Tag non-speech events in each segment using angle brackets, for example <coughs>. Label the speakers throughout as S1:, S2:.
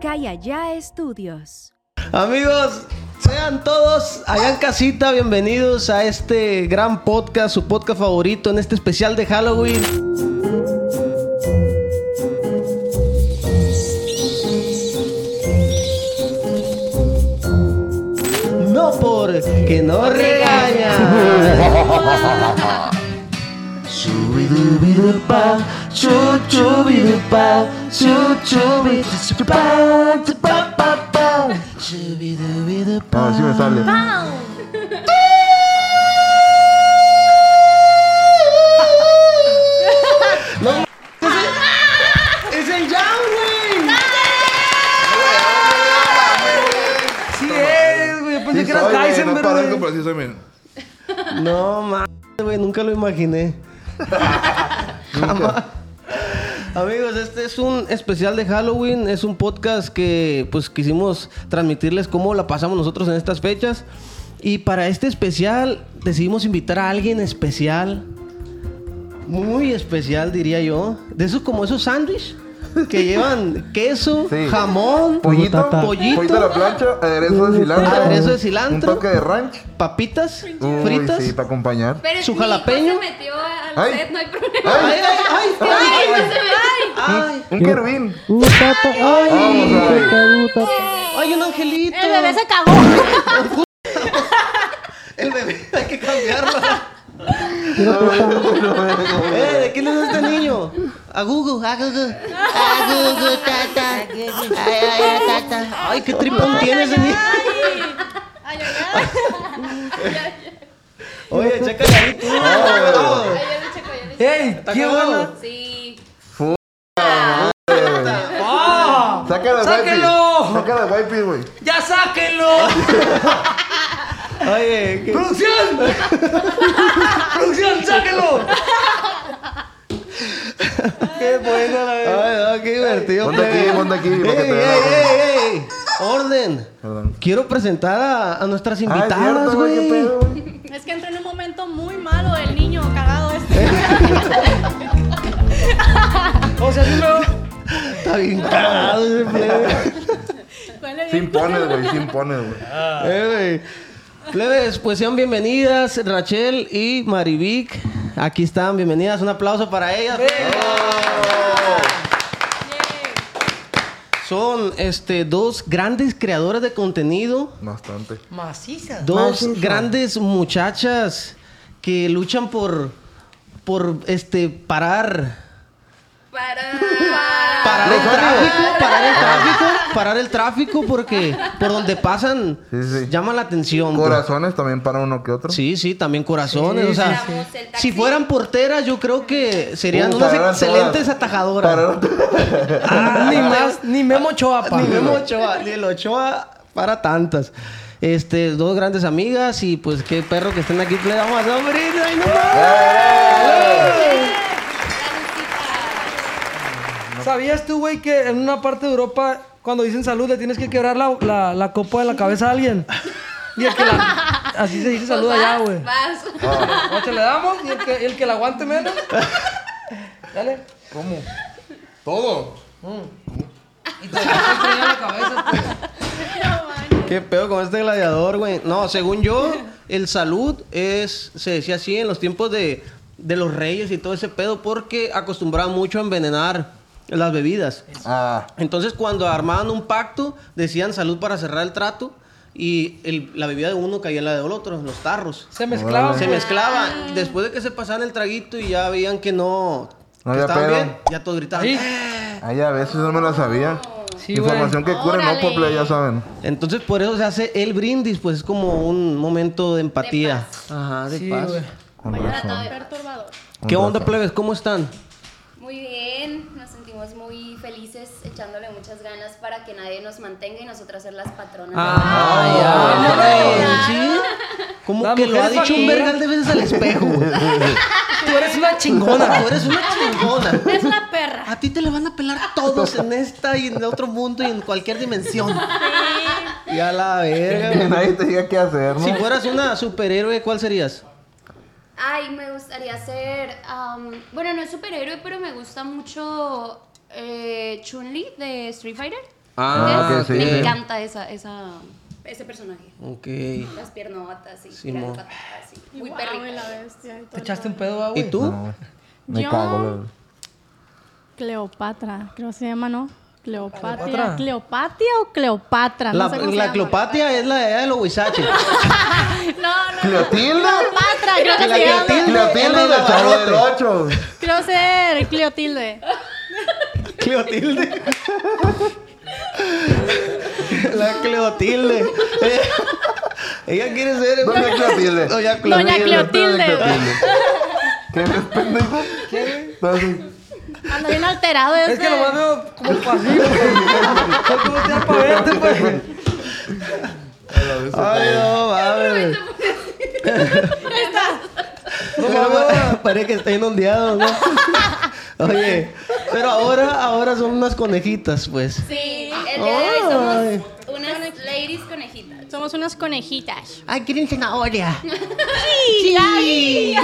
S1: Calla Ya Estudios.
S2: Amigos, sean todos allá en casita bienvenidos a este gran podcast, su podcast favorito en este especial de Halloween. No porque no regaña. Chubidubidupa, chuchubidupa, chuchubidupa, pa, pa, pa. Chubidubidupa.
S3: Ah, sí me sale.
S2: ¡Es el Young, güey! Sí es, güey. Yo pensé
S3: Sí
S2: que eras
S3: soy, güey,
S2: Heisenberg,
S3: No parezco,
S2: güey.
S3: pero sí soy, miren.
S2: No, mames, güey. Nunca lo
S3: <laughs>
S2: imaginé. Jamás. Amigos, este es un especial de Halloween. Es un podcast que, pues, quisimos transmitirles cómo la pasamos nosotros en estas fechas. Y para este especial decidimos invitar a alguien especial. Muy especial, diría yo. De esos, como esos sándwiches
S3: <laughs>
S2: que llevan queso,
S3: Sí.
S2: jamón,
S3: Pollito,
S2: pollito,
S3: pollito a la plancha, aderezo de cilantro.
S2: Aderezo de cilantro.
S3: Un toque de ranch.
S2: papitas
S3: Uy,
S2: fritas.
S3: Sí, para acompañar.
S4: Pero
S2: Su
S4: mi hijo
S2: jalapeño.
S4: se metió al
S3: Ay.
S4: set, no hay problema.
S2: Ay, ay, ay, ay,
S4: Ay, no se me- ay.
S2: ay,
S3: Un
S2: <laughs>
S3: querubín.
S2: ay,
S3: Vamos a ver.
S2: ay, un angelito.
S4: El bebé se cagó.
S2: <laughs> El bebé, hay que cambiarlo. eh, ¿de quién es este niño? A Gugu, a
S4: <laughs>
S2: Gugu. A Gugu, tata. Ay, ay, ay, tata. Ay, qué tripón tiene ese niño. <laughs>
S4: Ay, ay,
S2: Oye, chécale ahí tú.
S4: ay, ya lo checo, ya lo checo.
S5: ¡Ey!
S2: Está
S5: ¡Qué
S2: acabado.
S5: bueno!
S4: Sí.
S3: Sácalo,
S5: ¡Sáquenlo!
S3: Sácalo de wifi, güey.
S5: ¡Ya sáquenlo!
S3: <laughs>
S2: Oye, qué...
S5: ¡Producción! ¡Producción, sáquenlo!
S2: Qué buena la Ay, no, qué divertido.
S3: Ponte aquí,
S2: plebe.
S3: ponte aquí,
S2: Ey,
S3: para que te
S2: ey,
S3: vea,
S2: ey, ey. Orden.
S3: Perdón.
S2: Quiero presentar a, a nuestras
S3: Ah, es
S2: invitadas,
S3: cierto,
S2: güey.
S3: qué pedo, güey.
S6: Es que entró en un momento muy malo el niño cagado este.
S5: O sea, sí
S2: <laughs>
S5: me...
S2: Está bien cagado ese plebe.
S6: Huele bien.
S3: Sí impones, güey, sí impones, güey.
S2: Eh, güey. Plebes, pues sean bienvenidas, Rachel y Marivic. Aquí están, bienvenidas. Un aplauso para ellas. Son este, dos grandes creadoras de contenido.
S3: Bastante.
S5: Maciza.
S2: dos grandes muchachas que luchan por por este parar
S4: Para.
S2: parar el tráfico, parar el tráfico, parar el tráfico porque por donde pasan
S3: Sí, sí.
S2: llama la atención. pues.
S3: Corazones también para uno que otro.
S2: Sí, sí, también corazones,
S5: Sí,
S2: o sea,
S4: sí, sí.
S2: si fueran porteras yo creo que serían
S3: Uh,
S2: unas
S3: pararon
S2: excelentes
S3: todas.
S2: atajadoras.
S3: Pararon
S2: Ah,
S5: ni más, ni
S3: ah,
S5: Memo Ochoa, pa.
S2: <laughs> Ni Memo Ochoa, ni el Ochoa para tantas. Este, dos grandes amigas y pues qué perro que estén aquí. Le damos a hombre. ¡Ay, no mames!
S5: ¿Sabías tú, güey, que en una parte de Europa, cuando dicen salud, le tienes que quebrar la, la, la copa de la cabeza a alguien? Y el que la... Así se dice
S2: Pues
S5: salud allá, güey.
S4: Vas.
S5: Ocho le damos y el que, y el que la aguante menos. Dale.
S3: ¿Cómo? Todo.
S5: Y te vas a estrellar la cabeza, pues.
S2: ¿Qué pedo con este gladiador, güey? No, según yo, el salud es, se decía así en los tiempos de, de los reyes y todo ese pedo, porque acostumbraban mucho a envenenar las bebidas.
S3: Ah.
S2: Entonces, cuando armaban un pacto, decían salud para cerrar el trato y el- la bebida de uno caía en la del otro, en los tarros.
S5: Se mezclaba. pues.
S2: Se mezclaba. Después de que se pasaban el traguito y ya veían que no,
S3: No
S2: que
S3: había
S2: estaban
S3: pedo.
S2: bien, ya todos gritaban. "Ah".
S5: Sí.
S3: Ay, a veces no me la sabía.
S5: Sí, güey.
S3: Información que cura, no pople, ya saben.
S2: Entonces, por eso se hace el brindis, pues es como un momento de empatía. Ajá, de
S5: Sí,
S2: paz.
S5: güey.
S3: Con razón.
S6: Perturbador.
S2: ¿Qué
S3: Un
S2: onda,
S3: rato.
S2: plebes? ¿Cómo están?
S4: Muy bien, nos sentimos muy felices echándole muchas ganas para que nadie nos mantenga y nosotras ser las patronas.
S3: Ah,
S2: Ah.
S5: Ah,
S2: Ay, ¿sí? Como
S5: La
S2: que lo
S5: mujer
S2: ha
S5: es
S2: dicho un
S5: vaquera.
S2: vergal de veces al espejo. güey.
S5: <laughs> Tú eres una chingona.
S2: Chingona, tú eres una chingona.
S6: Es una perra.
S2: A ti te la van a pelar todos en esta y en el otro mundo y en cualquier dimensión. Y a la verga.
S3: Que
S2: güey.
S3: <laughs> nadie te diga qué hacer, ¿no?
S2: Si fueras una superhéroe, ¿cuál serías?
S4: Ay, me gustaría ser. am, bueno, no es superhéroe, pero me gusta mucho eh, Chun-Li de Street Fighter.
S2: Ah,
S4: Entonces,
S3: ok, sí,
S4: me
S3: sí.
S4: encanta esa, esa, ese personaje.
S2: Ok.
S4: Las piernotas y
S2: Sí,
S4: las
S2: mo.
S4: patas y
S6: Y
S4: muy
S6: guau,
S4: perrita.
S6: y la bestia y todo
S5: ¿Te
S6: el
S5: echaste un
S6: rollo.
S5: pedo, ah,
S2: ¿Y
S5: güey?
S2: tú?
S3: No, me
S6: Yo-
S3: cago. la-
S6: Cleopatra, creo que se llama, ¿no?
S5: ¿Cleopatra?
S6: Cleopatra. ¿Cleopatia o Cleopatra? No
S2: La,
S6: sé cómo se
S2: la
S6: llama.
S2: Cleopatia es la de allá de los huizaches.
S6: No, no,
S3: ¿Cleotilda?
S6: Cleopatra, creo que
S2: La
S6: se llama.
S2: Cleotilde
S3: ¿Cleotilda
S2: es la
S3: del Chavo del
S2: barrote.
S3: Ocho?
S6: Creo ser Cleotilde.
S2: <laughs> Cleotilde. la Cleotilde. Ella, <laughs> ella quiere ser.
S3: Doña Cleotilde.
S2: Doña Cleotilde.
S6: Doña Cleotilde.
S3: <laughs> ¿Qué me pendejo? Entonces,
S6: Anda bien alterado ese.
S5: Es que lo más veo <laughs> como pasivo. Yo como sea para verte, pues.
S2: Ay, no, mames. <laughs> Pero pa- parece que está inundado, ¿no? Oye, pero ahora, ahora son unas conejitas, pues.
S4: Sí, el día de hoy
S2: Ay.
S4: somos unas ladies conejitas.
S6: Somos unas conejitas.
S2: Ay, quieren zanahoria.
S6: ¡Ay!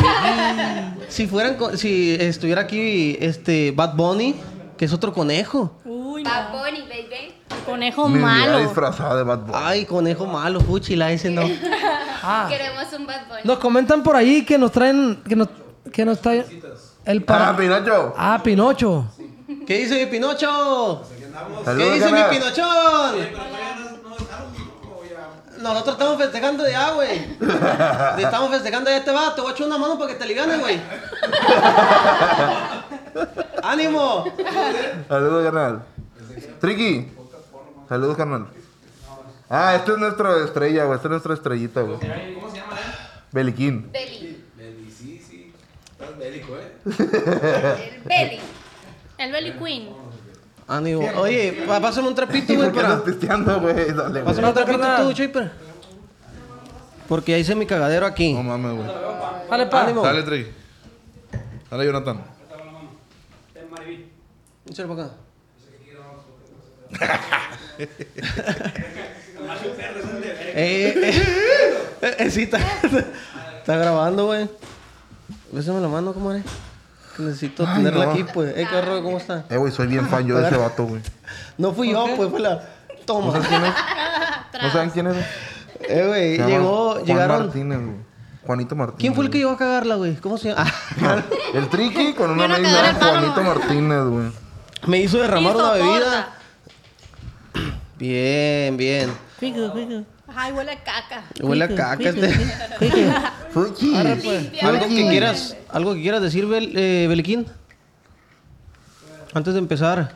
S2: Si fueran, co- si estuviera aquí este Bad Bunny, que es otro conejo.
S6: Uy,
S4: Bad
S6: no.
S4: Bunny, baby.
S6: Conejo
S3: mi vida
S6: malo.
S3: disfrazada de Bad Bunny.
S2: Ay, conejo malo, fuchila ese no.
S5: Ah.
S4: Queremos un Bad Bunny.
S5: Nos comentan por ahí que nos traen. Que nos, que nos traen. El
S3: Ah,
S5: para.
S3: Pinocho.
S5: Ah, Pinocho.
S2: ¿Qué dice mi Pinocho? ¿Qué
S3: Saludos,
S2: dice mi
S3: carnal.
S2: Pinochón? Nosotros estamos festejando ya, güey. Estamos festejando ya este vato. Te voy a echar una mano para que te liganes, güey. ¡Ánimo!
S3: <laughs> Saludos, carnal. Tricky. Saludos, carnal. Ah, este es nuestra estrella, güey. Esta es nuestra estrellita, güey. ¿Cómo se llama, Beliquín.
S4: Belly.
S7: Bélico, ¿eh?
S4: El belly.
S6: El Belly Queen.
S2: Ánimo. Oye, pa- pásame un trapito,
S3: ¿Y
S2: güey,
S3: por qué
S2: para.
S3: andas pisteando, güey? Dale, güey.
S2: Pásame un trapito
S5: carnal.
S2: tú, Chipper. Porque ya hice mi cagadero aquí.
S7: No mames, güey.
S5: Vale, pa.
S2: Ánimo.
S7: Sale, Trey. Sale, Jonathan.
S2: Échalo para acá. <laughs> eh, eh, eh, eh, sí, está, está grabando, güey. Bésame la mano, comadre. Que necesito
S3: Ay,
S2: tenerla
S3: no.
S2: aquí, pues. Eh, qué horror, ¿cómo está?
S3: Eh, güey, soy bien fan yo de ese vato, güey.
S2: No fui yo, pues, fue la...
S3: ¿No
S2: Toma.
S3: sabes quién es? ¿No saben quién es?
S2: <laughs> Eh, güey,
S3: Se llama
S2: llegó,
S3: Juan
S2: llegaron...
S3: Martínez, güey. Juanito Martínez.
S2: ¿Quién fue el que llegó a cagarla, güey? ¿Cómo se llama? Ah,
S3: <laughs>
S2: <laughs>
S3: El Tricky con una
S6: Yo no
S3: ley
S6: cagaré
S3: de
S6: el palo,
S3: Juanito
S6: güey.
S3: Martínez, güey.
S2: me hizo derramar
S6: Sí,
S2: una
S6: soporta.
S2: bebida. Bien, bien.
S6: Ay, huele a caca.
S2: Huele a caca este... <laughs>
S3: Fuchi.
S2: pues. Algo
S3: Fuchi.
S2: que quieras, algo que quieras decir, Bel, eh, Beliquín. Antes de <laughs> empezar.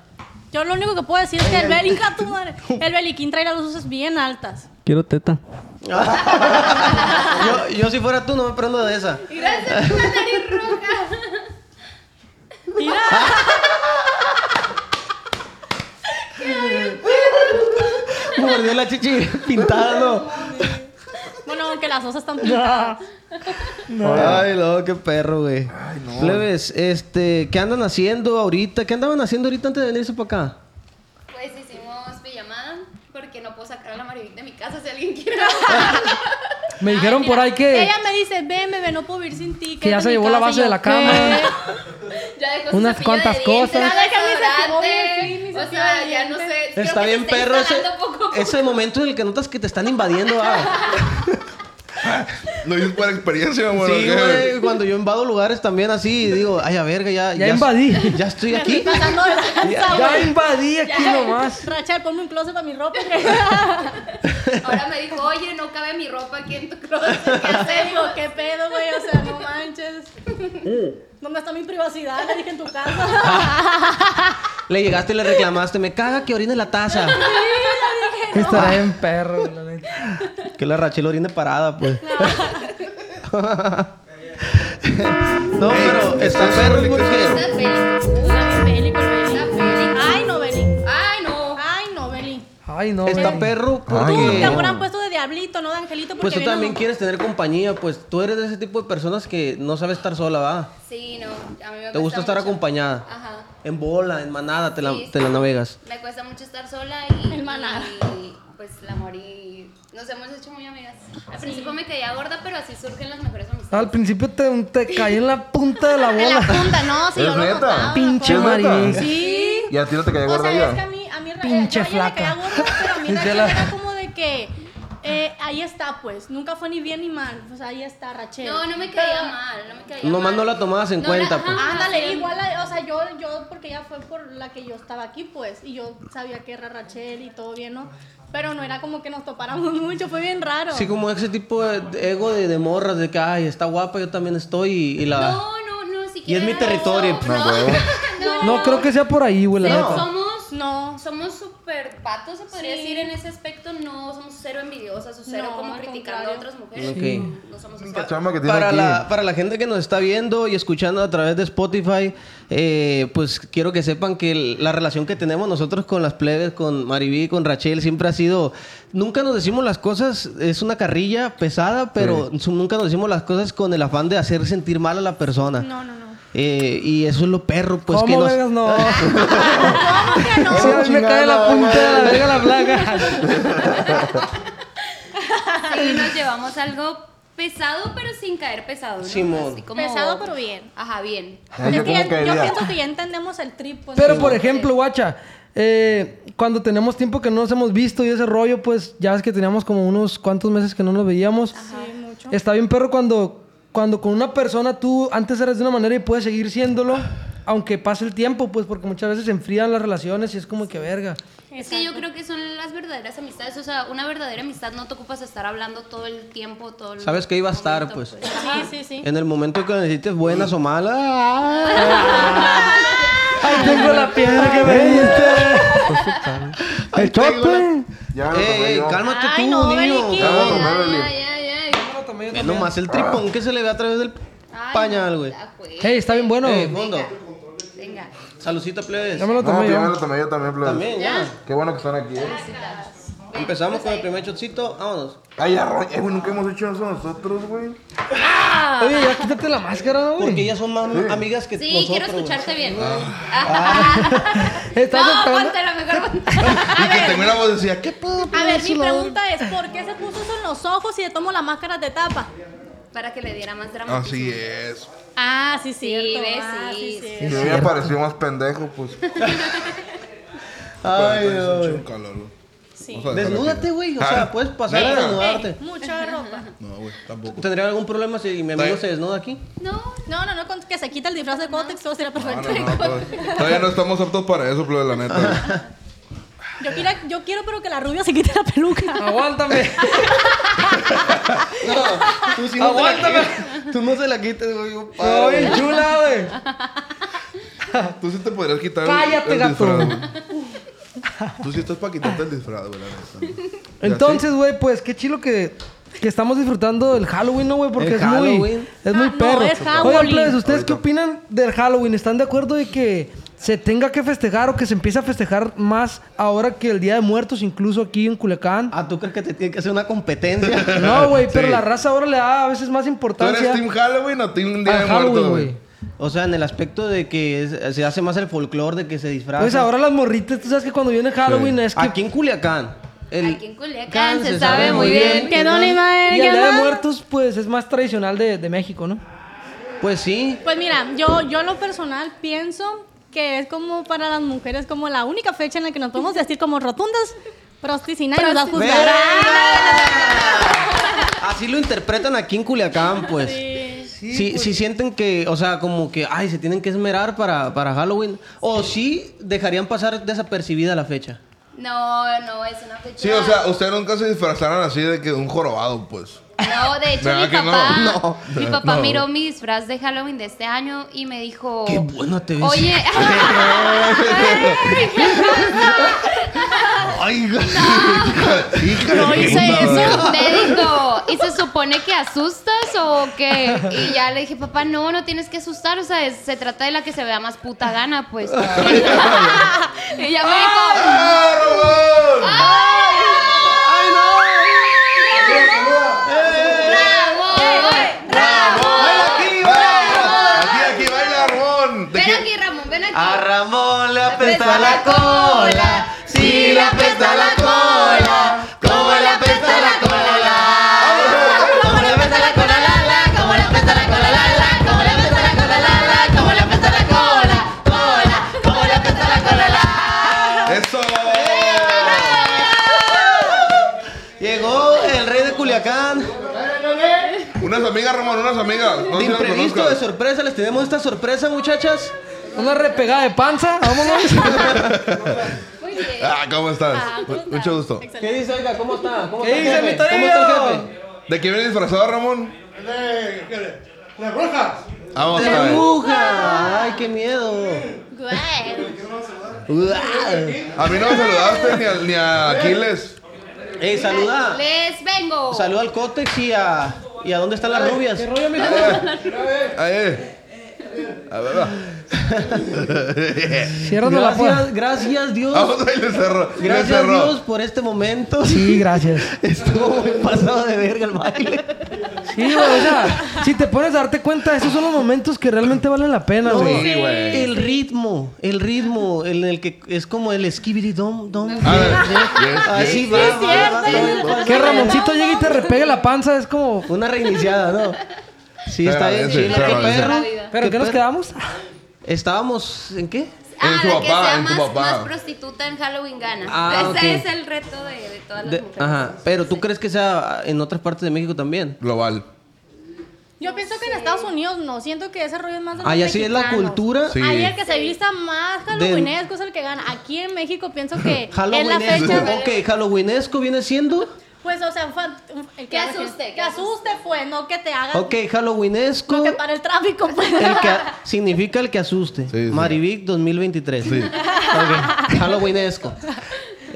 S6: Yo lo único que puedo decir es que el Belly, ¡Ah, tu madre! El Belly Queen trae las luces bien altas.
S8: Quiero teta.
S2: Yo, yo si fuera tú no me prendo de esa.
S4: Gracias por la nariz roja.
S6: Mira,
S2: Me Mordió la chichi <laughs> pintada, ¿no?
S6: bueno, aunque las dos están pintadas.
S2: Ay, no, qué perro, güey. Plebes, este, ¿qué andan haciendo ahorita? ¿Qué andaban haciendo ahorita antes de venirse para acá?
S4: Pues hicimos pijamada porque no puedo sacar a la Marivic de mi casa si alguien quiere.
S5: Me dijeron por ahí que.
S6: Ella me dice, ven, bebé, no puedo vivir sin ti.
S5: Que ya
S6: quédate
S5: se
S6: en mi
S5: llevó la
S6: casa".
S5: base de
S6: Y yo,
S5: la cama.
S6: "¿Qué?".
S4: Ya dejó su
S5: Unas
S4: cepillo
S5: cuantas
S4: de dientes,
S5: cosas.
S4: ya dejó
S6: Ya déjame
S4: el desodorante.
S6: cepillar mi fin, mi
S4: O sea,
S6: cepillo de
S4: ya no sé. creo
S2: Está
S4: que
S2: bien,
S4: se está
S2: perro. Ese,
S4: instalando poco a poco.
S2: ese momento en el que notas que te están invadiendo. ah.
S7: Lo hice por experiencia, güey.
S2: Sí, güey. Cuando yo invado lugares también así, digo, ay, a verga, ya.
S5: Ya invadí.
S2: Ya estoy
S4: <laughs>
S2: aquí.
S6: Pasando de lanza,
S5: Ya
S6: güey.
S5: invadí aquí
S6: <laughs> Ya.
S5: nomás.
S6: Rachel, ponme un closet para mi ropa. <laughs>
S4: Ahora me dijo, oye, no cabe mi ropa aquí en tu closet. ¿Qué
S6: Te digo,
S4: hacemos? <laughs>
S6: qué pedo, güey, o sea, no manches.
S5: Uh.
S6: ¿Dónde está mi privacidad? Le dije en tu casa. <laughs>
S2: Le llegaste y le reclamaste, me caga que orine la taza.
S5: Estará en perro, la neta.
S2: Que la Rachel orine parada,
S4: <laughs>
S2: pues. <laughs> no, pero está perro porque...
S4: Está feliz.
S6: Ay, Beli, con Beli.
S4: Está feliz.
S6: Ay, no, Beli.
S4: Ay, no.
S6: Ay, no, Beli.
S5: Ay, no.
S2: Está
S5: güey.
S2: perro
S3: Ay,
S6: Te
S2: porque...
S3: no.
S6: hubieran puesto de diablito, no de angelito, porque
S2: Pues tú
S6: viene
S2: también
S6: un-
S2: quieres tener compañía, pues tú eres de ese tipo de personas que no sabe estar sola, ¿va?
S4: Sí, no. A mí me
S2: Te gusta estar
S4: mucho.
S2: acompañada.
S4: Ajá.
S2: En bola, en manada, te la,
S4: Sí.
S2: te la navegas.
S4: Me cuesta mucho estar sola y,
S6: El maná.
S4: y, pues la morí. Nos hemos hecho muy amigas. Al principio me caía gorda, pero así surgen las mejores amistades.
S5: Al principio te, te caí en la punta de la
S6: En la
S5: bola.
S6: punta, no, si
S3: ¿Es
S6: yo lo
S3: neta?
S6: contaba.
S5: Pinche
S3: ¿Es neta?
S5: marica.
S6: Sí.
S3: ¿Y a ti no te cayó
S6: O
S3: gorda
S6: sea, es que a
S3: ya?
S6: mí, a mí
S5: pinche
S6: a ella le
S5: flaca.
S6: caía gorda, pero a
S5: <laughs>
S6: mí
S5: Dice
S6: Raquel
S5: la-
S6: era como de que eh, ahí está, pues. Nunca fue ni bien ni mal. Pues ahí está, Rachel.
S4: No, no me caía mal, no me caía
S2: Nomás
S4: mal.
S2: no la tomabas en
S4: No la-
S2: cuenta,
S4: ajá.
S2: pues.
S6: Ándale, igual, a- o sea, yo, yo, porque ella fue por la que yo estaba aquí, pues, y yo sabía que era Rachel y todo bien, ¿no? Pero no era como que nos topáramos <laughs> mucho, fue bien raro.
S2: Sí, como ese tipo de de ego de, de morras, de que, ay, está guapa, yo también estoy y, y la...
S4: No, no, no, siquiera.
S2: Y es mi
S4: no,
S2: territorio. pues,
S4: No,
S9: No,
S4: <laughs>
S9: huevo.
S4: no,
S5: No creo que sea por ahí, güey, la
S4: Pero
S5: neta.
S4: somos,
S6: No.
S4: somos súper patos, se podría
S6: Sí.
S4: decir, en ese aspecto. No somos cero envidiosas o cero
S6: No,
S4: como
S6: al
S4: criticando a
S6: contrario.
S4: otras mujeres.
S2: Ok.
S4: No somos así.
S9: Esta chama que tiene
S2: Para
S9: aquí.
S2: la, para la gente que nos está viendo y escuchando a través de Spotify, eh, pues quiero que sepan que el- la relación que tenemos nosotros con las plebes, con Maribí, con Rachel, siempre ha sido... Nunca nos decimos las cosas, es una carrilla pesada, pero su- nunca nos decimos las cosas con el afán de hacer sentir mal a la persona.
S6: No, no, no.
S2: Eh, y eso es lo perro, pues que
S5: ¿Cómo
S2: nos... <laughs>
S5: vergas no?
S6: ¿Cómo que no?
S5: Sí, a mí me cae la
S9: Chingada,
S5: punta de la
S9: güey.
S5: verga la plaga.
S4: Sí, nos llevamos algo pesado, pero sin caer pesado. ¿no?
S2: Simón.
S4: Así como-
S6: Pesado, pero bien.
S4: Ajá, bien.
S9: Ay,
S6: Es
S9: yo
S6: que
S9: como
S6: ya- yo
S9: caería.
S6: pienso que ya entendemos el trip, pues.
S5: Pero
S6: ¿no?
S5: por ejemplo, guacha, eh, cuando tenemos tiempo que no nos hemos visto y ese rollo, pues ya ves que teníamos como unos cuantos meses que no nos veíamos.
S6: Sí, mucho.
S5: Está bien, perro, cuando, cuando con una persona tú antes eras de una manera y puedes seguir siéndolo, aunque pase el tiempo, pues porque muchas veces se enfrían las relaciones y es como que verga.
S4: Es que yo creo que son las verdaderas amistades. O sea, una verdadera amistad no te ocupas de estar hablando todo el tiempo, todo el
S2: Sabes que iba a estar, pues.
S6: Sí, sí, sí.
S2: En el momento que necesites buenas o malas... ¡ah!
S5: Ay, tengo la piedra que me
S2: este-
S9: ¡El chope! Ya me lo
S2: Ey,
S9: tomé
S2: ey,
S9: yo.
S2: Eh, cálmate
S6: Ay,
S2: tú,
S6: no,
S2: niño.
S6: Beliquín.
S9: Ya me lo tomé, Beli.
S4: Ay, ay, ay.
S2: Es nomás el tripón que se le ve a través del
S4: Ay,
S2: pañal,
S4: no,
S2: güey.
S4: la jue-
S5: Hey, está bien bueno.
S2: Eh, fondo.
S4: Venga.
S2: Salucita, plebes.
S5: Ya me lo
S9: No,
S5: tomé
S9: que ya me
S5: yo.
S9: lo tomé yo también,
S3: pues.
S9: plebes.
S2: También, ya.
S9: Qué bueno que están aquí, eh.
S2: Empezamos con el primer shotcito. Vámonos.
S9: Ay, arroyo. Eh, güey, nunca hemos hecho eso nosotros, güey.
S5: Oye, ya quítate la máscara,
S2: Porque
S5: güey.
S2: ellas son más amigas que
S4: Sí,
S2: nosotros.
S4: quiero
S2: güey.
S4: escucharte bien.
S2: Ah.
S4: <laughs>
S5: Estás
S4: no,
S5: esperando-
S4: ponte la mejor ponte.
S3: Y que tengo una voz decía, ¿qué pedo?
S6: A ver, mi pregunta es, ¿por qué se puso eso en los ojos y le tomo la máscara de tapa?
S4: Para que le diera más drama.
S3: Así es.
S6: Ah, sí, cierto.
S4: ves,
S6: ah,
S4: sí, sí.
S6: cierto.
S9: Si hubiera parecido más pendejo, pues.
S2: Ay,
S3: Pero entonces,
S2: Dios.
S3: un calor, güey.
S6: Sí.
S3: Vamos a dejarlo
S2: Desnúdate,
S3: aquí.
S2: güey. O
S3: Ah,
S2: sea, puedes pasar a
S3: ¿neta?
S2: desnudarte.
S6: Ey, mucha ropa.
S3: No, güey, tampoco.
S2: ¿Tendría algún problema si mi amigo
S3: Está bien.
S2: se desnuda aquí?
S4: No,
S6: <laughs> No, no, no, con que se quita el disfraz de cótex, todo será
S3: Ah, No,
S6: perfecto.
S3: no,
S6: <laughs>
S3: pues. no, todavía- todavía no estamos aptos para eso, plebe, la neta.
S2: <laughs>
S3: güey.
S6: Yo, quiero, yo quiero, pero que la rubia se quite la <laughs> peluca.
S5: Aguántame.
S2: No, tú sí no
S5: Aguántame.
S2: Tú no se la quites, güey.
S5: No, bien chula, güey.
S3: Tú sí te podrías quitar el-
S5: Cállate,
S3: el,
S5: gato.
S3: disfraz,
S2: <laughs>
S3: güey. Tú sí estás para quitarte el disfraz, güey, la neta. güey. Ya
S5: Entonces, güey, pues qué chilo que, que estamos disfrutando del Halloween, ¿no, güey? Porque
S2: El
S5: es muy,
S2: Halloween.
S5: es muy
S6: Ah, no,
S5: perro.
S6: es
S5: Oigan,
S6: Halloween.
S5: plebes, ¿ustedes qué opinan del Halloween? ¿Están de acuerdo de que se tenga que festejar o que se empiece a festejar más ahora que el Día de Muertos, incluso aquí en Culiacán?
S2: Ah, ¿tú crees que te tiene que hacer una competencia?
S5: No, güey, pero
S3: <laughs> Sí.
S5: la raza ahora le da a veces más
S3: ¿Tú eres
S5: importancia
S3: Team Halloween o Team Día
S5: al
S3: de Muertos,
S5: Halloween,
S3: güey?
S5: güey.
S2: O sea, en el aspecto de que es- se hace más el folclore, de que se disfraza.
S5: Pues ahora las morritas, tú sabes que cuando viene Halloween es que...
S2: Aquí en Culiacán. el-
S4: Aquí en Culiacán se sabe muy bien
S6: que Don Imael
S5: Y el Día de
S6: llama.
S5: Muertos, pues, es más tradicional de, de México, ¿no?
S2: Pues sí.
S6: Pues mira, yo, yo en lo personal pienso que es como para las mujeres como la única fecha en la que nos <laughs> podemos vestir como rotundas, prostis y nadie nos va a juzgar. <laughs>
S2: Así lo interpretan aquí en Culiacán, pues. Sí, sí,
S5: pues.
S2: sienten que, o sea, como que, ay, se tienen que esmerar para, para Halloween. O sí dejarían pasar desapercibida la fecha.
S4: no, no, es una fecha.
S3: Sí, o sea, ustedes nunca se disfrazaron así de que de un jorobado,
S6: <laughs>
S3: pues.
S4: No, de hecho, mi
S3: <laughs> ¿Verdad que no?
S4: papá,
S3: No.
S4: mi papá
S3: No.
S4: miró mi disfraz de Halloween de este año y me dijo...
S2: Qué buena te ves.
S4: Oh.
S2: <laughs>
S4: Oye, <laughs>
S3: ¡Ay, hija- hija de
S6: No hice
S3: puta,
S6: eso.
S3: güey.
S4: me dijo, ¿y se supone que asustas o qué? Y ya le dije, papá, no, no tienes que asustar, o sea, es- se trata de la que se vea más puta gana, pues. y ya me dijo,
S3: ¡Ah, Robón!
S4: ¡Ramón!
S6: ¡Ah!
S3: ¡Aquí, baila! Aquí, aquí, baila, Robón. ¿De
S4: Ven
S3: qué?
S4: aquí, Ramón, ven aquí.
S2: A Ramón le
S4: apesta la cola, sí le apesta la cola, cómo le apesta la cola, la, cómo le apesta la cola, la, la, cómo le apesta la cola, la, la, cómo le apesta la cola, la, la,
S6: ¡Ah!
S4: cómo le apesta la cola, cola, cómo le apesta la cola, la.
S3: ¡Eso!
S2: Culiacán.
S3: Unas amigas, Ramón, unas amigas. No
S2: De
S3: sé si las
S2: imprevisto, de
S3: conozcas.
S2: sorpresa, les tenemos esta sorpresa, muchachas.
S5: Una repegada de panza, vámonos.
S6: Muy bien.
S3: Ah, ¿cómo estás?
S6: Ah, ¿cómo estás?
S3: Mucho gusto.
S2: ¿Qué
S6: Excelente.
S2: dice, oiga? ¿Cómo está? ¿Cómo
S5: ¿Qué
S2: está el
S5: dice
S2: jefe? ¿Cómo
S5: mi
S2: está el
S5: Torillo?
S2: jefe?
S3: ¿De qué viene disfrazado, Ramón? Ah, Vamos a
S2: ¡De
S3: ver.
S2: bruja! ¡Ay, qué miedo!
S6: Güey.
S2: Uah.
S3: A mí no me saludaste ni a, ni a Aquiles.
S2: ¡Ey, Eh, saluda!
S10: Les vengo.
S2: Saluda al Cotex y a... ¿Y a dónde están las rubias?
S5: ¿Qué rollo, mijo?
S3: Ay, eh. A ver, va.
S5: Ciérranos la puerta.
S2: Gracias, gracias Dios.
S3: Vamos ahí Ah, le cerró. Le
S2: Gracias
S3: cerró.
S2: Dios por este momento.
S5: Sí, gracias.
S2: Estuvo muy <laughs> pasado de verga el baile.
S5: Sí, güey, o sea, si te pones a darte cuenta, esos son los momentos que realmente valen la pena, güey.
S3: Sí, güey.
S2: El ritmo, el ritmo en el que es como el skibidi dom dom.
S3: A ver. Yes,
S2: Así
S3: yes,
S2: va,
S3: yes.
S2: va, va,
S6: cierto.
S2: va, va, va.
S5: Que Ramoncito llegue y te repegue la panza, es como...
S2: Una reiniciada, ¿no? Sí,
S3: Se
S2: está bien
S3: agradece,
S2: chido.
S3: se
S2: Qué
S3: agradece.
S2: perro.
S5: ¿Pero qué nos
S2: perro.
S5: quedamos? <laughs>
S2: Estábamos en qué?
S10: Ah,
S3: En su
S10: de que
S3: papá,
S10: sea
S3: en su
S10: más,
S3: papá.
S10: más prostituta en Halloween gana.
S2: Ah,
S10: Ese
S2: ok.
S10: es el reto de, de todas las
S2: De-
S10: mujeres.
S2: ajá. Pero tú crees que sea en otras partes de México también.
S3: Global.
S6: Yo pienso que en Estados Unidos no. Siento que ese rollo es más de los
S2: Allá Ah, sí es la
S6: mexicanos.
S2: cultura.
S3: Sí.
S6: Ahí el que se vista más halloweenesco es el que gana. Aquí en México pienso que es
S2: <laughs>
S6: la
S2: Halloweenesco.
S6: fecha.
S2: Ok, Halloweenesco viene siendo.
S6: Pues, o sea, un fan- un- el
S10: Que asuste,
S6: Que asuste, pues, no que te hagan.
S2: Ok, Halloweenesco.
S6: No que para el tráfico, pues.
S2: El que a- significa el que asuste.
S3: Sí, sí.
S2: Marivic 2023.
S3: Sí.
S2: Ok, Halloweenesco.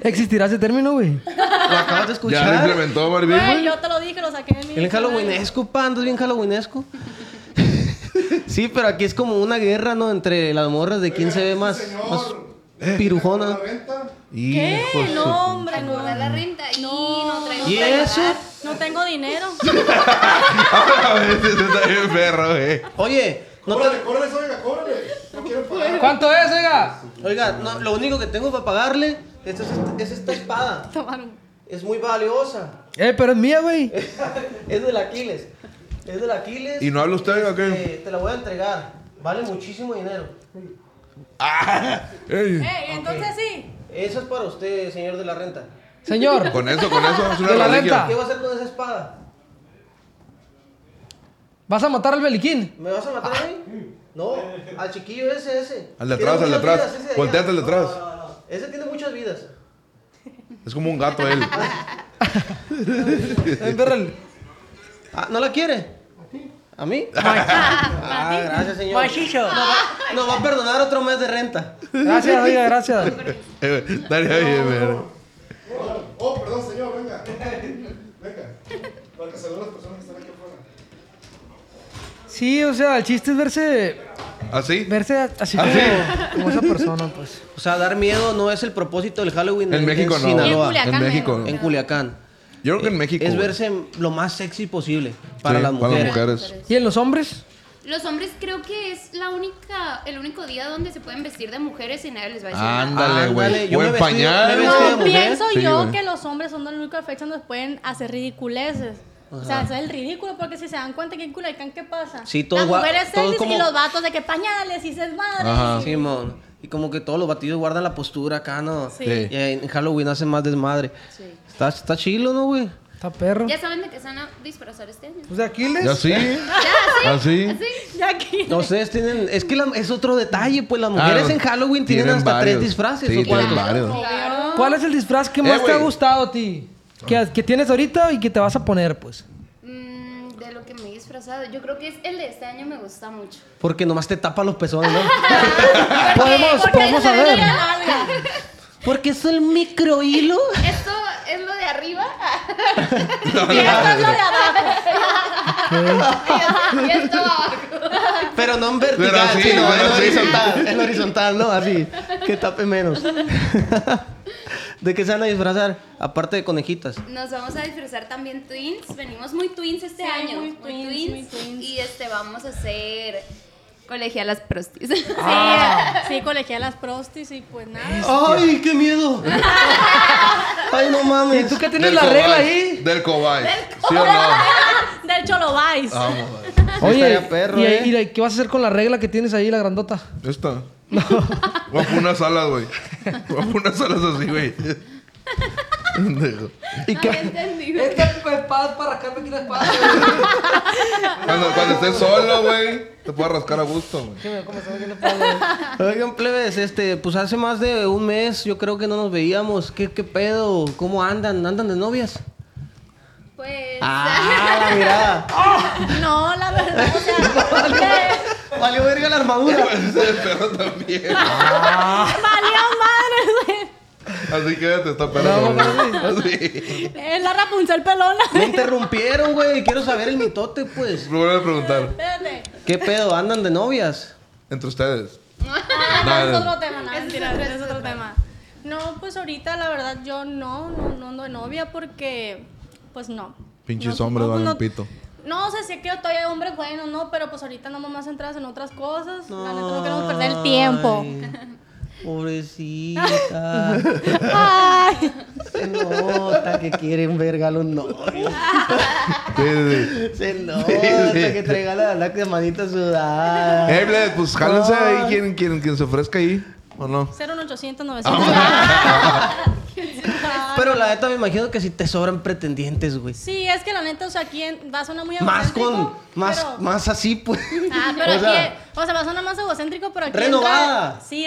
S5: ¿Existirá ese término, güey?
S2: Lo acabas de
S3: Ya lo
S2: escuchar.
S3: implementó Barbie,
S6: <laughs> Güey,
S3: güey.
S6: yo te lo dije, lo saqué de mi.
S2: El Halloweenesco, pa, andas bien Halloweenesco. Sí, pero aquí es como una guerra, ¿no? Entre las morras de quién se ve más,
S3: Eh.
S2: más pirujona.
S3: <laughs>
S6: ¿Qué?
S3: Hijo de su-
S6: No, hombre, no.
S10: Pagar la renta y no, traigo
S2: Ah, ¿Y
S10: para
S2: eso?
S10: pagar.
S6: No
S2: <laughs>
S6: tengo dinero.
S3: A veces Ah, está bien perro, eh. güey.
S2: Oye, no te-
S5: ¿Cuánto es, oiga?
S2: oiga, no, lo único que tengo para pagarle es, es- es esta espada.
S6: Tomaron.
S2: Es muy valiosa.
S5: Eh, pero es mía, güey.
S2: Es del Aquiles. Es del Aquiles.
S3: ¿Y no habla usted o qué?
S2: Eh, te la voy a entregar. Vale muchísimo dinero.
S3: Ey.
S6: Eh, entonces sí.
S2: Eso es para usted, señor de la renta.
S5: Señor,
S3: Con eso, con eso, es una
S5: De la
S3: reliquia.
S2: ¿Qué va a hacer con esa espada?
S5: ¿vas a matar al beliquín?
S2: ¿Me vas a matar a mí? No, al chiquillo ese, ese.
S3: Al de
S2: Tiene
S3: atrás, al
S2: muchas
S3: de atrás.
S2: vidas, ese de allá.
S3: Volteate al de atrás.
S2: No, no, no. Ese tiene muchas vidas.
S3: Es como un gato él.
S5: Ven, perrel.
S2: Ah, ¿No la quiere? ¿A mí?
S3: <laughs>
S2: Ah, gracias, señor. Nos va, nos va a perdonar otro mes de renta.
S5: Gracias, oiga, gracias.
S3: Eh, güey, Estaría bien, perro.
S5: Sí, o sea, el chiste es verse,
S3: ¿Así?
S5: verse así
S3: ¿Ah,
S5: como,
S3: sí?
S5: como esa persona, pues.
S2: O sea, dar miedo no es el propósito del Halloween
S3: En México no.
S6: Y en
S2: Sinaloa,
S6: Culiacán.
S3: En México.
S6: menos.
S2: en Culiacán.
S3: Yo creo que en México.
S2: Es
S3: güey.
S2: verse lo más sexy posible
S3: Sí,
S2: para las mujeres.
S3: mujeres.
S5: ¿Y en los hombres?
S10: Los hombres creo que es la única, el único día donde se pueden vestir de mujeres y nadie les va a decir nada.
S3: Ándale,
S2: Ándale,
S3: güey.
S2: yo
S3: O
S2: me
S3: en
S2: vestí- me
S3: pañal.
S2: vestí- vestido de
S6: No,
S2: mujer?
S6: pienso
S3: Sí,
S6: yo
S3: güey.
S6: que los hombres son la única fecha donde pueden hacer ridiculeces. O sea, eso es el ridículo, porque si se dan cuenta que en Culiacán, ¿qué pasa?
S2: Sí, todos
S6: Las
S2: gua-
S6: mujeres
S2: todos
S6: sexys
S2: como-
S6: y los vatos de que pañales y ses madres.
S3: Ajá.
S6: y-
S2: Simón. Y como que todos los batidos guardan la postura acá, ¿no?
S6: Sí.
S3: Sí.
S2: Y en Halloween hacen más desmadre. Está, está chilo, ¿no, güey?
S5: Está perro.
S10: Ya saben de qué se van a disfrazar este año.
S5: Pues de Aquiles.
S3: ¿Y así? ¿Así?
S10: ¿Sí?
S6: Ya aquí.
S2: <laughs> No, ustedes tienen... Es que la- es otro detalle, pues las
S3: Ah,
S2: mujeres
S3: no.
S2: en Halloween tienen,
S3: Tienen
S2: hasta
S3: varios.
S2: tres disfraces
S3: Sí,
S2: o cuatro.
S3: tienen varios.
S6: Obvio.
S5: ¿Cuál es el disfraz que
S3: Eh,
S5: más te ha
S3: güey.
S5: gustado a ti? Que,
S2: Ah.
S5: que tienes ahorita y que te vas a poner, pues.
S10: Mm, de lo que me he disfrazado. Yo creo que es el de este año me
S2: <laughs>
S10: gusta mucho.
S2: Porque nomás te tapa los pezones, ¿no?
S5: Podemos,
S6: Porque ahí
S5: podemos
S6: se ve
S5: saber.
S6: la larga.
S2: <laughs> Porque es el microhilo.
S10: Esto es lo de arriba
S6: Y esto es lo de abajo.
S10: y esto abajo.
S2: Pero no en vertical,
S3: Pero así,
S2: sino
S3: pero
S2: en
S3: así.
S2: horizontal. En horizontal, ¿no? Así. Que tape <laughs> menos. ¿De qué se van a disfrazar? Aparte de conejitas.
S10: Nos vamos a disfrazar también twins. Venimos muy twins este
S6: Sí,
S10: año.
S6: muy twins, muy twins.
S10: Y este vamos a hacer colegialas prostis.
S6: <laughs>
S2: Ah,
S10: <laughs>
S6: Sí, sí, colegía las prostis y pues nada.
S2: ¡Ay, qué <laughs> miedo! ¡Ay, no mames!
S5: ¿Y tú qué tienes
S3: Del
S5: la regla
S3: cobay,
S5: ahí?
S3: Del cobay. ¿Sí o no?
S6: <laughs> Del Cholobais.
S2: Ah.
S3: Vamos, güey.
S5: Oye,
S2: estaría perro,
S5: ¿y,
S2: eh.
S5: y la- qué vas a hacer con la regla que tienes ahí, la grandota?
S3: Esta. <laughs> Voy a poner unas alas, güey. Voy a poner unas alas así, güey. Pendejo.
S2: ¿Y qué,
S10: entendí.
S5: Esta, de espadas para rascarme aquí la espada. güey.
S3: Cuando, cuando estés solo, güey, te puedes rascar a gusto, güey.
S5: Que me comenzó aquí la espada, güey.
S2: Oigan, plebes, este, pues hace más de un mes yo creo que no nos veíamos. ¿Qué, qué pedo? ¿Cómo andan? ¿Andan de novias?
S6: Pues.
S2: Ah, <laughs> la mirada.
S6: no, la verdad, o
S2: <laughs>
S6: sea. eh, que-
S2: Valió verga la armadura.
S3: <laughs>
S2: <laughs>
S3: Ese el perro también.
S6: Valió madre,
S3: Así que te está
S5: No,
S3: perro.
S5: no,
S3: Así.
S6: güey. Es la Rapunzel pelona.
S2: Me interrumpieron, güey. Quiero saber el mitote, pues.
S3: Primero a preguntar,
S6: Espérate.
S2: ¿Qué pedo? ¿Andan de novias?
S3: entre ustedes.
S6: Ah, no,
S3: Dale.
S6: es otro tema, no,
S10: Ese es
S6: mentira, ese
S10: otro, ese
S6: es
S10: es
S6: otro
S10: otro.
S6: tema. No, pues ahorita la verdad yo no, no, no ando de novia porque, pues no.
S3: Pinches
S6: No,
S3: hombres
S6: no, pues
S3: valen
S6: no.
S3: pito.
S6: No, o sea, sé que todavía hay hombres buenos, no, pero pues ahorita andamos más centradas en otras cosas. La neta no queremos perder el tiempo.
S2: Ay, Pobrecita.
S6: Ay.
S2: Se nota que quieren verga los novios.
S3: Sí, sí, sí.
S2: Se nota que traiga la, la manita sudada.
S3: Eh, Bled, pues jálense ahí quien, quien, quien se ofrezca ahí, ¿o no?
S6: 01800 900. <laughs>
S2: Pero la neta me imagino que si te sobran pretendientes, güey.
S6: Sí, es que la neta, o sea, aquí en- va a sonar muy
S2: Más con.
S6: egocéntrico,
S2: Más,
S6: pero-
S2: más así, pues.
S6: Ah, pero
S2: <laughs> O
S6: aquí,
S2: sea,
S6: o sea, va a sonar más egocéntrico, pero aquí.
S2: Renovada. Ah,
S6: entra- sí,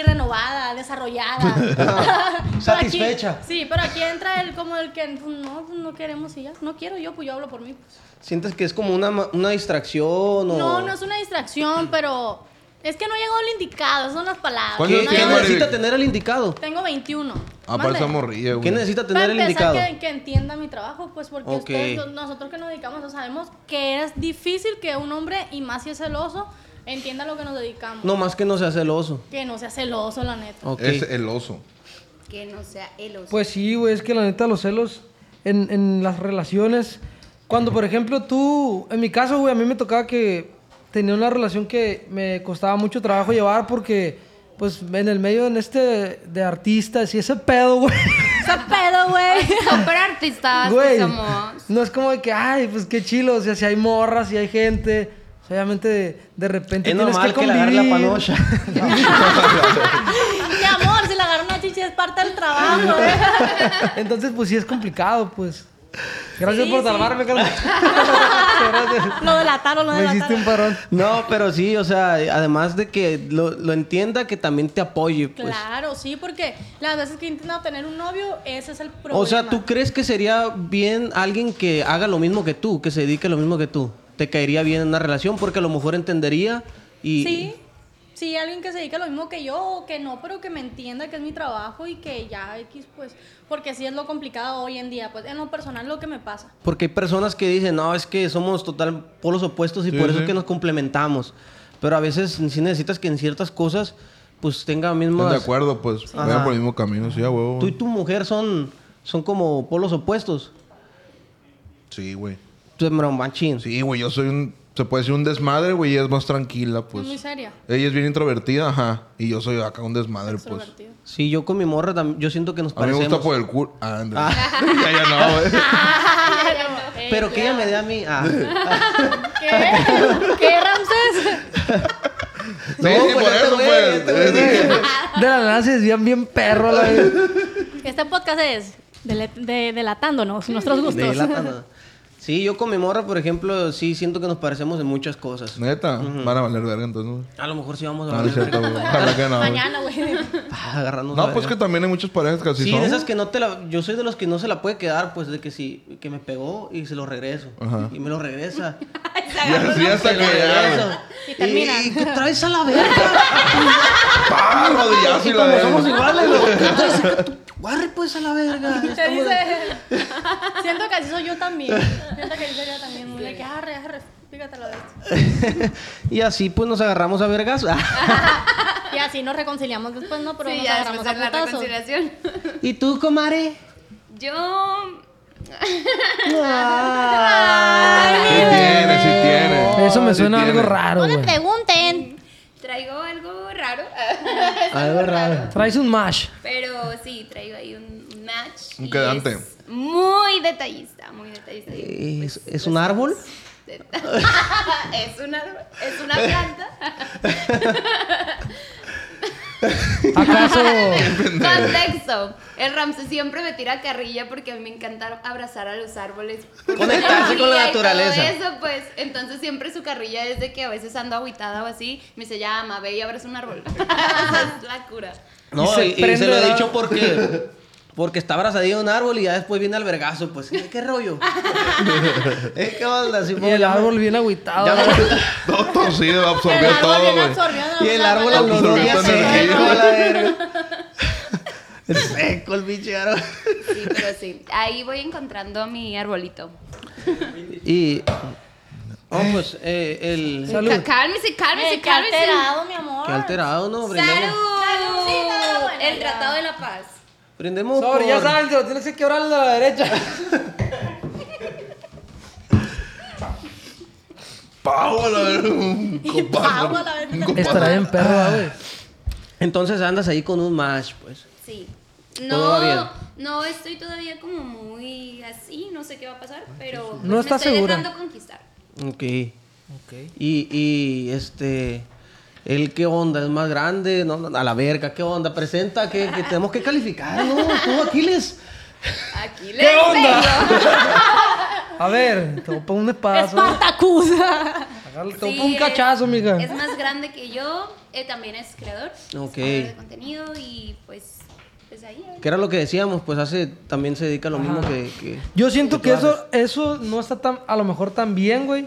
S2: <laughs>
S6: renovada, desarrollada. Pero
S2: Satisfecha.
S6: aquí- sí, pero aquí entra el como el que pues, no, pues, no queremos y ya. No quiero yo, pues yo hablo por mí. pues.
S2: Sientes que es como una, ma- una distracción o.
S6: No, no es una distracción, pero es que no llegó el indicado, esas son las palabras.
S3: ¿Cuántos
S6: No
S3: años
S2: ¿Qué, qué
S6: llegó-
S3: tiene?
S2: necesita tener el indicado?
S6: Tengo 21.
S3: Ah, para
S6: Mande.
S3: esa morrilla, güey.
S2: ¿Qué necesita tener
S6: Para
S2: el
S6: empezar,
S2: indicado?
S6: que, que entienda mi trabajo, pues porque
S2: Ok.
S6: ustedes, los- nosotros que nos dedicamos, a eso sabemos que es difícil que un hombre, y más si es celoso, entienda lo que nos dedicamos.
S2: No, más que no sea celoso.
S6: Que no sea celoso, la neta.
S2: Ok.
S3: Es el oso.
S10: Que no sea el oso.
S5: Pues sí, güey, es que la neta, los celos en, en las relaciones. Cuando, por ejemplo, tú, en mi caso, güey, a mí me tocaba que tenía una relación que me costaba mucho trabajo llevar porque, pues, en el medio, en este de artistas y ese pedo, güey.
S6: ¡Ese pedo, güey!
S10: Súper artistas
S5: Güey,
S6: pues,
S10: que somos.
S5: no es como de que, ay, pues qué chilo, o sea, si hay morras, si hay gente, obviamente de, de repente
S2: Es
S5: tienes
S2: normal
S5: que
S2: que, le
S5: convivir.
S2: agarre la panocha.
S5: <laughs>
S6: Mi amor, si le agarró una chicha es parte del trabajo. ¿eh?
S5: Entonces, pues sí es complicado, pues. Gracias
S6: Sí,
S5: por
S6: sí.
S5: salvarme, Carlos. Gracias.
S6: Lo delataron, lo
S5: Me hiciste
S6: delataron.
S5: un parón.
S2: No, pero sí, o sea, además de que lo, lo entienda, que también te apoye, pues.
S6: Claro, sí, porque las veces que he intentado tener un novio, ese es el problema.
S2: O sea, ¿tú crees que sería bien alguien que haga lo mismo que tú, que se dedique a lo mismo que tú? ¿Te caería bien en una relación? Porque a lo mejor entendería y...
S6: Sí, sí, alguien que se dedica a lo mismo que yo, o que no, pero que me entienda que es mi trabajo y que ya X, pues, porque sí es lo complicado hoy en día, pues, en lo personal lo que me pasa.
S2: Porque hay personas que dicen, no, es que somos total polos opuestos y
S3: Sí,
S2: por eso
S3: sí.
S2: es que nos complementamos. Pero a veces sí necesitas que en ciertas cosas, pues tenga mismas...
S3: Están de acuerdo, pues. Vayan por el mismo camino, sí, a huevo.
S2: Tú y tu mujer son, son como polos opuestos.
S3: Sí, güey.
S2: Tú eres machín.
S3: Sí, güey, yo soy un... Se puede decir un desmadre, güey, ella es más tranquila,
S6: es muy
S3: pues.
S6: seria,
S3: Ella es bien introvertida, ajá. Y yo soy acá un desmadre, pues.
S6: extrovertida.
S2: Sí, yo con mi morra tam- yo siento que nos
S3: A mí me
S2: parecemos.
S3: gusta por el culo. Ah, Andrés. <laughs> ya, ya no,
S2: <laughs>
S3: güey.
S10: Ah,
S2: Pero que ella me dé a mí. Ah.
S3: <laughs>
S6: ¿Qué? ¿Qué, Ramses?
S3: Sí, sí, por
S2: este
S3: eso,
S2: güey,
S3: pues.
S2: este güey.
S5: De la nada se desvían bien perro a la vez.
S6: Este podcast es dele- de- delatándonos nuestros
S2: De
S6: gustos.
S2: lata, nada. Sí, yo con mi morra, por ejemplo, sí siento que nos parecemos en muchas cosas.
S3: Neta, van a valer verga entonces. güey.
S2: A lo mejor sí vamos a
S3: No, no es
S2: valer
S3: cierto, güey. Ojalá que no. güey.
S6: Mañana, güey.
S2: pa, agarrarnos
S3: No,
S2: la
S3: pues que
S2: Ah, verga.
S3: también hay muchas parejas que así
S2: Sí,
S3: son.
S2: de esas que no te la... Yo soy de los que no se la puede quedar, pues, de que sí, que me pegó y se lo regreso.
S3: Ajá.
S2: Y me lo
S6: <laughs>
S2: regresa.
S3: Y así hasta
S2: Se
S3: que
S2: lo regreso.
S3: ya.
S6: Y termina.
S2: ¿Y, y qué traes a la verga?
S3: <laughs> ¡Pah! Rodillazo y la
S2: Como
S3: verga.
S2: somos iguales,
S3: <laughs>
S2: lo que traes acá, tú, Guarre, pues, a la verga.
S6: Te <laughs> dice, <laughs> siento que así soy yo también. Siento que así soy yo también. Muy de que "Ah, arre, arre, fíjate la vez.
S2: <laughs> Y así, pues, nos agarramos a vergas. <laughs> Ah,
S6: Y así nos reconciliamos después, ¿no? Pero
S10: Sí,
S6: nos
S10: ya después
S6: agarramos a
S10: de la
S6: putazos.
S10: reconciliación.
S2: ¿Y tú, comare?
S10: Yo.
S2: Ah.
S3: Sí tiene, sí tiene.
S5: Eso me
S3: Sí
S5: suena
S3: tiene.
S5: algo raro,
S6: No le
S5: güey.
S6: pregunten.
S10: <laughs> Traigo algo raro.
S2: Algo raro.
S5: Traes un mash.
S10: Pero sí, traigo ahí un match.
S3: Un
S10: y
S3: quedante.
S10: es Muy detallista, muy detallista. Y,
S2: ¿Es,
S10: pues,
S2: es un
S4: <laughs>
S10: pues,
S2: árbol?
S10: es
S2: <laughs>
S10: un árbol, es una planta.
S2: <laughs>
S5: ¿Acaso?
S4: Contexto. El Ramses siempre me tira carrilla porque a mí me encanta abrazar a los árboles. porque
S2: Conectarse
S4: me
S2: con la
S4: guía y todo
S2: naturaleza.
S4: eso, pues. Entonces siempre su carrilla es de que a veces ando aguitada o así. Me dice, ya, ama, ve y abraza un árbol. <laughs> Esa es la cura.
S2: No,
S5: Y
S2: y
S5: se
S2: y se,
S5: prende,
S2: lo he
S5: ¿verdad?
S2: dicho porque, porque está abrazadillo a un árbol y ya después viene al vergazo, pues. ¿Qué, qué rollo? ¿Eh, ¿Qué onda? Simón?
S5: Y el árbol bien agüitado.
S2: Ya me-
S3: <laughs> Todo torcido,
S6: Pero
S3: absorbió todo,
S6: bien
S3: güey.
S6: absorbió, ¿no?
S2: Y el
S6: La
S2: árbol
S6: abuela-
S2: al otro día
S6: pues,
S3: Absorbió
S2: seco,
S3: toda energía.
S2: a la verga. <laughs> Seco el pinche árbol.
S4: Sí, pero sí. Ahí voy encontrando mi arbolito.
S2: Y. Oh, pues, eh, el.
S5: Salud.
S4: Cá- Cálmese,
S6: Eh,
S4: cálmese,
S6: qué
S4: cálmese.
S6: alterado, mi amor.
S2: Qué alterado, ¿no? Brindemos.
S6: Saludcita,
S4: ¡Salud!
S6: bueno,
S4: El
S6: ya.
S4: Tratado de la Paz.
S2: Brindemos
S5: Sobre, ya
S2: por-
S5: saben que lo tienes que quebrar a la derecha.
S3: Pavo, la verga, un
S6: Y
S3: copazo.
S6: pavo, la verga.
S3: Un copazo.
S5: Estará bien perro, ah, güey.
S2: Entonces andas ahí con un match, pues.
S4: Sí.
S2: Todo va bien.
S4: No, no estoy todavía como muy así, no sé qué va a pasar, pero pues,
S5: No
S4: me
S5: estás
S4: estoy
S5: segura.
S4: dejando conquistar.
S2: Ok. Y, y este. ¿El qué onda? ¿Es más grande? No, no, a la verga, ¿qué onda? Presenta que, que tenemos que calificar, ¿no? Tú, Aquiles.
S4: Aquí le ¿Qué
S5: <laughs> A ver, te voy a poner un espadazo.
S6: Spartacus.
S5: Agarra- Te voy a poner un cachazo, mija.
S4: Es más grande que yo, eh, también es creador, es
S2: Ok.
S4: creador de contenido y pues, pues ahí. ahí.
S2: Que era lo que decíamos, pues hace. También se dedica a lo mismo que. que-
S5: Yo siento que
S2: tú haces.
S5: eso, eso no está tan, a lo mejor tan bien, güey.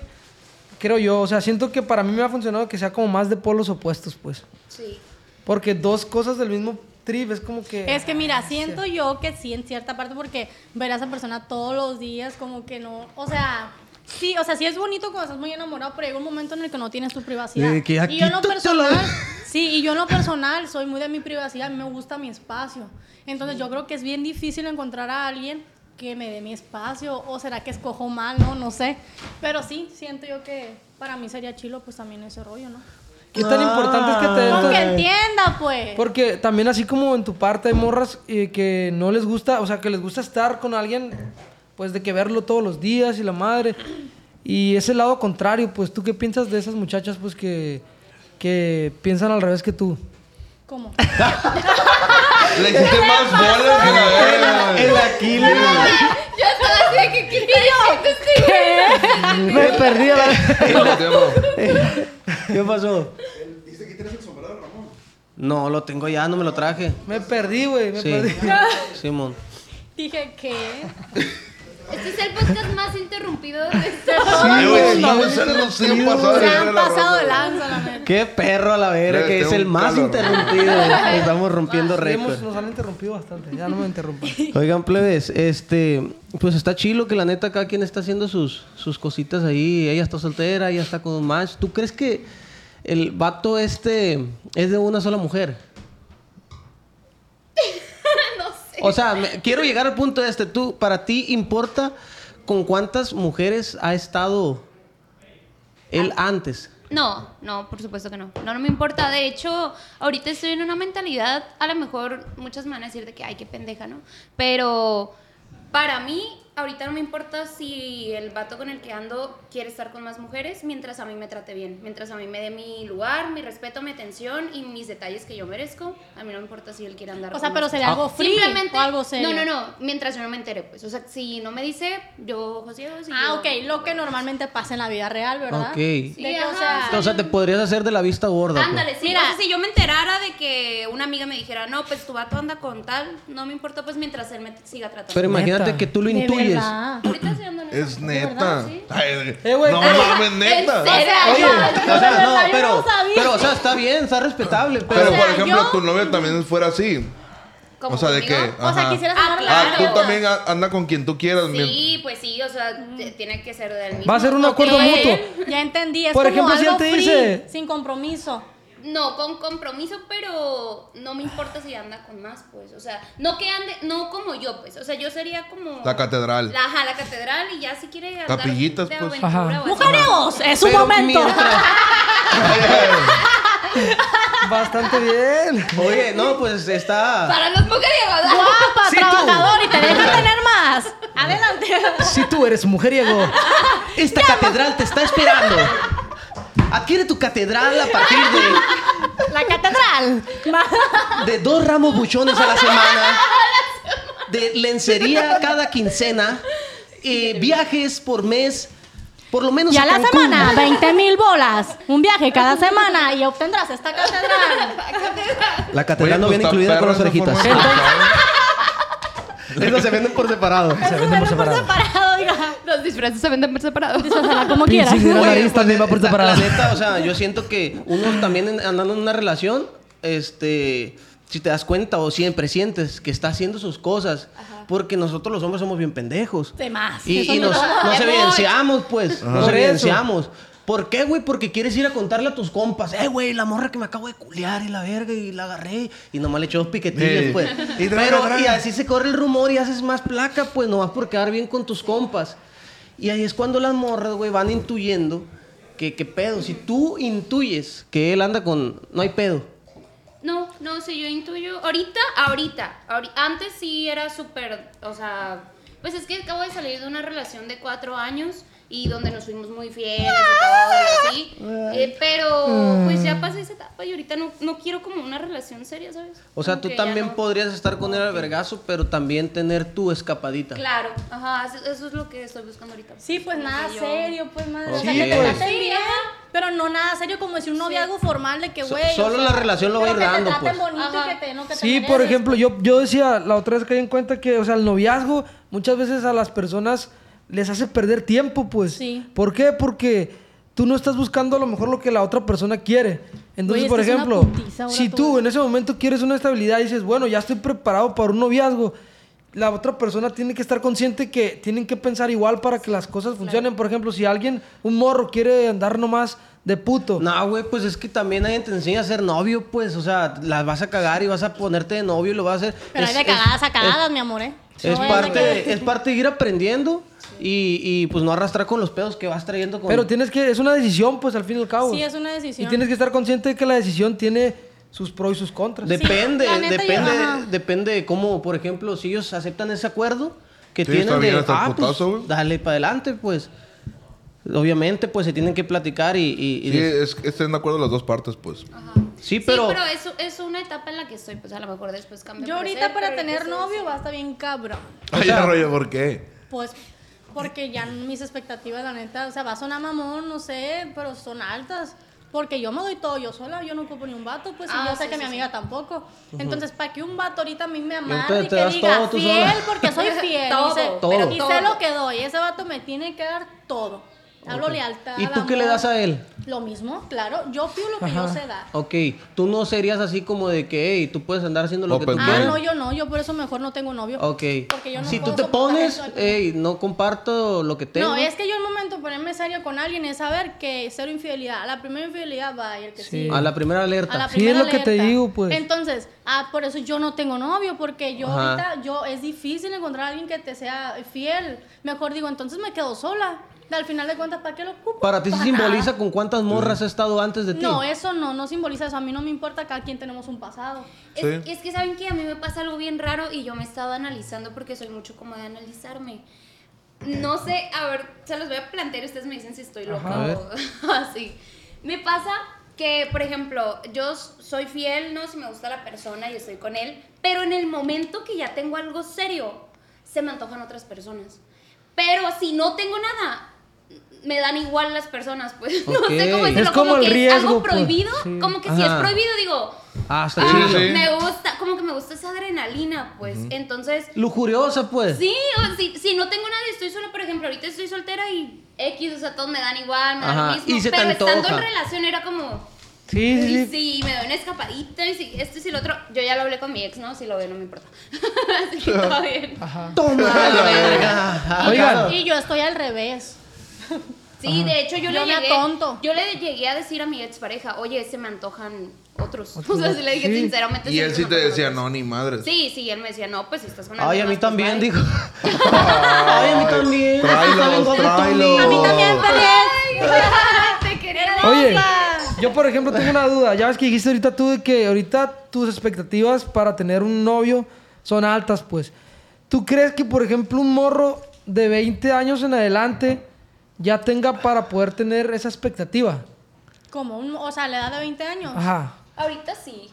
S5: Creo yo. O sea, siento que para mí me ha funcionado que sea como más de polos opuestos, pues.
S4: Sí.
S5: Porque dos cosas del mismo trip es como que.
S6: Es que mira, siento yo que sí en cierta parte porque ver a esa persona todos los días como que no, o sea, sí, o sea, sí es bonito cuando estás muy enamorado, pero llega un momento en el que no tienes tu privacidad.
S2: De que ya
S6: y yo en lo
S2: quítatela.
S6: personal, sí, y yo en lo personal soy muy de mi privacidad, a mí me gusta mi espacio. Entonces, yo creo que es bien difícil encontrar a alguien que me dé mi espacio o será que escojo mal, no, no sé. Pero sí, siento yo que para mí sería chilo pues también ese rollo, ¿no?
S5: ¿Qué tan importante es que te den
S6: Con
S5: tu-
S6: que entienda, pues.
S5: Porque también así como en tu parte hay morras eh, que no les gusta, o sea, que les gusta estar con alguien, pues de que verlo todos los días y la madre. Y ese lado contrario, pues tú qué piensas de esas muchachas, pues que, que piensan al revés que tú.
S6: ¿Cómo?
S3: Le hiciste más bolas que la verga, güey.
S2: El Aquiles.
S4: Yo estaba así de que, ¿qué, ¿Qué?
S2: Me perdí a la.
S3: Tiempo, tiempo.
S2: ¿Qué pasó? No, lo tengo ya, no me lo traje.
S5: Me perdí, güey, me
S2: Sí.
S5: perdí.
S2: Simón.
S6: Dije que
S4: Este es el podcast más interrumpido
S5: <laughs>
S4: de este
S3: Sí, güey,
S2: Sí,
S3: estamos
S2: güey,
S3: en los
S2: sí,
S3: tiempos,
S2: güey.
S3: ¿sabes?
S6: se
S3: Era
S6: han
S3: la
S6: pasado
S3: rosa.
S6: de lanza, la neta.
S2: Qué perro a la verga,
S3: Dale,
S2: que es
S3: tengo
S2: el
S3: un
S2: más
S3: calor.
S2: interrumpido. Estamos rompiendo
S5: Ah, Sí, hemos-
S2: récords.
S5: nos han interrumpido bastante, ya no me interrumpan.
S2: Oigan, plebes, este, pues está chilo que la neta cada quien está haciendo sus, sus cositas ahí. Ella está soltera, ella está con un match. ¿Tú crees que el vato este es de una sola
S6: <laughs>
S2: mujer? O sea, me- quiero llegar al punto este. Tú, para ti, importa con cuántas mujeres ha estado él
S6: Ah.
S2: antes.
S4: No, no, por supuesto que no. No, no me importa. De hecho, ahorita estoy en una mentalidad, a lo mejor muchas me van a decir de que, ay, qué pendeja, ¿no? Pero para mí, ahorita no me importa si el vato con el que ando quiere estar con más mujeres, mientras a mí me trate bien, mientras a mí me dé mi lugar, mi respeto, mi atención y mis detalles que yo merezco. A mí no me importa si él quiere andar
S6: O
S4: con
S6: sea,
S4: más
S6: pero
S2: Ah,
S6: sería algo free
S4: Simplemente-
S6: o algo serio.
S4: No, no, no. Mientras yo no me entere, pues. O sea, si no me dice, yo joseo. Si
S6: Ah,
S4: yo-
S6: ok, lo que normalmente pasa en la vida real, ¿verdad?
S2: Ok.
S4: Sí,
S6: De que, o
S4: ajá,
S6: sea,
S4: sí.
S2: O sea, te podrías hacer de la vista gorda. pues.
S4: Ándale, sí.
S6: Mira.
S4: o sea, si yo me enterara de que una amiga me dijera, no, pues tu vato anda con tal, no me importa, pues mientras él me siga tratando.
S2: Pero imagínate
S5: Neta.
S2: que tú lo
S6: de
S2: intuyes.
S6: verdad.
S4: Ahorita sí ando en eso.
S3: Es neta.
S4: sí.
S3: Ay,
S5: Eh, güey.
S3: No mames, neta.
S4: ¿En serio?
S2: Oye,
S6: Yo
S2: o
S6: de
S2: sea,
S6: verdad,
S2: no,
S6: yo no
S2: pero,
S6: sabía.
S2: pero, o sea, está bien, está respetable, pero...
S3: Pero, por
S6: yo-
S3: ejemplo, tu novia también fuera así.
S4: ¿Como
S3: O sea, de
S4: conmigo?
S3: que.
S6: O sea,
S3: ajá.
S6: quisieras
S4: Ah,
S6: amarla.
S3: Ah, tú
S4: Claro.
S3: también a- anda con quien tú quieras. mien-
S4: Sí, pues sí, o sea, te- tiene que ser del mismo.
S5: Va a ser un
S4: No
S5: acuerdo
S4: creo-
S5: mutuo.
S6: Ya entendí, es
S5: Por
S6: como
S5: ejemplo, si
S6: algo
S5: él te
S6: free,
S5: dice-
S6: sin compromiso.
S4: No, con compromiso, pero no me importa si anda con más, pues. O sea, no que ande, no como yo, pues. O sea, yo sería como.
S3: La catedral.
S4: La, ajá, la catedral y ya si quiere andar.
S3: Capillitas,
S4: de
S3: pues.
S4: aventura
S5: Ajá.
S4: o así.
S6: ¡Mujereos! ¡Es un
S2: pero
S6: momento! <laughs>
S2: mientras-
S5: Bastante bien.
S2: Oye, no, pues está...
S4: Para los mujeriegos.
S6: ¡Guapa,
S5: Sí, tú.
S6: trabajador! ¡Y
S2: <laughs>
S6: te deja tener más! ¡Adelante!
S5: Si tú eres mujeriego,
S2: Esta catedral te está esperando. Adquiere tu catedral a partir de,
S6: La catedral. Va-
S2: de dos ramos buchones a la semana. De
S6: <laughs>
S2: lencería cada quincena. eh, viajes por mes. Por lo menos
S6: Y
S2: a
S6: a la
S2: Cancún.
S6: semana, 20 mil bolas. Un viaje cada semana y obtendrás esta catedral.
S2: La catedral
S3: Oye,
S2: no
S3: pues,
S2: viene incluida
S3: está
S2: con las
S3: perra esa
S2: orejitas. <laughs>
S3: forma de
S2: Esas se venden por separado.
S5: Se venden por separado.
S6: Parado, diga.
S4: Los disfraces se venden por separado.
S6: Disfrazala como
S5: Pin
S6: quieras.
S5: sin
S2: Oye,
S5: nariz
S2: pues,
S5: también va por
S2: la-
S5: separado.
S2: La neta, o sea, yo siento que uno también en- andando en una relación, este, si te das cuenta o siempre sientes que está haciendo sus cosas, porque nosotros los hombres somos bien pendejos.
S6: De más.
S2: Y,
S6: Eso
S2: y
S6: no
S2: nos,
S6: lo-
S2: nos
S4: Ay, voy.
S2: evidenciamos, pues. Nos
S5: Por eso.
S2: evidenciamos. ¿Por qué, güey? Porque quieres ir a contarle a tus compas. Eh, güey, la morra que me acabo de culiar y la verga y la agarré. Y nomás le echó dos piquetillos,
S3: Sí.
S2: pues.
S3: Y traga,
S2: Pero,
S3: traga.
S2: y así se corre el rumor y haces más placa, pues, nomás por quedar bien con tus compas. Y ahí es cuando las morras, güey, van intuyendo que, que pedo. Si tú intuyes que él anda con... No hay pedo.
S4: No, no, si yo intuyo. Ahorita, ahorita. ahori- antes sí era súper. O sea. Pues es que acabo de salir de una relación de cuatro años y donde nos fuimos muy fieles y todo, y así. Eh,
S2: Mm.
S4: pero pues ya pasé esa etapa y ahorita no, no quiero como una relación seria, ¿sabes?
S2: O sea,
S4: Como
S2: tú
S4: que ya
S2: también
S4: no.
S2: podrías estar con él al vergazo, pero también tener tu escapadita.
S4: Claro, ajá, eso, eso es lo que estoy buscando ahorita.
S6: Sí, pues
S4: Como
S6: nada
S4: que yo-
S6: serio, pues madre. O sea,
S2: Sí,
S6: que te
S2: pues.
S6: traten bien, pero no nada serio como decir un noviazgo formal de que,
S2: So-
S6: güey. o
S2: solo
S6: sea,
S2: la relación lo va a
S6: pero
S2: ir
S6: que te
S2: dando,
S6: traten
S2: pues.
S6: bonito y
S4: Ajá.
S6: que te- no que te
S5: Sí, por
S6: mereces.
S5: ejemplo, yo, yo decía la otra vez que hay en cuenta que, o sea, el noviazgo muchas veces a las personas les hace perder tiempo, pues.
S6: Sí.
S5: ¿Por qué? Porque tú no estás buscando a lo mejor lo que la otra persona quiere. Entonces,
S6: Güey, es
S5: por
S6: que es una
S5: ejemplo,
S6: putiza ahora
S5: si
S6: todo
S5: tú
S6: eso.
S5: en ese momento quieres una estabilidad y dices, bueno, ya estoy preparado para un noviazgo, la otra persona tiene que estar consciente que tienen que pensar igual para que las cosas funcionen. Por ejemplo, si alguien, un morro, quiere andar nomás de puto.
S2: No, güey, pues es que también alguien te enseña a ser novio, pues, o sea, la vas a cagar y vas a ponerte de novio y lo vas a hacer.
S6: Pero
S2: es,
S6: hay de
S2: es-
S6: cagadas a
S2: es-
S6: cagadas, mi amor, ¿eh?
S2: Es,
S6: No,
S2: parte,
S6: no, no,
S2: de- es parte de ir aprendiendo y, y, pues no arrastrar con los pedos que vas trayendo con.
S5: Pero tienes que, es una decisión, pues al fin y al cabo.
S6: Sí, es una decisión.
S5: Y tienes que estar consciente de que la decisión tiene sus pros y sus contras.
S2: depende,
S6: Pues Sí, la neta, yo-
S2: depende,
S6: ajá.
S2: depende de cómo, por ejemplo, si ellos aceptan ese acuerdo que
S3: Sí,
S2: tienen
S3: está bien
S2: de,
S3: hasta el
S2: ah, pues,
S3: putazo, güey".
S2: dale para adelante, pues. Obviamente, pues se tienen que platicar y, y- y
S3: Sí, es, estén de acuerdo las dos partes, pues.
S2: Sí,
S4: Sí,
S2: pero,
S4: pero, es, es una etapa en la que estoy, pues a lo mejor después cambio.
S6: Yo
S4: de
S6: ahorita
S4: parecer,
S6: para
S4: pero
S6: tener
S4: ahorita estoy
S6: novio
S4: así.
S6: va a estar bien cabrón.
S3: <laughs> Ay, ya, rollo, ¿por qué?
S6: Pues porque ya mis expectativas, la neta, o sea, va a sonar mamón, no sé, pero son altas. Porque yo me doy todo yo sola, yo no ocupo ni un vato, pues,
S4: Ah,
S6: y yo sé
S4: sí,
S6: que
S4: sí,
S6: mi amiga tampoco. Entonces, para que un vato ahorita a mí me amarre
S2: entonces
S6: y
S2: te
S6: que
S2: das
S6: diga
S2: todo tú
S6: fiel,
S2: sola.
S6: porque
S4: <laughs>
S6: soy fiel.
S4: Todo,
S6: y sé,
S2: pero
S6: y
S4: todo.
S6: sé lo que doy, ese vato me tiene que dar todo. Hablo lealtad.
S2: ¿Y tú qué le
S6: amor.
S2: das a él?
S6: Lo mismo, claro. Yo pido lo que yo sé dar.
S2: Ok, tú no serías así como de que, hey, tú puedes andar haciendo lo
S3: Open
S2: que tú
S3: mind.
S6: Ah,
S2: quieras.
S6: no, yo no, yo por eso mejor no tengo novio.
S2: Pues Ok.
S6: Porque yo no
S2: si tú
S6: puedo
S2: te
S6: soportar
S2: pones,
S6: eso al-
S2: hey, no comparto lo que tengo.
S6: No, es que yo el momento de ponerme serio con alguien es saber que cero infidelidad. A la primera infidelidad va a ir que sí.
S2: A la primera alerta.
S6: A la
S5: Sí,
S6: primera
S5: es lo que te
S6: alerta.
S5: digo, pues.
S6: Entonces, ah, por eso yo no tengo novio, porque yo
S2: Ajá.
S6: ahorita, yo, es difícil encontrar a alguien que te sea fiel. Mejor digo, entonces me quedo sola. Al final de cuentas, ¿para qué lo ocupo?
S2: Para ti se
S6: Pa'
S2: simboliza
S6: nada.
S2: con cuántas morras has estado antes de ti.
S6: No, eso no, no simboliza eso. A mí no me importa, cada quien tenemos un pasado.
S4: Es,
S3: Sí.
S4: es que saben que a mí me pasa algo bien raro y yo me he estado analizando porque soy mucho como de analizarme. No sé, a ver, se los voy a plantear y ustedes me dicen si estoy
S5: Ajá. A
S4: loca
S5: ver.
S4: o <laughs> así. Me pasa que, por ejemplo, yo s- soy fiel, ¿no? Si me gusta la persona y estoy con él, pero en el momento que ya tengo algo serio, se me antojan otras personas. Pero si no tengo nada, me dan igual las personas, pues. <laughs> No
S2: Ok.
S4: sé cómo decirlo,
S5: Es como el
S4: que
S5: riesgo,
S4: algo
S5: pues,
S4: prohibido,
S5: sí.
S4: como que si es
S2: Ajá.
S4: prohibido, digo,
S2: Ah, está
S4: Ah,
S2: chido.
S3: sí.
S4: Me gusta, como que me gusta esa adrenalina, pues. Entonces,
S2: Lujuriosa, pues.
S4: sí, o si, si no tengo nadie, estoy sola, por ejemplo, ahorita estoy soltera y X, o sea, todos me dan igual, me dan
S2: Ajá,
S4: lo mismo.
S2: y se te
S4: pero estando en
S2: antoja.
S4: relación era como.
S5: Sí, sí,
S4: Y
S5: sí.
S4: si me doy una escapadita, y si esto y si lo otro. Yo ya lo hablé con mi ex, ¿no? Si lo ve, no me importa. <laughs> Así que todo bien.
S2: Toma la verga. Ajá.
S5: Oigan.
S6: Y yo estoy al revés.
S4: Sí, de hecho,
S6: Yo
S4: yo le
S6: me
S4: llegué.
S6: atonto.
S4: Yo le llegué a decir a mi ex pareja, oye, se me antojan otros.
S5: Otros,
S4: <laughs> O sea, si le dije
S5: sí.
S4: sinceramente.
S3: Y
S4: se
S3: él
S4: me
S3: sí te
S4: antojan
S3: decía,
S4: otros.
S3: no, ni madres.
S4: Sí, sí, él me decía, no, pues si estás con
S2: Ay,
S4: alguien
S2: a mí
S4: más, pues,
S2: también,
S3: <laughs>
S4: bye".
S2: dijo. Ay, a mí también. <laughs> Saben
S3: Tráelos,
S2: cómo
S3: tráelos.
S2: tú
S6: A mí también,
S3: Oh.
S4: <laughs> Te quería
S5: Oye, yo por ejemplo tengo una duda. Ya ves que dijiste ahorita tú de que ahorita tus expectativas para tener un novio son altas, pues. ¿Tú crees que, por ejemplo, un morro de 20 años en adelante ya tenga para poder tener esa expectativa?
S6: Como un, o sea, a la edad de 20 años.
S5: Ajá.
S4: Ahorita sí.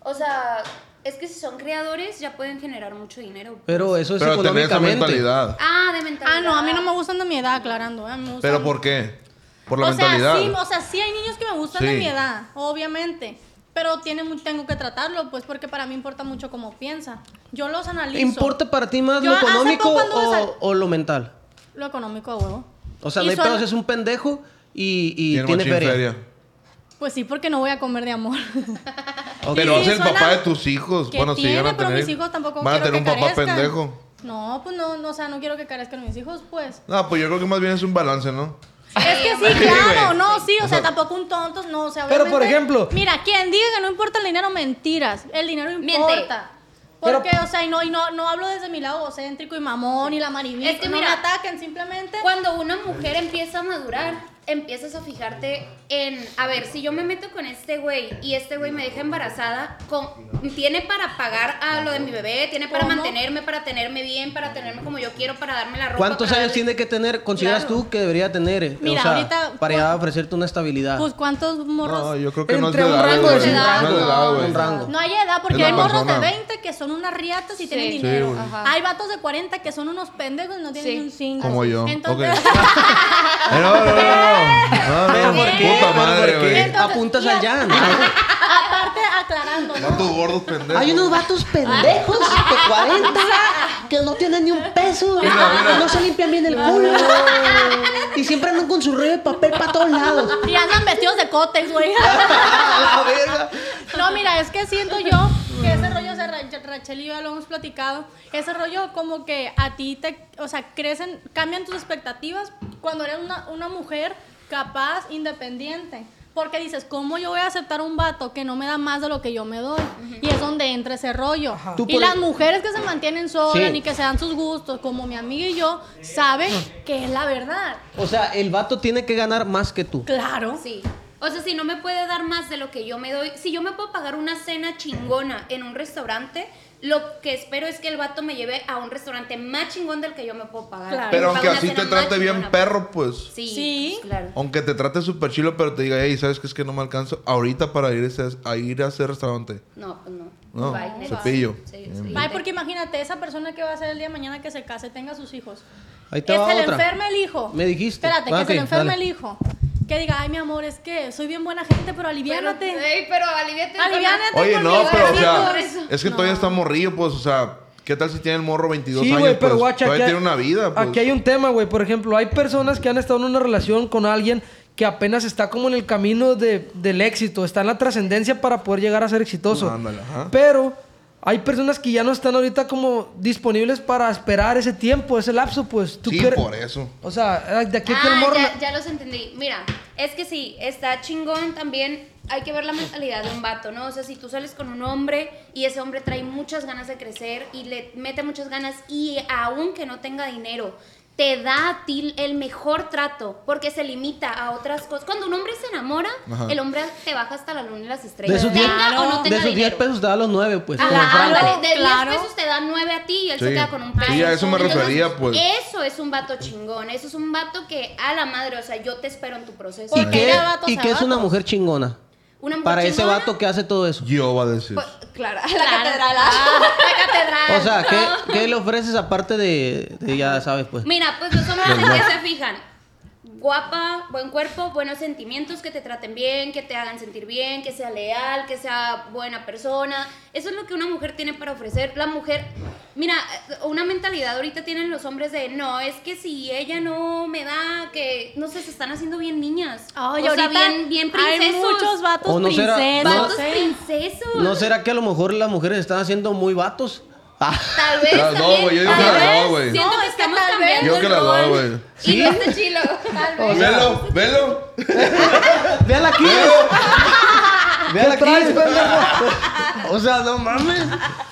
S4: O sea, es que si son creadores ya pueden generar mucho dinero.
S2: Pero eso es
S3: Pero tener esa
S2: económicamente.
S3: mentalidad.
S4: Ah, de mentalidad.
S6: Ah, no, a mí no me gustan de mi edad, aclarando. eh, me gustan-
S3: ¿Pero por qué? Por la
S6: o
S3: mentalidad.
S6: Sea, sí, o sea, sí hay niños que me gustan de
S3: Sí.
S6: mi edad, obviamente. Pero tiene, mu- tengo que tratarlo, pues, porque para mí importa mucho cómo piensa. Yo los analizo.
S2: ¿Importa para ti más
S6: Yo
S2: lo
S6: hace
S2: económico
S6: poco anduve
S2: o,
S6: sal-
S2: o lo mental?
S6: Lo económico, a huevo.
S2: O sea,
S6: Y
S2: no hay
S6: son-
S2: pedos, es un pendejo y, y
S3: Tiene
S2: tiene,
S3: machín
S2: feria.
S3: feria.
S6: Pues sí, porque no voy a comer de amor. <laughs>
S2: Ok.
S3: Pero
S6: Sí,
S3: es el
S6: suena-
S3: papá de tus hijos.
S6: que
S3: Pues Bueno, si
S6: tiene,
S3: llegan a
S6: pero
S3: tener.
S6: mis hijos tampoco
S3: van a
S6: quiero
S3: tener un
S6: que
S3: papá
S6: carezcan.
S3: pendejo.
S6: No, pues no, no, o sea, no quiero que carezcan mis hijos, pues.
S3: No, pues yo creo que más bien es un balance, ¿no?
S6: Es que sí,
S3: Sí,
S6: claro,
S3: güey.
S6: no, sí, o sea, tampoco un tonto, no, o sea,
S5: Pero, por
S6: obviamente-
S5: ejemplo-
S6: Mira, quien diga que no importa el dinero, mentiras. El dinero
S4: Miente.
S6: importa.
S5: Pero-
S6: Porque, o sea, y no, y no, no hablo desde mi lado egocéntrico y mamón y la marivita.
S4: Es que
S6: no
S4: mira-
S6: me ataquen, simplemente.
S4: Cuando una mujer empieza a madurar, empiezas a fijarte en, a ver, si yo me meto con este güey y este güey me deja embarazada, con- tiene para pagar a lo de mi bebé, tiene para
S6: ¿Cómo?
S4: mantenerme, para tenerme bien, para tenerme como yo quiero, para darme la ropa.
S2: ¿Cuántos
S4: para
S2: años
S4: darle-
S2: tiene que tener, consideras
S4: Claro.
S2: tú que debería tener? eh,
S6: Mira,
S2: o sea,
S6: ahorita-
S2: Para ya ofrecerte una estabilidad.
S6: Pues, ¿cuántos morros?
S3: No, yo creo que no es
S5: Entre
S3: de
S5: un
S3: edad,
S5: rango
S3: güey.
S5: de edad,
S3: No es de edad, güey.
S2: un rango.
S6: No hay edad, porque
S3: Es la
S6: hay morros de
S3: persona.
S6: 20 que son unas riatas y
S4: Sí.
S6: tienen
S4: Sí,
S6: dinero.
S3: güey.
S4: Ajá.
S6: hay vatos de 40 que son unos pendejos y no tienen
S4: Sí.
S6: ni un cinco.
S3: Como yo.
S6: Entonces,
S3: Ok. Eh, No, no, no, no. No,
S2: Pero
S3: no,
S2: ¿por qué? Pero
S3: Puta madre,
S2: ¿por qué?
S3: güey.
S6: Entonces,
S2: Apuntas
S6: y-
S2: allá. ¿no?
S6: aparte, <laughs> aclarando, ¿no?
S3: Vatos gordos pendejos.
S10: vatos pendejos de 40 que no tienen ni un peso
S3: Mira, mira.
S10: no se limpian bien el culo y siempre andan con su rollo de papel para todos lados.
S6: Y andan vestidos de cótex, güey.
S2: <laughs> A la verga.
S6: No, mira, es que siento yo que ese rollo, o sea, Ra- Rachel y yo ya lo hemos platicado, ese rollo como que a ti te, o sea, crecen, cambian tus expectativas cuando eres una, una mujer capaz, independiente. Porque dices, ¿cómo yo voy a aceptar un vato que no me da más de lo que yo me doy? Y es donde entra ese rollo.
S2: Tú
S6: Y
S2: por-
S6: las mujeres que se mantienen solas
S2: Sí.
S6: y que se dan sus gustos, como mi amiga y yo, saben que es la verdad.
S2: O sea, el vato tiene que ganar más que tú.
S6: Claro.
S4: Sí. O sea, si no me puede dar más de lo que yo me doy, si yo me puedo pagar una cena chingona en un restaurante, lo que espero es que el vato me lleve a un restaurante más chingón del que yo me puedo pagar.
S6: Claro.
S3: Pero
S4: Me
S3: aunque
S4: paga una
S3: así te
S4: cena más
S3: trate bien
S4: chingona.
S3: perro, Oh. pues.
S4: Sí,
S6: Sí.
S4: pues, claro.
S3: Aunque te trate súper chilo, pero te diga, hey, ¿sabes qué? Es que no me alcanzo ahorita para ir a ese, a ir a ese restaurante.
S4: No, pues no.
S3: No,
S4: Bye, next.
S3: cepillo.
S4: Sí,
S3: Bien,
S4: sí.
S3: bien.
S6: Ay, porque imagínate, esa persona que va a ser el día de mañana que se case, tenga sus hijos.
S2: Ahí te
S6: Que
S2: va
S6: se le
S2: otra.
S6: enferme el hijo.
S2: Me dijiste.
S6: Espérate,
S2: Ah,
S6: que se le
S2: ok,
S6: enferme
S2: dale.
S6: el hijo. Que diga, ay, mi amor, es que soy bien buena gente, pero
S4: Pero, eh,
S6: aliviánate.
S4: ey, pero aliviate.
S6: Aliviánate.
S3: Oye, no,
S6: conmigo,
S3: pero o
S6: así
S3: sea,
S6: por eso.
S3: es que todavía está morrillo, pues, o sea, ¿qué tal si tiene el morro 22
S5: Sí,
S3: años?
S5: güey, pero
S3: pues?
S5: guacha,
S3: todavía
S5: aquí hay-
S3: tiene una vida, pues.
S5: Aquí hay un tema, güey. Por ejemplo, hay personas que han estado en una relación con alguien que apenas está como en el camino de- del éxito, está en la trascendencia para poder llegar a ser exitoso.
S3: Ah, Ándale, ajá.
S5: Pero hay personas que ya no están ahorita como disponibles para esperar ese tiempo, ese lapso, pues tú
S3: Sí,
S5: quieres-
S3: por eso.
S5: O sea, eh, de aquí a que el
S4: Ah,
S5: morro...
S4: ya, ya los entendí. Mira, es que sí, está chingón también. Hay que ver la mentalidad de un vato, ¿no? O sea, si tú sales con un hombre y ese hombre trae muchas ganas de crecer y le mete muchas ganas y aunque no tenga dinero, te da a ti el mejor trato porque se limita a otras cosas. Cuando un hombre se enamora,
S3: Ajá.
S4: el hombre te baja hasta la luna y las
S2: De
S4: estrellas.
S2: esos
S4: tenga
S2: 10
S4: o no tenga
S2: de esos 10
S4: dinero.
S2: pesos te da los 9, pues.
S4: Ajá,
S2: como Franco.
S4: ándale, de 10
S6: Claro.
S4: pesos te da 9 a ti y él se
S3: Sí.
S4: queda con un
S3: Sí,
S4: peso.
S3: a eso me
S4: Entonces,
S3: refería, pues.
S4: Eso es un vato chingón, eso es un vato que a la madre, o sea, yo te espero en tu proceso.
S2: ¿Y
S6: Porque
S2: qué,
S6: era vato,
S2: y
S6: sea
S2: qué es
S6: vato.
S2: una mujer chingona?
S4: Una mujer
S2: Para ese
S4: chingona,
S2: vato que hace todo eso.
S3: Yo va a decir.
S4: pues, claro, la
S6: Claro.
S4: catedral. <laughs> ah, la catedral.
S2: O sea, ¿qué, qué le ofreces aparte de, de ya sabes, pues?
S4: Mira, pues los hombres en qué se fijan. Guapa, buen cuerpo, buenos sentimientos, que te traten bien, que te hagan sentir bien, que sea leal, que sea buena persona. Eso es lo que una mujer tiene para ofrecer. La mujer, mira, una mentalidad ahorita tienen los hombres de, no, es que si ella no me da, que, no sé, se están haciendo bien niñas.
S6: Ay,
S4: o sea,
S6: ahorita
S4: bien, bien
S6: Hay
S4: princesos.
S6: muchos vatos
S2: O no será-
S6: princesos.
S4: Vatos
S6: ¿eh?
S4: princesos.
S2: ¿No será que a lo mejor las mujeres están haciendo muy vatos? <laughs> Ah,
S4: Tal vez.
S3: Las dos,
S4: también,
S3: güey, yo digo
S4: tal
S3: que las
S4: vez.
S3: dos, güey.
S4: Siento
S6: No,
S4: que
S6: es que
S4: estamos
S6: tal vez.
S4: cambiando.
S3: Yo que las
S4: el
S3: dos,
S4: rol.
S3: güey. Oh,
S4: Y no está chilo. Tal vez.
S3: Velo, velo.
S2: ¡Véala aquí!
S5: <laughs>
S2: ¡Véala aquí! O sea, no mames.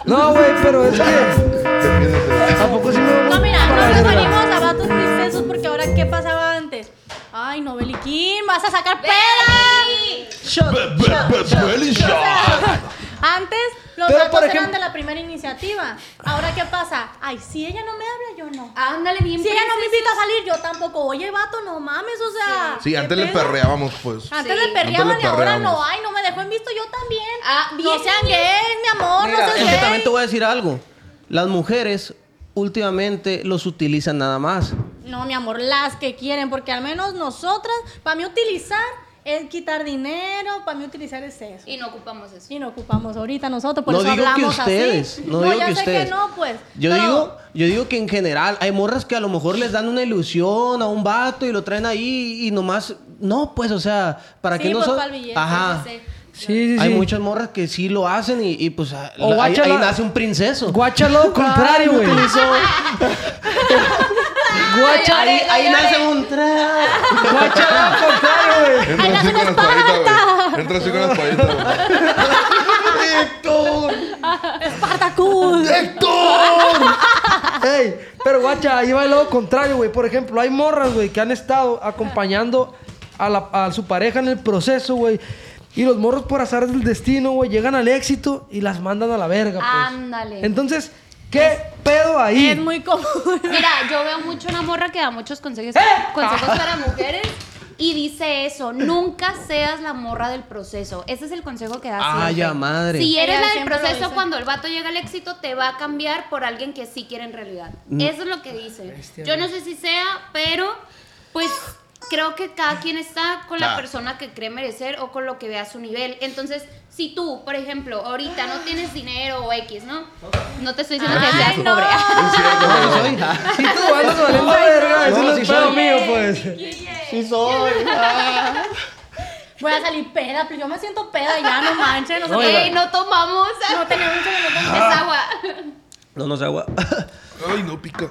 S5: No, güey, pero es que... Tampoco sí me vamos
S6: No, mira,
S5: para
S6: no
S5: la
S6: nos
S5: verga.
S6: venimos a vatos princesos porque ahora, ¿qué pasaba antes? Ay, no, Beliquín, vas a sacar
S3: Be- be- be- belly shot.
S6: Antes los
S5: Pero,
S6: vatos
S5: por
S6: eran
S5: ejemplo-
S6: de la primera iniciativa. Ahora, ¿qué pasa? Ay, si ella no me habla, yo no.
S4: Ándale, bien
S6: Si ella no me
S4: princesas.
S6: invita a salir, yo tampoco. Oye, vato, no mames, o sea.
S3: Sí,
S6: ¿qué
S3: antes le
S6: pedo?
S3: perreábamos, pues.
S6: Antes
S4: Sí.
S6: le perreaban
S3: Antes
S6: y
S3: le
S6: ahora
S3: perreábamos.
S6: no. Ay, no me dejó en visto, yo también.
S4: Ah,
S6: no
S4: bien.
S6: sean gays, mi amor,
S2: Mira,
S6: no
S2: es que
S6: sean
S2: también
S6: gays.
S2: te voy a decir algo. Las mujeres últimamente los utilizan nada más.
S6: No, mi amor, las que quieren, porque al menos nosotras, para mí utilizar es quitar dinero, para mí utilizar es eso.
S4: Y no ocupamos eso.
S5: Ah,
S6: Y no ocupamos ahorita nosotros, por
S2: no
S6: eso
S2: digo que
S6: hablamos
S2: ustedes,
S6: así.
S2: no digo
S6: ya
S2: que
S6: sé
S2: ustedes.
S6: que no, pues.
S2: Yo
S6: pero-
S2: digo, yo digo que en general hay morras que a lo mejor les dan una ilusión a un vato y lo traen ahí y nomás no, pues, o sea, para
S6: Sí,
S2: qué no
S6: pues,
S2: son-
S6: pa'l billete,
S2: Ajá.
S4: Sí.
S5: Sí, sí,
S2: Hay
S5: sí.
S2: muchas morras que sí lo hacen y, y, pues a-
S5: O
S2: la- ahí,
S5: guáchala.
S2: ahí nace un princeso.
S6: <laughs>
S5: Guáchalo al contrario, güey.
S2: Ahí, ahí nace un tra-
S5: Guáchalo al contrario, güey.
S3: Entra así con la espadita, güey. Entra así con la espadita, güey.
S2: ¡Héctor!
S6: Espartacus.
S5: Ey, <laughs> pero guacha, ahí va el lado contrario, güey. Por ejemplo, hay morras, güey, que han estado acompañando a, la- a su pareja en el proceso, güey. Y los morros por azar del destino, güey, llegan al éxito y las mandan a la verga, pues.
S4: Ándale.
S5: Entonces, ¿qué pedo ahí?
S6: Es muy común.
S4: Mira, yo veo mucho una morra que da muchos consejos,
S5: ¡Eh!
S4: consejos
S5: Ah.
S4: para mujeres y dice eso, nunca seas la morra del proceso. Ese es el consejo que da
S5: Ah,
S2: Ay,
S4: siempre.
S2: a Ah, madre.
S4: Si eres
S6: Ella
S4: la del
S6: siempre lo
S4: proceso,
S6: dice.
S4: cuando el vato llega al éxito, te va a cambiar por alguien que sí quiere en realidad. Eso es lo que dice. yo no sé si sea, pero pues creo que cada quien está con la
S3: Ah.
S4: persona que cree merecer o con lo que vea a su nivel. Entonces, si tú, por ejemplo, ahorita no tienes dinero o X, ¿no? No te estoy diciendo que seas
S6: Ay, <laughs> no.
S4: pobre.
S2: No, yo soy. Ah,
S5: Si tú andas valiendo verga, eso
S2: No,
S5: no
S2: sí
S5: es pedo
S2: soy.
S5: mío, pues.
S2: Sí soy. <laughs> Ah.
S6: Voy a salir peda, pero yo me siento peda ya, no manches.
S4: <laughs>
S6: No, sé por
S4: Ey, no tomamos.
S6: qué. no tenemos mucho que no tomamos.
S4: <laughs> Es agua.
S2: No, no sé agua.
S3: Ay, no pica.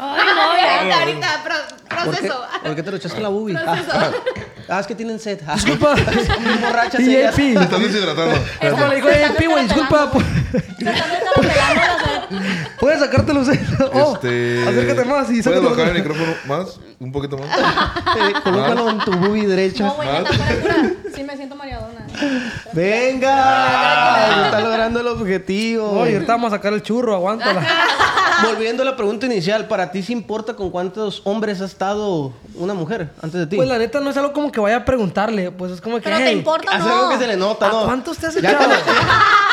S4: Ay, no, <laughs> ahorita, ahorita, pro-
S2: ¿Por qué,
S4: proceso.
S2: por qué te lo echaste en la boobie? Ah, es que tienen sed. Ah. <laughs>
S5: <laughs> Disculpa. <laughs>
S2: Bien borrachas ellas.
S3: Te
S5: JP.
S3: estás deshidratando.
S5: Como le dijo JP, güey, disculpa. pues. Puedes sacarte los dedos. Oh,
S3: Este.
S5: Acércate más y
S3: ¿Puedes
S5: sácate los
S3: bajar el
S5: dedos.
S3: micrófono más? Un poquito más. Ah.
S2: Eh, Colócalo en tu boobie derecha.
S6: No, güey, neta, fuera cura. Sí me siento mareadona.
S2: ¡Venga! Está logrando el objetivo.
S5: Oye, ahorita vamos a sacar el churro, aguántala. <laughs>
S2: Volviendo a la pregunta inicial, ¿para ti sí importa con cuántos hombres ha estado una mujer antes de ti?
S5: Pues la neta no es algo como que vaya a preguntarle, pues es como que.
S6: Pero te
S5: "Hey,
S6: importa,
S2: Hace algo
S6: ¿no?
S2: que se le nota,
S5: ¿A
S2: ¿no?
S5: cuántos te has
S2: ya
S5: echado?
S2: cuando,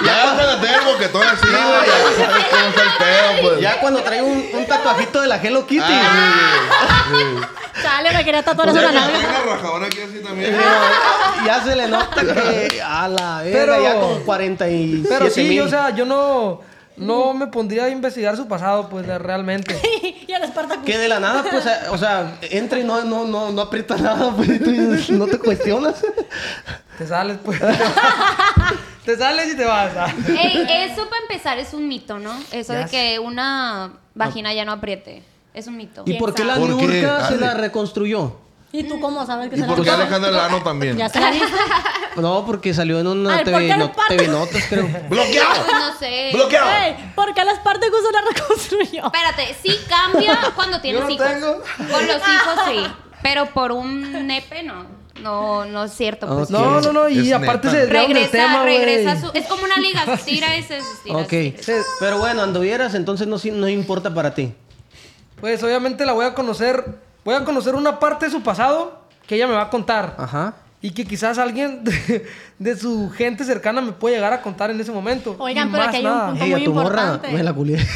S3: Ya cuando te el boquetón así, güey. Ya sabes cómo está el pedo, pues.
S2: ya cuando trae un, un tatuajito de la Hello Kitty.
S5: Ah.
S6: Chale, me quería tatuar
S3: Ya
S6: eso en la
S3: cuando
S6: nalga.
S3: tengo una rajadora aquí así también.
S2: Pero ya se le nota que a la verga,
S5: Pero-
S2: ya con 47
S5: Pero sí,
S2: mil.
S5: o sea, yo no, no me pondría a investigar su pasado, pues la- realmente.
S6: <laughs> Y el Espartacus.
S2: Que de la nada, pues, eh, o sea, entra y no, no, no, no aprieta nada, pues, tú dices, no te cuestionas.
S5: Te sales, pues. <laughs> te sales y te vas. ah.
S4: Ey, eso para empezar es un mito, ¿no? Eso
S5: Ya
S4: de que una vagina ya no apriete. Es un mito.
S2: ¿Y por qué la
S3: ¿Por qué?
S2: niurca se
S3: Dale.
S2: la reconstruyó?
S6: ¿Y tú cómo sabes que
S3: ¿Y
S6: se la
S3: por qué
S6: tatuó?
S3: Alejandra Lano también?
S6: Ya se la viste.
S2: <laughs> No, porque salió en una
S6: Ay, ¿por
S2: TV,
S6: qué
S2: no-
S6: le parto?
S2: TV Notas, creo.
S3: ¡Bloqueado!
S4: Pues no sé.
S3: ¡Bloqueado!
S6: Ey, ¿Por qué el Espartacus se la
S2: <laughs>
S6: reconstruyó?
S4: Espérate, sí cambia cuando tienes
S5: no
S4: hijos.
S5: tengo.
S4: Con los hijos sí. Pero por un nepe no. No, no es cierto. pues.
S5: No, no, no, y
S3: Es
S5: aparte
S3: neta.
S5: se desviaron del
S4: Regresa,
S5: tema, güey.
S4: regresa a su. Es como una liga, se estira y se estira.
S2: Ok. Pero bueno, anduvieras, entonces no, sí- no importa para ti.
S5: Pues obviamente la voy a conocer, voy a conocer una parte de su pasado que ella me va a contar.
S2: Ajá.
S5: Y que quizás alguien <laughs> de, de su gente cercana me puede llegar a contar en ese momento.
S6: Oigan,
S5: Y
S6: pero
S5: más
S6: aquí hay
S5: nada.
S6: un punto
S2: Ey, a
S6: muy
S2: tu morra
S6: importante.
S2: me la culié. <laughs>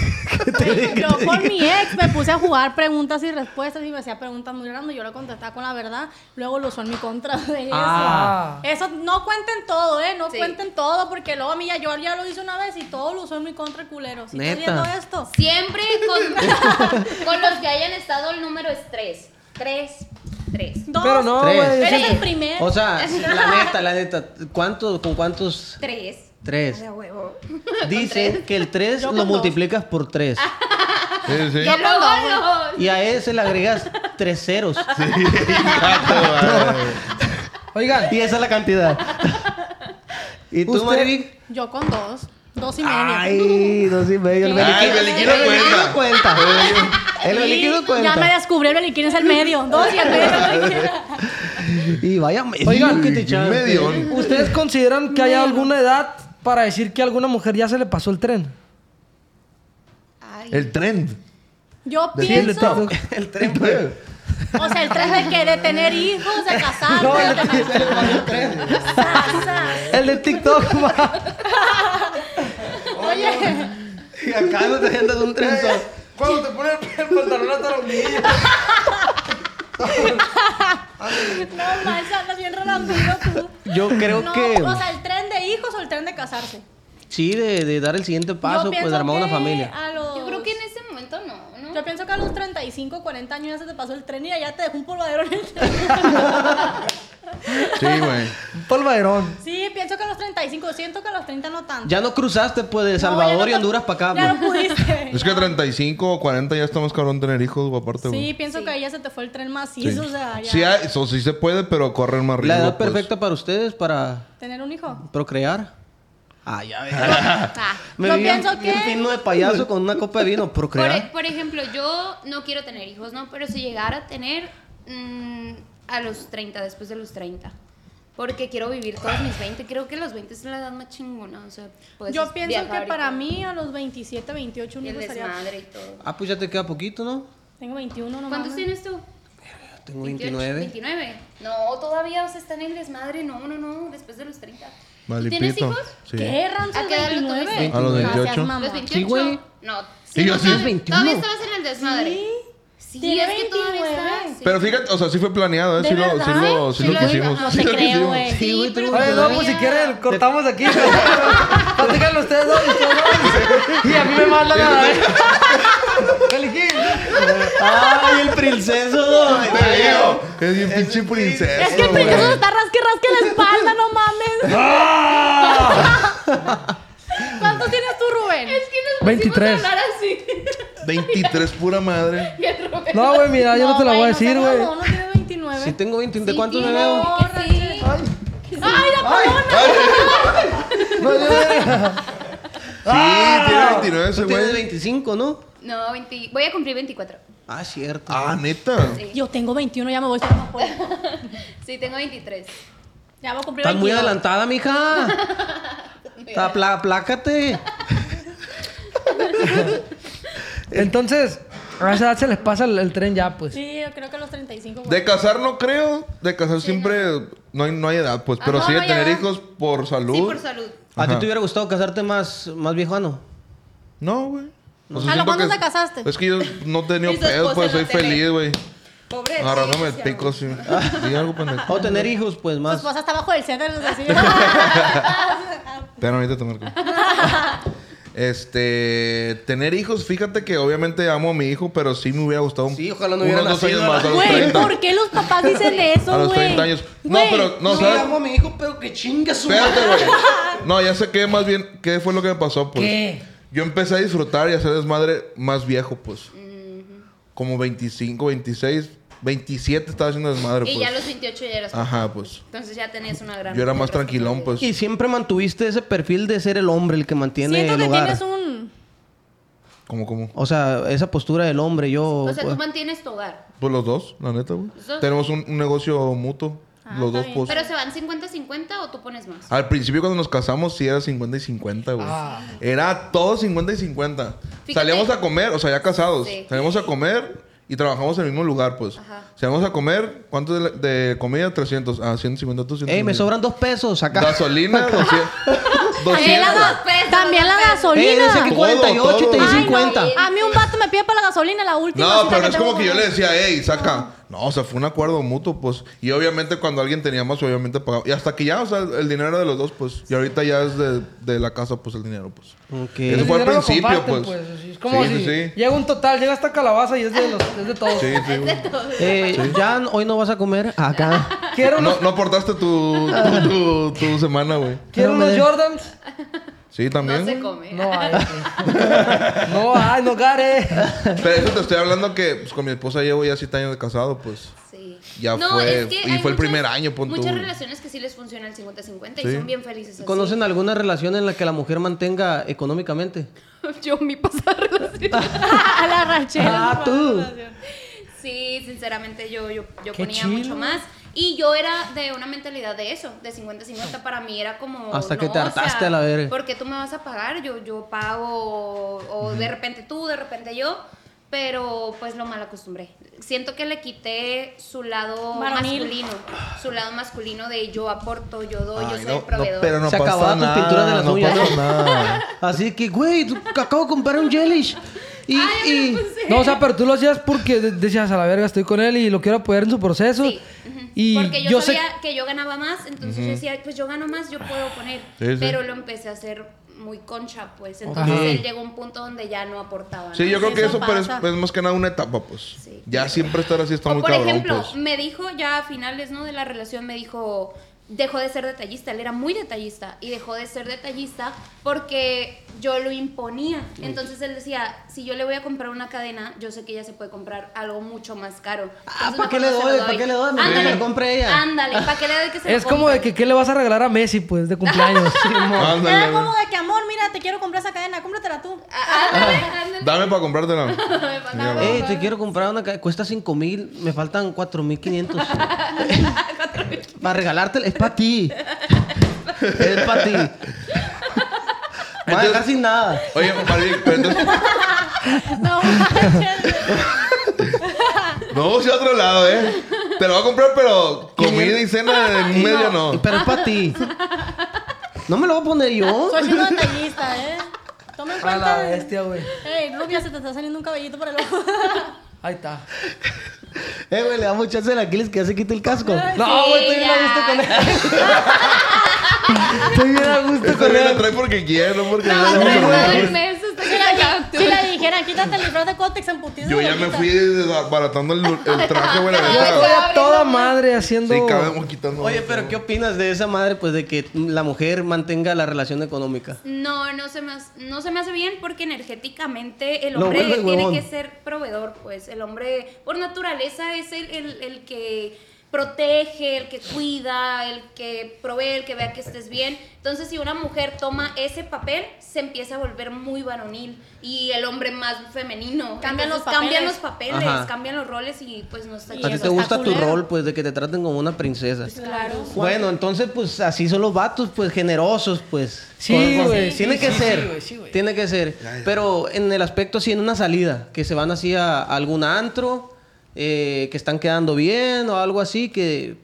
S2: ¿Qué te dije? ¿Qué
S6: Yo
S2: te
S6: con
S2: dije?
S6: mi ex me puse a jugar preguntas y respuestas y me hacía preguntas muy grandes. Yo le contestaba con la verdad, luego lo usó en mi contra de eso.
S5: Ah.
S6: Eso no cuenten todo, ¿eh? No
S4: Sí.
S6: cuenten todo porque luego a mí ya yo ya lo hice una vez y todo lo usó en mi contra, culero. ¿Sí
S2: Neta.
S6: estás viendo esto?
S4: Siempre con, <laughs> con los que hayan estado el número es tres. Tres. Tres.
S6: Dos.
S5: Pero no,
S2: Tres.
S5: güey.
S6: Eres
S4: Sí.
S6: el primero.
S2: O
S6: <laughs>
S2: sea, la neta, la neta, ¿cuánto, ¿con cuántos?
S4: Tres.
S2: Tres.
S4: huevo.
S2: Dicen que el tres
S6: Yo
S2: lo
S6: con dos. Ah.
S2: multiplicas por tres.
S3: Sí, sí.
S4: Y luego lo-
S2: Y a ese le agregas tres
S6: <laughs>
S2: ceros.
S3: <laughs> Gato, güey.
S5: Oigan,
S2: Y esa es la cantidad. ¿Y tú,
S5: Usted-
S2: Marivic?
S6: Yo con dos. Dos y medio. <laughs>
S2: Ay, dos y medio. El
S3: Ay,
S2: Beliquín-
S3: Beliquín no
S2: el Beliquín no
S3: cuenta.
S2: cuenta.
S6: <laughs>
S2: El Beliquín no
S6: Ya me
S2: cuenta.
S6: descubrió el beliquín es el medio. Dos y
S2: <laughs>
S6: el medio.
S2: Y vaya medio
S5: Oigan,
S2: que te echaste.
S3: medio.
S5: ¿ustedes consideran que hay alguna edad para decir que a alguna mujer ya se le pasó el tren?
S6: Ay.
S3: El trend.
S6: Yo
S3: De Chile
S6: pienso,
S3: Top.
S2: El tren, pues.
S6: o sea, el tren de que de tener hijos, de casarme,
S5: No, el
S6: de que me- Sa,
S2: <laughs>
S6: sa.
S5: El de TikTok, va.
S6: Oye,
S2: Y acá no te andas un trenzón.
S3: Cuando te pones <laughs> el pantalón hasta los niños.
S6: no manches, andas bien relambudo tú.
S2: Yo creo
S6: No,
S2: que
S6: o sea, el tren de hijos o el tren de casarse.
S2: sí, de, de dar el siguiente
S6: Yo
S2: paso, pues
S6: pienso
S2: de armar una
S6: que ah,
S2: familia.
S6: a los-
S4: Yo creo que en ese momento no, ¿no?
S6: Yo pienso que a los 35, 40 años ya se te pasó el tren y allá te dejó un polvadero en el tren.
S3: <laughs> Sí, güey.
S5: Un polvaderón.
S6: Sí, pienso que a los 35, siento que a los 30 no tanto.
S2: Ya no cruzaste, pues, de Salvador y Honduras para acá.
S6: Ya no
S2: pues.
S6: pudiste.
S3: <laughs> Es que 35 o 40 ya estamos cabrón tener hijos, güey, aparte,
S6: Sí,
S3: güey.
S6: pienso que ahí ya se te fue el tren
S3: Sí.
S6: macizo, o sea, ya.
S3: Sí, hay- eso sí se puede, pero corren más riesgo.
S2: La edad
S3: pues.
S2: perfecta para ustedes para
S6: Tener un hijo.
S2: procrear. Ah, ya
S3: <laughs>
S2: ves.
S4: Ah.
S6: Yo
S2: vi un-
S6: pienso
S2: un
S6: que- e-
S2: fino de payaso con una copa de vino,
S4: Por, e,
S2: procrear.
S4: por ejemplo, yo no quiero tener hijos, ¿no? Pero si llegara a tener mm, a los 30, después de los 30. Porque quiero vivir todos mis 20. Creo que los 20 es la edad más chingona. O sea, puedes
S6: Yo pienso
S4: viajar
S6: que
S4: y
S6: para
S4: todo.
S6: mí a los 27, 28 un
S4: El
S6: hijo estaría.
S4: desmadre y todo.
S2: Ah, pues ya te queda poquito, ¿no?
S6: Tengo 21 nomás.
S4: ¿Cuántos tienes tú?
S2: Tengo
S4: 28,
S2: 29.
S4: 29. No, todavía, o sea, están en el desmadre. No, no, no. Después de los 30.
S3: Vale,
S4: ¿Tienes
S3: pito.
S4: hijos?
S3: Sí. Ah,
S6: ¿Qué, Ramsey?
S4: ¿A qué edad lo
S6: 29?
S4: tuviste?
S3: A los 28.
S6: Gracias, mamá.
S4: ¿Los 28?
S2: Sí, güey.
S4: No.
S3: Sí, yo sí.
S4: todavía-
S2: 21.
S4: Todavía estabas en el desmadre. Sí,
S6: Tiene
S4: es que todavía
S6: 29.
S4: estabas. sí.
S3: Pero fíjate, o sea, sí fue planeado, ¿eh?
S6: ¿De
S3: Sí lo, sí
S6: verdad?
S3: lo, sí
S4: Sí
S3: lo
S4: lo-
S3: quisimos.
S4: no
S3: Sí
S6: te
S3: lo
S6: creo,
S3: quisimos.
S6: güey.
S2: Sí, güey,
S4: pero
S2: tengo
S5: Oye, no, pues si quieren, cortamos aquí. Platican ustedes dos, ustedes dos. Y a mí me mandan a la vez. Felijín.
S2: ¡Ay, el princeso!
S6: <laughs>
S3: Te digo, es bien pinche princesa.
S6: Es que el
S3: güey.
S6: princeso está rasque, rasque la espalda, no
S3: <laughs>
S6: mames.
S3: ¡Ah!
S6: <laughs> ¿Cuántos tienes tú, Rubén?
S4: Es que nos
S5: 23.
S4: 23. hablar así. <laughs>
S3: 23, pura madre.
S4: Bien, Rubén.
S5: No, güey, mira, yo no, te la voy a
S6: güey,
S5: decir,
S6: no,
S5: güey.
S6: No, no tiene 29.
S2: Si tengo 20, ¿de cuánto me
S4: Sí,
S2: veo?
S4: que sí.
S6: ¡Ay, la palona!
S3: Sí, tiene 29 ese
S2: Tú tienes
S3: güey.
S2: 25, ¿no?
S4: No, 20 voy a cumplir 24.
S2: Ah, cierto.
S3: Ah, neta.
S6: Yo tengo 21, ya me voy a estar
S4: Sí, tengo 23.
S6: Ya voy a cumplir
S2: Estás muy
S6: 22.
S2: adelantada,
S6: <laughs>
S2: mija. Está, pla- plácate.
S5: Entonces, a esa edad se les pasa el, el tren ya, pues.
S6: Sí, yo creo que a los 35. güey.
S3: De casar no creo. De casar siempre no hay, no hay edad, pues. Pero
S6: no,
S3: sí de
S6: no hay
S3: tener
S6: edad.
S3: hijos por salud.
S4: Sí, por salud.
S2: ¿A ti
S3: Ajá.
S2: te hubiera gustado casarte más, más viejano?
S3: No, güey. O
S6: ¿A lo
S3: siento
S6: cuándo
S3: que-
S6: te casaste?
S3: Es que yo no he tenido
S4: Y su
S3: pedos,
S4: esposa
S3: pues
S4: en
S3: soy
S4: la tele.
S3: feliz, güey.
S4: Pobre. de
S3: Agarrándome el
S4: ti,
S3: pico, sí. Dí algo, pendejo.
S2: O tener hijos, pues
S6: Tu
S2: más.
S6: esposa está bajo el céter, no
S3: <laughs>
S6: sé si.
S3: Pero ahorita te marco. Este, tener hijos, fíjate que obviamente amo a mi hijo, pero sí me hubiera gustado un-
S2: Sí, ojalá no hubiera
S3: unos dos
S2: nacido
S3: años
S2: a
S3: más a
S2: la-
S3: los
S6: Güey,
S3: 30.
S6: ¿por qué los papás dicen eso,
S3: A
S6: güey?
S3: los 30 años. No,
S6: Güey,
S3: pero no,
S2: Sí,
S3: ¿sabes?
S2: amo a mi hijo, pero que chinga su
S3: Espérate,
S2: madre.
S3: güey.
S4: <laughs>
S3: No, ya sé qué más bien, qué fue lo que me pasó, pues.
S5: ¿Qué?
S3: Yo empecé a disfrutar y a hacer desmadre más viejo, pues. Como 25, 26, 27 estaba haciendo desmadre, pues.
S4: Y ya a los 28 ya eras.
S3: Ajá, pues.
S4: Entonces ya tenías una gran.
S3: Yo era más tranquilón, pues.
S2: Y siempre mantuviste ese perfil de ser el hombre el que mantiene
S6: Siento
S2: el
S6: que
S2: hogar.
S6: tienes un.
S3: ¿Cómo, cómo?
S2: O sea, esa postura del hombre, yo. pues,
S4: O sea, tú mantienes tu hogar.
S3: Pues los dos, la neta, güey.
S4: Los dos.
S3: Tenemos un, un negocio mutuo.
S6: Ah,
S3: los
S6: está
S3: dos,
S6: bien.
S3: pues. Ah,
S4: Pero se van 50-50 o tú pones más.
S3: Al principio cuando nos casamos sí era 50 y 50, güey. Era todo 50 y 50.
S4: Fíjate.
S3: Salíamos a comer, o sea, ya casados.
S4: Sí.
S3: Salíamos a comer y trabajamos en el mismo lugar, pues.
S4: Ajá.
S3: Salíamos a comer, ¿cuánto de, la- de comida? 300. Ah, 150, tú 150.
S2: Ey, me sobran dos pesos acá. <laughs>
S3: Gasolina, 200.
S6: También la,
S3: 200.
S6: ga- también la
S2: Ey,
S6: gasolina.
S2: dice que
S3: Todo,
S2: 48 y te
S3: todo.
S2: di
S6: Ay, no.
S2: 50.
S6: A mí un vato me pide para la gasolina la última.
S3: No,
S6: cita
S3: pero no es
S6: tengo
S3: como que yo
S6: con
S3: le
S6: él.
S3: decía, hey, saca. No, o sea, fue un acuerdo mutuo, pues. Y obviamente cuando alguien tenía más, obviamente pagaba. Y hasta que ya, o sea, el dinero era de los dos, pues. Y ahorita ya es de, de la casa, pues, el dinero, pues.
S2: Ok.
S3: Eso
S5: El
S3: fue al
S5: dinero lo
S3: principio,
S5: comparten,
S3: pues.
S5: Es como
S3: Sí,
S5: si
S3: sí, sí.
S5: llega un total, llega hasta calabaza y es de, los, es de todos.
S3: Sí, sí, güey.
S2: Eh, Jan, hoy no vas a comer acá.
S5: <laughs> Quiero unos,
S3: No, no aportaste tu, tu, tu- tu semana, güey.
S5: quiero
S2: no me
S5: unos
S2: de-
S5: Jordans.
S3: Sí, también.
S4: No se come.
S5: No hay. güey. No hay, no gare.
S3: Pero eso te estoy hablando que pues, con mi esposa llevo ya siete años de casado, pues.
S4: <laughs> Sí.
S3: Ya fue, y
S4: hay
S3: fue el primer año, pon tú,
S4: Muchas
S3: güey.
S4: relaciones que sí les funciona el 50-50 y
S3: Sí.
S4: son bien felices. así.
S2: ¿Conocen alguna relación en la que la mujer mantenga económicamente?
S4: <laughs> Yo mi pasada relación.
S5: <laughs>
S6: <laughs> A la ranchera.
S2: Ah, tú.
S4: Sí, sinceramente yo, yo, yo
S5: Qué
S4: ponía
S5: chido.
S4: mucho más. Y yo era de una mentalidad de eso, de 50-50. Para mí era como.
S2: Hasta que
S4: no,
S2: te
S4: o
S2: hartaste
S4: sea,
S2: a la verga.
S4: ¿Por qué tú me vas a pagar? Yo, yo pago. O, o de repente tú, de repente yo, pero pues lo mal acostumbré. Siento que le quité su lado
S6: Varonil.
S4: masculino, su lado masculino de yo aporto, yo doy, yo
S3: Ay,
S4: soy
S3: no,
S4: el
S3: no,
S4: proveedor.
S3: pero no
S2: Se
S3: pasa
S2: acababan tus
S3: nada.
S2: pinturas de las
S3: no
S2: uñas,
S3: pasa
S2: ¿no?
S3: nada.
S2: Así que, güey, tú- acabo de comprar un Jellish. Y, y-
S5: No, o sea, pero tú lo hacías porque de- decías a la verga, estoy con él y lo quiero apoyar en su proceso.
S4: Sí, ujú.
S5: Y
S4: Porque yo,
S5: yo sé-
S4: sabía que yo ganaba más, entonces yo decía, pues yo gano más, yo puedo poner.
S3: Sí, sí.
S4: Pero lo empecé a hacer muy concha, pues. Entonces
S5: Ajá.
S4: él llegó a un punto donde ya no aportaba.
S3: Sí,
S4: ¿no?
S3: yo creo que
S6: Eso
S3: eso pero es,
S6: pasa.
S3: es más que nada una etapa, pues.
S4: Sí.
S3: Ya siempre estar así está
S4: O,
S3: muy
S4: por
S3: cabrón,
S4: ejemplo,
S3: pues.
S4: me dijo ya a finales ¿no? de la relación, me dijo, dejó de ser detallista, él era muy detallista y dejó de ser detallista porque yo lo imponía. Entonces él decía, si yo le voy a comprar una cadena, yo sé que ella se puede comprar algo mucho más caro.
S2: Ah, ¿pa'
S4: Entonces, mejor
S2: qué le
S4: no se
S2: doy?
S4: lo
S2: ¿Pa' qué le doy? Mejor que
S4: Ándale,
S2: lo compre ella.
S4: Ándale, ¿para qué le doy que se lo
S5: Es como de
S4: compre?
S5: que, ¿qué le vas a regalar a Messi, pues, de
S4: <laughs>
S5: cumpleaños?
S3: Ándale,
S6: Era
S3: ándale.
S6: como de que, amor, mira, te quiero comprar esa cadena, cómpratela tú.
S4: Ah, ándale, ándale.
S3: Dame para comprártela.
S4: Dame
S2: eh, te quiero comprar una que cuesta 5 mil, me faltan 4 mil
S6: <laughs>
S2: 500. para regalártela, es para
S6: <laughs>
S2: ti. es para ti. Me Va a dejar sin nada.
S3: Oye, Malvin, pero entonces...
S6: <laughs> No, manches.
S3: No, sí, a otro lado, ¿eh? Te lo voy a comprar, pero comida y cena en medio no.
S2: Pero es para ti. No me lo voy a poner yo.
S6: soy siendo detallista, ¿eh? Toma en
S5: a la
S6: cuenta.
S5: bestia, güey.
S6: Ey, rubia, se te está saliendo un cabellito por el ojo.
S4: <laughs>
S5: Ahí está.
S2: Eh, güey, le damos chance al Aquiles que ya se quite el casco.
S5: No, güey, estoy bien a gusto con él. estoy bien a gusto
S3: Esto
S5: con
S3: me
S5: él.
S3: lo trae porque quiero, porque no,
S4: Todo
S3: no, no.
S4: el mes está con la
S6: Si
S4: captura.
S6: le dijeran, quítate el disfraz de cótex en putiza.
S3: Yo ya me
S6: ahorita.
S3: fui desbaratando el, el traje, güey. la
S5: Yo
S3: neta.
S5: estoy a toda madre haciendo...
S3: Sí, cabemos quitando.
S2: Oye, pero ¿qué opinas de esa madre, pues, de que la mujer mantenga la relación económica?
S4: No, no se, me hace, no se me hace bien porque energéticamente el
S2: Lo
S4: hombre
S2: vuelve
S4: tiene
S2: huevón.
S4: que ser proveedor, pues el hombre por naturaleza es el, el- el que protege, el que cuida, el que provee, el que vea que estés bien. Entonces si una mujer toma ese papel, se empieza a volver muy varonil y el hombre más femenino.
S6: Cambian
S4: Entonces,
S6: los
S4: cambian
S6: papeles.
S4: los papeles,
S2: Ajá.
S4: cambian los roles y pues no está
S6: Y
S2: A ti
S6: eso
S2: te
S6: está
S2: gusta tu
S6: culero. Pues
S2: rol, pues, de que te traten como una princesa.
S4: Claro.
S2: Bueno, entonces, pues, así son los vatos, pues, generosos, pues.
S5: Sí,
S2: Con- con-
S5: güey,
S2: Tiene
S5: sí,
S2: que
S5: sí,
S2: ser.
S5: sí, güey, sí, güey.
S2: tiene que ser. Pero en el aspecto, así, en una salida, que se van así a, a algún antro, eh, que están quedando bien o algo así, que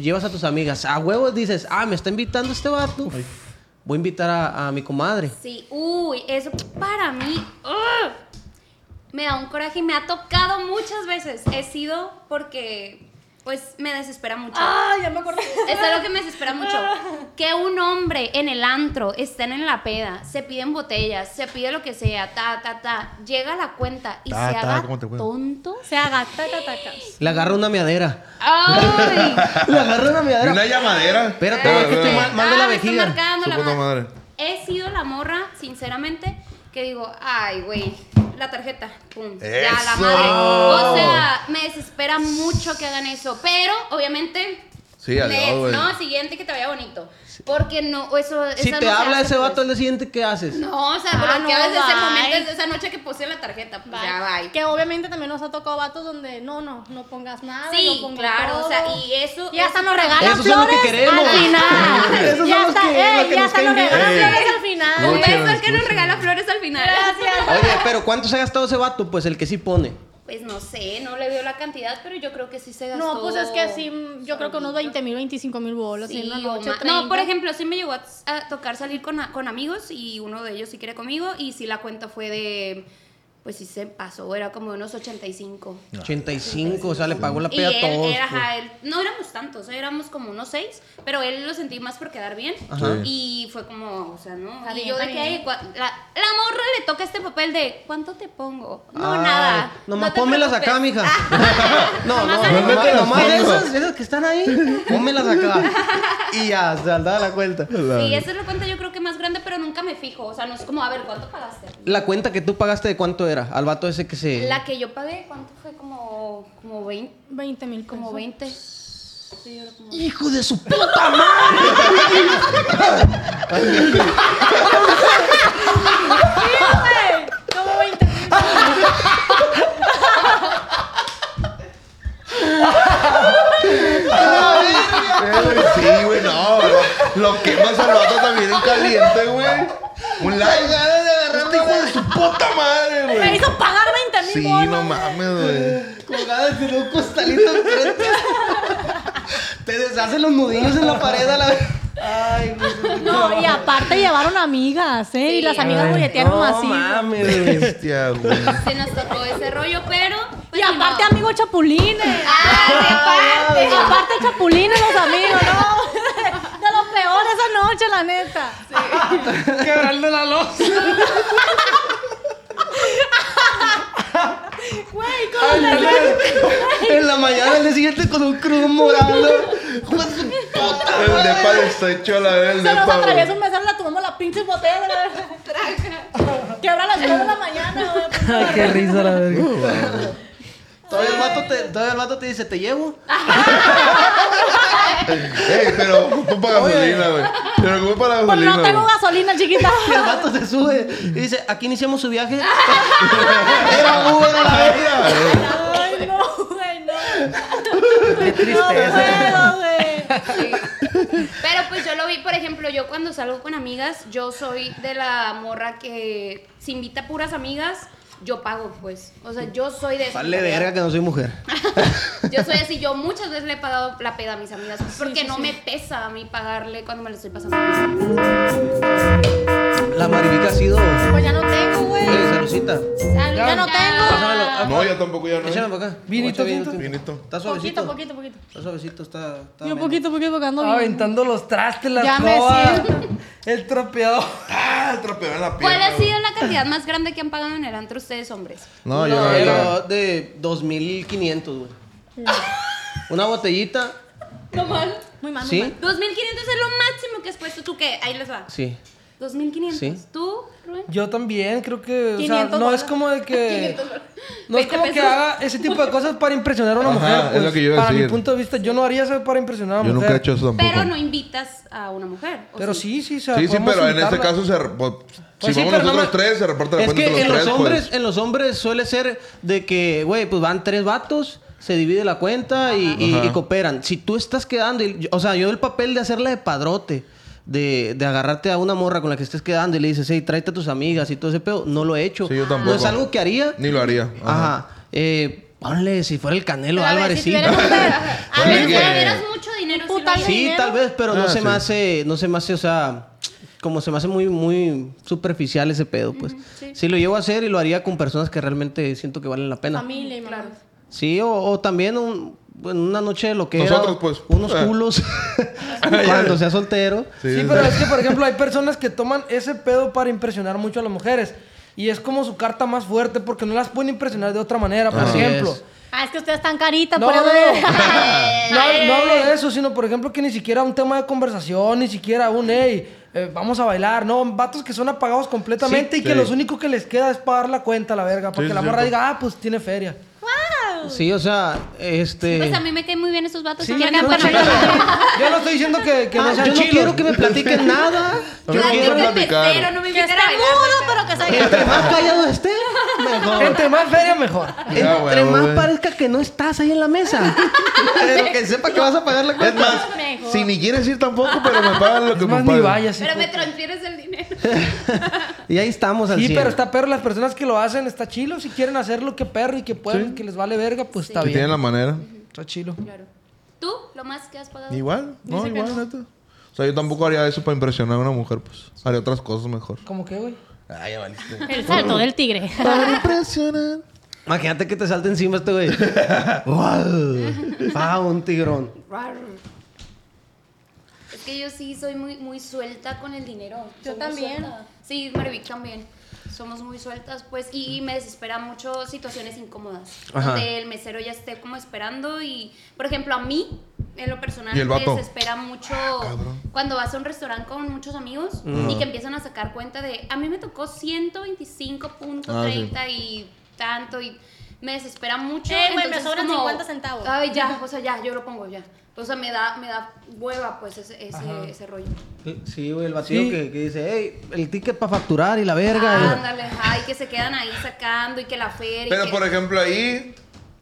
S2: llevas a tus amigas. A huevos dices, ah, me está invitando este vato. Voy a invitar a, a mi comadre.
S4: Sí, uy, eso para mí ¡ah! me da un coraje y me ha tocado muchas veces. He sido porque, pues, me desespera mucho.
S6: Ah, ya me acordé.
S4: Es algo que me desespera mucho. Que un hombre en el antro estén en la peda, se piden botellas, se pide lo que sea, ta, ta, ta, llega a la cuenta y
S3: Ta,
S4: se
S3: ta, ¿cómo
S4: haga
S3: te acuerdas?
S4: tonto.
S6: Se agata, tataca.
S2: Le agarra una meadera.
S4: ¡Ay!
S2: Le agarra una
S3: ¿Y
S2: meadera.
S3: una llamadera?
S2: Espérate,
S3: Espera,
S2: es que estoy
S3: espera.
S2: mal- mal de la
S4: Ah, me está
S2: vejiga.
S4: marcando
S3: Su
S4: la
S3: puta
S4: madre.
S3: madre.
S4: He sido la morra, sinceramente, que digo, ay, güey, la tarjeta, pum, ya la
S3: ¡Eso!
S4: madre. O sea, me desespera mucho que hagan eso, pero obviamente.
S3: Sí, adiós,
S4: next,
S3: güey.
S4: No, siguiente que te vaya bonito. Porque no, eso.
S2: Si
S4: esa
S2: te
S4: no se
S2: habla
S4: hace,
S2: ese vato
S4: pues.
S2: al día siguiente, ¿qué haces?
S4: No, o sea,
S6: Ah,
S4: bloqueado
S6: no,
S4: desde ese
S6: bye.
S4: momento, desde esa noche que puse la tarjeta, pues ya bye.
S6: Que obviamente también nos ha tocado vatos donde no, no, no pongas nada.
S4: Sí,
S6: no pongas
S4: claro,
S6: todo.
S4: o sea, y eso.
S6: Y hasta
S4: eso-
S6: nos regalan
S2: Esos son los
S6: flores
S2: que queremos.
S6: al
S2: <laughs>
S6: final.
S2: Esos son
S6: ya
S2: los
S6: está,
S2: que-
S6: ey,
S2: los que
S6: ya
S2: nos
S6: hasta
S2: caen
S6: nos
S2: bien.
S6: regalan
S3: Ey.
S6: flores al final.
S4: Un beso al que
S3: Escuchen.
S4: nos regala flores al final.
S6: Gracias.
S2: Oye, pero ¿cuánto se ha gastado ese vato? Pues el que sí pone.
S4: Pues no sé, no le veo la cantidad, pero yo creo que sí se gastó.
S6: No, pues es que sí, yo creo que unos 20 mil, 25 mil bolos
S4: Sí,
S6: en una
S4: o
S6: noche.
S4: ma- no, por
S6: 30.
S4: ejemplo, sí me llegó a, a tocar salir con, a- con amigos y uno de ellos sí quiere conmigo y sí la cuenta fue de, pues sí se pasó, era como de unos 85.
S2: 85, o sea, le pagó la
S4: Y
S2: peda a
S4: él,
S2: todos.
S4: era,
S2: pues.
S4: ajá, él- no éramos tantos, éramos como unos seis, pero él lo sentí más por quedar bien.
S2: Ajá.
S4: Y fue como, o sea, no.
S6: Está
S4: Y
S6: bien,
S4: yo de
S6: está
S4: que
S6: bien.
S4: "Ay, cua- la, la morra le toca este papel de ¿cuánto te pongo? No,
S2: Ay,
S4: nada.
S2: Ah, Nomás
S4: no te
S2: pónmelas
S4: preocupes".
S2: acá,
S4: <laughs>
S2: mija. no, no,
S4: Nomás
S2: no,
S3: ahí.
S2: nomás,
S3: Mételas,
S2: nomás
S3: pongo.
S2: esas, esas que están ahí, pónmelas
S4: <laughs>
S2: acá. Y ya, se da la cuenta.
S4: Sí, esa es la cuenta yo creo que más grande, pero nunca me fijo. O sea, no es como, a ver, ¿cuánto pagaste?
S2: La cuenta que tú pagaste de cuánto era, al vato ese que se.
S4: La que yo pagué, ¿cuánto fue? Como, como 20.
S6: 20 mil
S4: Como
S6: pesos.
S4: 20.
S2: ¡Hijo de su puta madre!
S6: Como 20 mil.
S3: Eh, Sí, güey, no. Lo, lo quemas al vato también en caliente, güey. Un like. Este hijo de su puta madre. Sí, no mames, güey.
S2: Colgadas de un costalito enfrente. Te deshacen los nudillos en la pared a la vez. Ay, pues.
S6: No, y aparte llevaron amigas, ¿eh? Y las amigas juguetearon así.
S2: mames,
S4: <laughs>
S2: güey.
S3: Bestia, güey.
S4: Se nos tocó ese rollo, pero.
S6: Y
S4: pues, ni
S6: aparte
S4: modo.
S6: amigos chapulines.
S4: ¡Ah, de parte!
S6: aparte chapulines los amigos, ¿no? <laughs> De lo peor esa noche, la neta.
S5: Quebrando la losa.
S6: Güey, ¿cómo te-
S2: En la mañana, el día siguiente con un cruz
S4: <laughs>
S2: morado. Pues,
S3: El depa deshecho a la vez, el
S6: Se nos
S3: depa, güey.
S6: atraviesa un mesero, la tomamos la pinche botella de la Quebra las 9 de la mañana,
S3: <laughs>
S6: güey.
S5: Ay, qué risa la verga.
S2: Todavía el vato te, todavía el vato te dice, te llevo.
S3: Ey, pero ocupo para gasolina, güey. Pero ocupo para
S6: Pues
S3: gasolina,
S6: no
S3: güey.
S6: tengo gasolina, chiquita.
S2: Y el vato se sube y dice, aquí iniciamos su
S6: <laughs>
S2: viaje. Era Uber a la verga.
S6: Ay, no, güey, no. Qué No puedo, güey. <laughs>
S4: Sí. Pero pues yo lo vi, por ejemplo, yo cuando salgo con amigas, yo soy de la morra que si invita puras amigas, yo pago, pues. O sea, yo soy de...
S2: Vale verga que no soy mujer.
S4: Yo soy así, yo muchas veces le he pagado la peda a mis amigas, pues, porque no me pesa a mí pagarle cuando me lo estoy pasando.
S2: La marivica ha sido...
S6: Pues ya no tengo, güey.
S2: Oye, Salucita.
S4: Salud,
S5: Ya
S6: no tengo.
S2: Pásamelo.
S3: No, yo tampoco ya no.
S2: Échame para acá.
S5: Vinito,
S2: Guacha,
S5: vinito.
S3: Vinito.
S2: Está
S6: Poquito,
S2: suavecito.
S6: poquito, poquito.
S2: Está suavecito, está... está
S6: Yo
S2: ameno.
S6: poquito, poquito, porque ando bien.
S5: Aventando los trastes, la
S6: Ya me
S5: escoba.
S6: siento.
S5: El tropeador.
S3: Ah, el tropeo en la
S4: ¿Cuál
S3: pierna,
S4: ha sido la cantidad más grande que han pagado en el antro ustedes, hombres?
S3: güey. No, yo
S2: No,
S3: no.
S2: era de 2500, güey. Una botellita,
S4: ¿Lo mal?
S6: Muy mal, muy
S2: ¿sí?
S6: mal.
S4: 2500 es lo máximo que has puesto tú, que ahí les va.
S2: Sí.
S4: 2500.
S2: Sí.
S4: ¿Tú, Rubén?
S5: Yo también creo que, o sea,
S6: 500
S5: no es
S6: bolas.
S5: como de que no es
S4: 20
S5: como que
S4: pesos.
S5: haga ese tipo de cosas para impresionar a una
S3: Ajá,
S5: mujer,
S3: es
S5: pues,
S3: lo que yo iba a
S5: para mi
S3: decir.
S5: punto de vista, yo no haría eso para impresionar a una
S3: Yo
S5: mujer.
S3: nunca he hecho eso tampoco.
S4: Pero no invitas a una mujer. ¿o
S5: Pero sí, sí, o sea,
S3: Sí, sí,
S5: podemos
S3: pero en este
S5: invitarla.
S3: caso se... re- pues, Si
S2: Pues sí,
S3: vamos
S2: pero
S3: nosotros
S2: no me-
S3: tres, se reparte la
S2: Es
S3: cuenta
S2: que
S3: entre
S2: en
S3: los tres,
S2: los hombres,
S3: pues.
S2: en los hombres suele ser de que, güey, pues van tres vatos, se divide la cuenta y, y-
S3: Ajá.
S2: y cooperan. Si tú estás quedando, y- o sea, yo el papel de hacerla de padrote, de, de agarrarte a una morra con la que estés quedando y le dices, hey, tráete a tus amigas y todo ese pedo, no lo he hecho.
S3: Sí, yo tampoco.
S2: No es algo que haría.
S3: Ni lo haría.
S2: Ajá. Eh, ponle, si fuera el Canelo
S4: Pero a ver,
S2: Álvarez,
S4: si
S2: sí.
S4: tuvieras
S2: <laughs>
S4: un pedo- <laughs> A
S3: Ponle
S4: menos que
S3: que-
S4: tuvieras mucho dinero, sí lo
S6: Puta
S4: haría.
S2: Sí,
S6: dinero.
S2: tal vez, pero no
S3: Ah,
S2: se me
S3: sí.
S2: hace, no se me hace, o sea, como se me hace muy, muy superficial ese pedo, pues.
S4: sí.
S2: sí. lo llevo a hacer y lo haría con personas que realmente siento que valen la pena.
S6: Familia y mamá.
S2: Sí, o, o también un- bueno, una noche de lo que
S3: Nosotros, pues.
S2: unos
S3: Ah.
S2: culos <laughs> cuando sea soltero.
S5: Sí, pero es que por ejemplo hay personas que toman ese pedo para impresionar mucho a las mujeres y es como su carta más fuerte porque no las pueden impresionar de otra manera, por
S2: Así
S5: ejemplo.
S2: es.
S6: Ah, es que ustedes están caritas,
S5: No,
S6: por eso.
S5: <laughs>
S6: Eh,
S5: no, no. No, no hablo de eso, sino por ejemplo que ni siquiera un tema de conversación, ni siquiera un, hey, eh, vamos a bailar, no, vatos que son apagados completamente y que
S3: Sí.
S5: los únicos que les queda es pagar la cuenta, la verga, porque
S3: sí,
S5: la morra
S3: cierto.
S5: diga, ah, pues tiene feria.
S2: Sí, o sea, este.
S4: Pues a mí me caen muy bien esos vatos.
S5: Sí,
S4: que
S5: no,
S4: andan por-
S5: chido. yo no estoy diciendo que, que
S2: Ah,
S5: no sean
S2: yo no
S5: chilos.
S2: quiero que me platiquen nada. Yo
S3: Claro.
S2: quiero-
S4: Platícame,
S3: platicar.
S4: pero no me
S6: <laughs> Que
S4: invitan
S6: esté
S4: a bailar.
S6: mudo, pero que se
S2: Entre más callado esté, mejor.
S5: Entre más feria, mejor.
S3: Ya,
S2: Entre
S3: huevo,
S2: más
S3: güey.
S2: parezca que no estás ahí en la mesa. Pero que sepa <laughs> que vas a pagar la
S3: Es
S2: cuenta.
S3: más,
S6: Mejor.
S3: si ni quieres ir tampoco, pero me pagan lo que
S5: Es
S3: me
S5: más, ni
S3: pagan.
S5: vayas. hijo.
S4: Pero me transfieres el dinero.
S2: Y ahí estamos al
S5: Sí,
S2: cien.
S5: pero está perro, las personas que lo hacen, está chilo. Si quieren hacerlo, que perro y que pueden, que les vale verga, pues está
S3: Si
S5: bien.
S3: tienen la manera.
S5: Está chilo.
S4: ¿Tú? ¿Lo más que has pagado?
S3: Igual, no, igual, neta. O sea, yo tampoco haría eso para impresionar a una mujer, pues. Haría otras cosas mejor.
S5: ¿Cómo que, güey?
S3: Ah, ya valiste.
S6: El salto del tigre. <laughs>
S3: Para impresionar.
S2: Imagínate que te salte encima este
S3: <laughs>
S2: güey. ¡Wow! ¡Ah, un tigrón!
S4: Es que yo sí soy muy, muy suelta con el dinero.
S6: Yo
S4: Soy muy
S6: también.
S4: suelta. Sí, Marivic también. Somos muy sueltas, pues, y, y me desespera mucho situaciones incómodas.
S2: Ajá.
S4: Donde el mesero ya esté como esperando y, por ejemplo, a mí, en lo personal,
S3: Y el
S4: me
S3: vato. Ah,
S4: desespera mucho cuando vas a un restaurante con muchos amigos y que empiezan a sacar cuenta de, a mí me tocó 125.30
S3: Ah,
S4: y tanto y... Me desespera mucho.
S6: Ey, güey, me
S4: entonces
S6: sobran
S4: como,
S6: 50 centavos.
S4: Ay, ya, o sea, ya, yo lo pongo ya. O sea, me da, me da hueva, pues, ese, ese, ese rollo.
S2: Sí, güey, el vacío
S5: Sí.
S2: que, que dice, hey, el ticket para facturar y la verga. y-
S4: Ah, Ándale, ay, que se quedan ahí sacando y que la feria. y
S3: Pero,
S4: que-
S3: por ejemplo, ahí...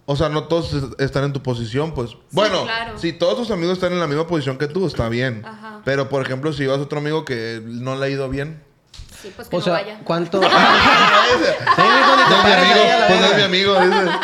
S3: O sea, no todos est- están en tu posición, pues. bueno,
S4: claro.
S3: si todos tus amigos están en la misma posición que tú, está bien.
S4: Ajá.
S3: Pero, por ejemplo, si vas a otro amigo que no le ha ido bien.
S4: Sí, pues que
S2: O
S4: no
S2: sea,
S4: vaya. <laughs>
S2: ¿cuánto? Sí, mi hijo, ni te
S3: No, mi
S2: pares ahí
S3: amigo,
S2: a la
S3: Pues no es mi
S2: verga.
S3: amigo, dice.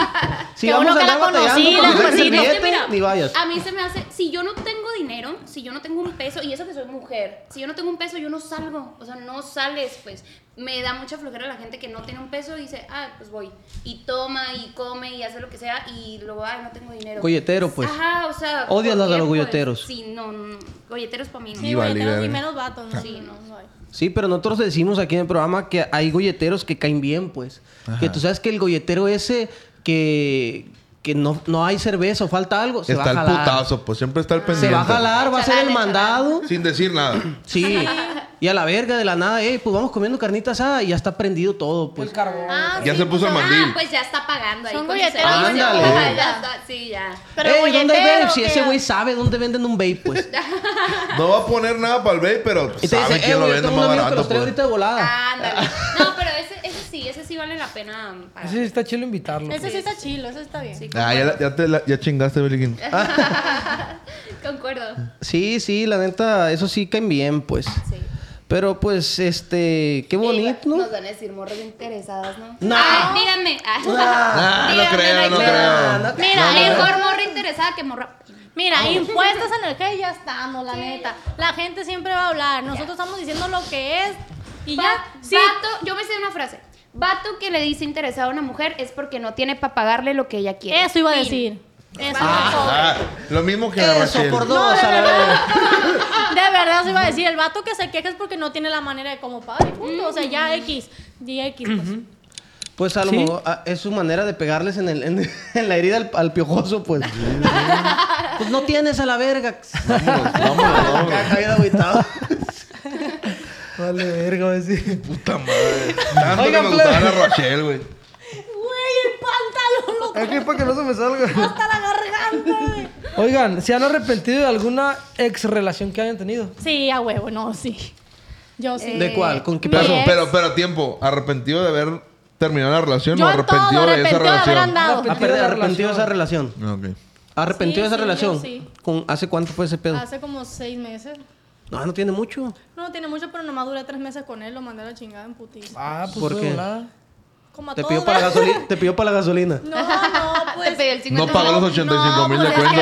S2: Si
S6: Que
S2: vamos
S6: uno
S2: a
S6: que la
S2: andar batallando
S6: conocí,
S2: con
S6: la
S2: ese
S6: conocí, no,
S2: billete,
S4: pues, Es que mira,
S2: Pues ni vayas.
S4: A mí se me hace, si yo no tengo dinero, si yo no tengo un peso, y eso que soy mujer, si yo no tengo un peso, yo no salgo, o sea, no sales, pues. Me da mucha flojera la gente que no tiene un peso y dice, ah, pues voy. Y toma y come y hace lo que sea y luego, ay, no tengo dinero.
S2: Golletero, pues.
S4: Ajá, o sea.
S2: Odias
S4: ¿por
S2: a
S4: qué,
S2: los
S4: pues?
S2: golleteros.
S4: Sí, no, no, golleteros para mí no.
S6: Sí,
S11: vale,
S6: güey, tenemos ni
S11: verga.
S6: menos vatos. ¿no?
S4: Sí, no.
S6: No soy.
S2: Sí, pero nosotros decimos aquí en el programa que hay golleteros que caen bien, pues. Que tú sabes que el golletero ese que, que no, no hay cerveza o falta algo, se
S3: Está
S2: va a
S3: el
S2: jalar.
S3: putazo, pues siempre está el
S2: Se
S3: pendiente.
S2: va a jalar, va a ser el
S4: Chalale,
S2: mandado.
S3: Sin decir nada.
S2: Sí. Y a la verga de la nada, eh, pues vamos comiendo carnita asada y ya está prendido todo, pues.
S5: El carbón.
S6: Ah,
S3: Ya
S6: sí,
S3: se puso
S6: pues,
S3: el
S6: ah,
S3: mandil.
S4: Ah, pues ya está pagando ahí.
S6: Son
S4: con su
S6: golleteros,
S4: servicio.
S2: Ándale.
S4: Ajá, ya está, sí, ya.
S6: Pero
S2: Ey, ¿dónde hay
S6: golletero,
S2: vape? Si
S6: que-
S2: ese güey sabe dónde venden un vape,
S6: <laughs>
S2: pues.
S3: No va a poner nada para el baby, pero
S2: Y te
S3: sabe
S2: dice, eh,
S3: quién lo
S2: güey, yo
S3: vende
S2: tengo un
S3: más
S2: amigo que los
S3: barato.
S2: trae
S3: pues.
S2: ahorita de
S6: Ah.
S2: volada.
S4: Ándale. No, pero ese, ese sí, ese sí vale la pena pagar.
S5: Ese sí está chido invitarlo.
S6: Ese sí está chilo, ese está bien.
S4: Sí,
S3: Ah, ya, la- ya te la- ya chingaste, Beliquín.
S4: Concuerdo.
S2: Sí, sí, la neta, eso sí caen bien, pues.
S4: Sí.
S2: Pero pues, este, qué bonito, ¿no?
S4: Nos van a decir morros interesadas, ¿no?
S2: No.
S4: Ay, díganme. Ah,
S3: Ah, no
S4: díganme,
S3: creo, no
S4: hay pedo.
S3: creo.
S6: Mira,
S4: Mejor
S6: mejor-
S4: morra interesada que morra.
S6: mira, impuestos en el que ya estamos, la neta. La gente siempre va a hablar. Nosotros estamos diciendo lo que es y ya.
S4: Va-
S6: Sí,
S4: Vato, yo me sé una frase. Vato que le dice interesado a una mujer es porque no tiene para pagarle lo que ella quiere.
S6: eso iba a
S4: Fin.
S6: decir. Eso,
S3: Ah, lo mismo que la
S2: Eso
S3: Rachel.
S2: por dos, a la verga.
S6: de verdad eso iba a decir. El vato que se queja es porque no tiene la manera de cómo pagar. y punto. O sea, ya X, di X. Pues.
S2: Pues a lo
S5: Sí.
S2: mejor ah, es su manera de pegarles en, el, en, <laughs> en la herida al, al piojoso, pues. pues no tienes a la verga.
S3: Vámonos, vámonos, vámonos.
S2: Acá bien
S6: <laughs>
S2: agüitado.
S5: Vale, verga, va a decir.
S3: Puta madre. Tanto
S5: Oigan,
S3: que me gustaba la
S5: plebe.
S3: Rachel, güey.
S6: Güey, el pantalón lo
S5: Aquí para que no se me salga.
S6: hasta la garganta. güey.
S5: Oigan, ¿se han arrepentido de alguna ex relación que hayan tenido?
S6: Sí, a huevo, no, sí. Yo
S4: Eh,
S6: sí.
S2: ¿De cuál? ¿Con qué
S6: Mi
S2: pasó?
S6: ex.
S3: Pero, pero, tiempo. ¿Arrepentido de haber terminado la relación
S6: Yo
S3: o
S6: en todo,
S3: arrepentido de esa
S6: arrepentido de haber
S3: relación?
S6: andado.
S5: Arrepentido.
S2: Aparte,
S5: de la
S2: arrepentido de esa
S5: relación.
S2: relación.
S3: Ok.
S2: Arrepentido de esa
S6: Sí, sí, yo
S2: relación.
S6: sí.
S2: ¿Con, ¿Hace cuánto fue ese pedo?
S6: Hace como seis meses.
S2: No, no tiene mucho.
S6: No, tiene mucho, pero nomás duré tres meses con él. Lo mandé a la chingada en putiza.
S5: Ah, pues
S2: ¿Por
S5: de
S2: qué?
S5: <laughs> volada.
S6: Como a
S2: Te
S6: todos,
S2: pidió para la
S6: ¿verdad?
S2: gasolina. Te pidió para la
S6: <laughs>
S2: gasolina.
S6: No, <laughs> no, pues.
S4: <laughs> Te pedí el 50
S3: No pagó los 85 mil de cuenta.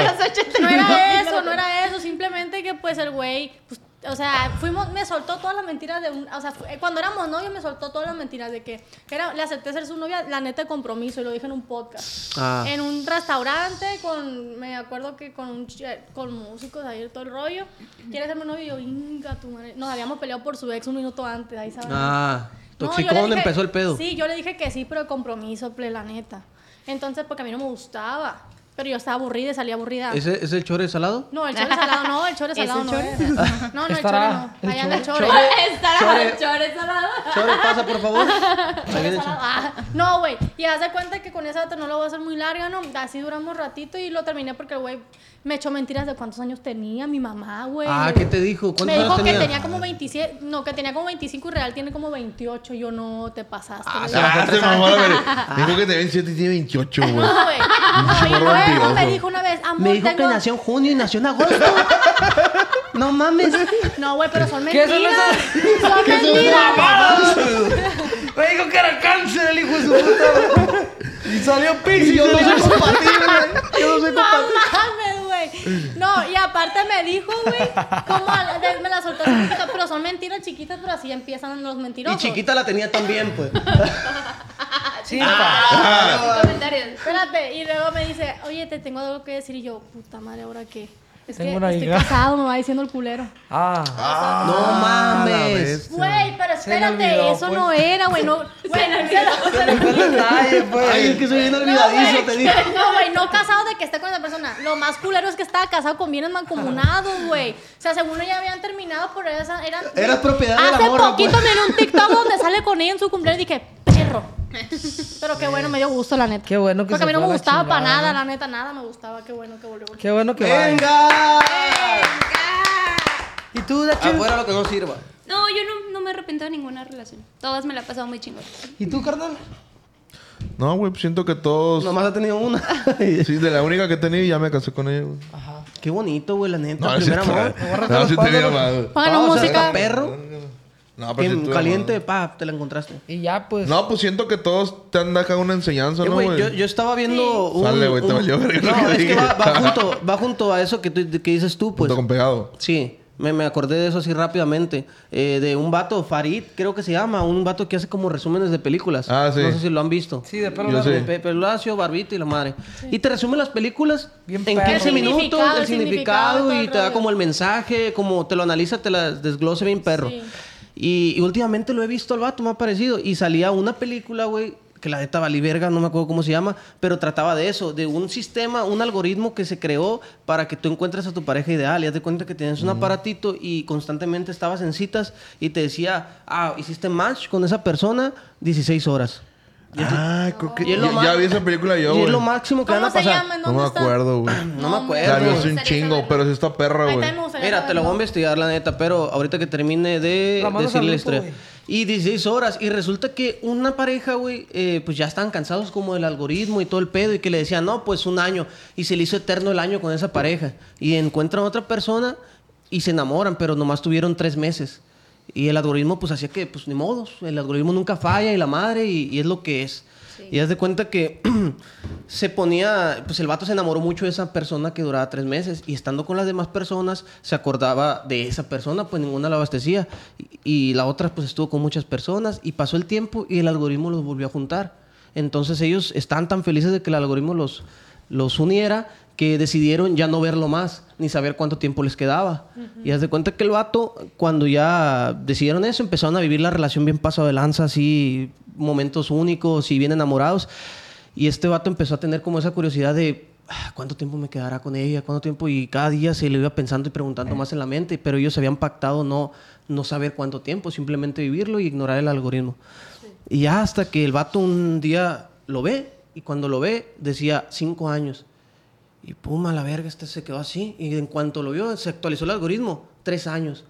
S6: No era eso, no era eso. Simplemente que, pues, el güey, pues, o sea, fuimos, me soltó todas las mentiras de un. O sea, fue- cuando éramos novios, me soltó todas las mentiras de que era, le acepté ser su novia, la neta de compromiso, y lo dije en un podcast.
S2: Ah.
S6: En un restaurante, con. Me acuerdo que con, un, ch- con músicos ahí, todo el rollo. ¿Quieres ser mi novio? Y yo, inga, tu madre. Nos habíamos peleado por su ex un minuto antes, ahí sabes.
S2: Ah,
S6: No, yo
S2: toxicón
S6: le dije-
S2: empezó el pedo.
S6: Sí, yo le dije que sí, pero de compromiso, ple, la neta. Entonces, porque a mí no me gustaba. Pero yo estaba aburrida y salía aburrida.
S2: ¿Ese, ¿Ese chore salado?
S6: No, el chore salado no, el chore
S4: <laughs> ¿Ese
S6: salado no.
S4: chore?
S6: era. No, no, el chore
S5: Estará
S6: no.
S5: el
S6: Allá anda el chore.
S4: <laughs> Estará chores salado.
S2: Chore, pasa, por favor. Ahí viene el chore.
S6: <laughs> Ah, No, güey. Y haz de cuenta que con esa data no lo voy a hacer muy larga, ¿no? Así duramos ratito y lo terminé porque el güey me echó mentiras de cuántos años tenía mi mamá, güey.
S2: Ah, ¿qué te dijo? ¿Cuántos
S6: Me dijo
S2: años
S6: que
S2: tenía?
S6: tenía como 27, no, que tenía como 25 y real tiene como 28. Yo no te pasaste.
S2: Ah,
S6: le
S2: se
S6: dije.
S3: Ah, se mamó la verga. Dijo que tenía 27 y tiene 28, güey.
S6: <laughs> No, güey. No,
S3: Pinche
S6: y
S3: morro
S6: luego me
S3: mentiroso.
S6: dijo una vez, amor,
S2: Me dijo que
S6: tengo-
S2: nació en junio y nació en agosto. no <laughs> mames.
S6: No, güey, pero son
S5: ¿Qué
S6: mentiras.
S5: son
S6: Son mentiras.
S5: Me dijo que era cáncer el hijo de su puta. y salió pis y yo no soy compatible. Yo no soy
S6: No mames, güey. No, y aparte me dijo, güey, como a la- de- me la soltó chiquita, pero son mentiras chiquitas, pero así empiezan los
S2: Y
S6: mentirosos.
S2: chiquita la tenía también, pues.
S4: Comentarios.
S6: Espérate, y luego me dice, oye, te tengo algo que decir, y yo, puta madre, ¿ahora qué? Es
S5: Tengo
S6: que
S5: una
S6: estoy
S5: hija.
S6: casado, me va diciendo el culero.
S5: Ah,
S2: no mames.
S6: Güey, pero
S5: Se le
S6: espérate,
S5: olvidó,
S6: eso
S5: pues.
S6: no era, güey, no. Güey, no,
S5: detalle, pues.
S2: Ay, es que soy bien olvidadizo, te digo.
S6: <laughs> No, güey, no casado de que esté con esa persona. Lo más culero es que estaba casado con bienes mancomunados, güey. O sea, según ya habían terminado, pero esa, eran.
S2: Eras propiedad de la
S6: Hace
S2: morra,
S6: poquito
S2: pues.
S6: me vi un TikTok donde sale con ella en su cumpleaños y dije,
S2: <laughs>
S6: perro. Pero qué bueno, me dio gusto, la neta.
S5: Qué bueno que
S6: Porque
S5: se
S6: a mí no
S5: fue
S6: me
S5: la
S6: gustaba para
S5: chingada,
S6: nada,
S5: ¿no?
S6: la neta, nada me gustaba. Qué bueno que volvió.
S5: Qué bueno que va.
S2: ¡Venga!
S5: ¿Y tú, Dachel?
S2: Afuera lo que no sirva.
S4: No, yo no, no me arrepiento de ninguna relación. Todas me la he pasado muy chingón.
S5: ¿Y tú, carnal?
S3: No, güey, pues siento que todos.
S2: Nomás ha tenido una.
S3: Sí, de la única que he tenido y ya me casé con ella, güey.
S2: <laughs> Qué bonito, güey, la neta.
S3: No, no es
S2: Primer
S3: cierto.
S2: amor.
S3: No, sí he tenido más, güey.
S6: Pongan
S2: No, o sea,
S6: música.
S2: está perro.
S3: No, pero
S2: Que
S3: sí tuve,
S2: caliente, pa, te la encontraste.
S5: Y ya, pues.
S3: No, pues siento que todos te han dejado una enseñanza,
S2: Eh,
S3: ¿no,
S2: güey,
S3: güey?
S2: yo, yo estaba viendo un...
S3: Sale, güey, te
S2: un-
S3: valió verga lo
S2: No,
S3: que
S2: es que
S3: dije.
S2: va,
S3: <laughs>
S2: va junto, va junto a eso que, tú- que dices tú, pues.
S3: Junto con pegado.
S2: Sí, me, me acordé de eso así rápidamente. Eh, de un vato, Farid, creo que se llama. Un vato que hace como resúmenes de películas.
S3: Ah, sí.
S2: No sé si lo han visto.
S5: Sí, de pelo
S3: Yo
S5: largo.
S3: sé.
S2: Pe- pe- Pelacio, Barbito y la madre. Y te resume las películas
S5: Bien
S2: en
S5: perro.
S2: 15
S5: El
S2: minutos,
S6: significado,
S2: el
S6: el significado,
S2: significado
S6: todo
S2: y
S6: el
S2: te da
S6: rollo.
S2: como el mensaje, como te lo analiza, te las desglose bien perro.
S6: Sí.
S2: Y, y últimamente lo he visto al vato, me ha parecido. Y salía una película, güey, que la neta valí verga, no me acuerdo cómo se llama, pero trataba de eso, de un sistema, un algoritmo que se creó para que tú encuentres a tu pareja ideal. Y haz de cuenta que tienes un aparatito y constantemente estabas en citas y te decía, ah, hiciste match con esa persona 16 horas.
S3: Ah, creo que...
S2: Y es lo
S3: ya-
S2: más-
S3: ya vi esa película yo,
S2: y
S3: güey.
S2: es lo máximo que van
S6: ¿Cómo
S2: a
S6: se
S2: pasar.
S6: llama? ¿En
S3: No me
S6: dónde está?
S2: <clears throat>
S3: acuerdo, güey.
S2: No me acuerdo.
S3: La vi hace
S4: me
S3: un
S4: gustaría
S3: chingo,
S4: saberlo.
S3: pero sí está perra,
S6: Ahí
S3: güey.
S6: está, me gustaría
S2: Mira, te lo voy a
S6: saberlo.
S2: investigar, la neta, pero ahorita que termine de
S5: La mandas
S2: decirle
S5: al
S2: la
S5: grupo,
S2: historia.
S5: güey.
S2: Y 16 horas. Y resulta que una pareja, güey, eh, pues ya estaban cansados como del algoritmo y todo el pedo. Y que le decían, no, pues un año. Y se le hizo eterno el año con esa pareja. Y encuentran otra persona y se enamoran, pero nomás tuvieron tres meses. Y el algoritmo, pues hacía que, pues ni modos. El algoritmo nunca falla y la madre, y, y es lo que es. Y haz de cuenta que <clears throat> se ponía, pues el vato se enamoró mucho de esa persona que duraba tres meses y estando con las demás personas se acordaba de esa persona, pues ninguna la abastecía y, y la otra pues estuvo con muchas personas y pasó el tiempo y el algoritmo los volvió a juntar. Entonces ellos están tan felices de que el algoritmo los, los uniera que decidieron ya no verlo más ni saber cuánto tiempo les quedaba. Y haz de cuenta que el vato, cuando ya decidieron eso, empezaron a vivir la relación bien pasado de lanza, así momentos únicos y bien enamorados. Y este vato empezó a tener como esa curiosidad de "Ah, cuánto tiempo me quedará con ella, cuánto tiempo. Y cada día se le iba pensando y preguntando más en la mente, pero ellos habían pactado no, no saber cuánto tiempo, simplemente vivirlo y ignorar el algoritmo. Y ya hasta que el vato un día lo ve, y cuando lo ve, decía cinco años. Y pum, a la verga, este se quedó así. Y en cuanto lo vio, se actualizó el algoritmo. Tres años.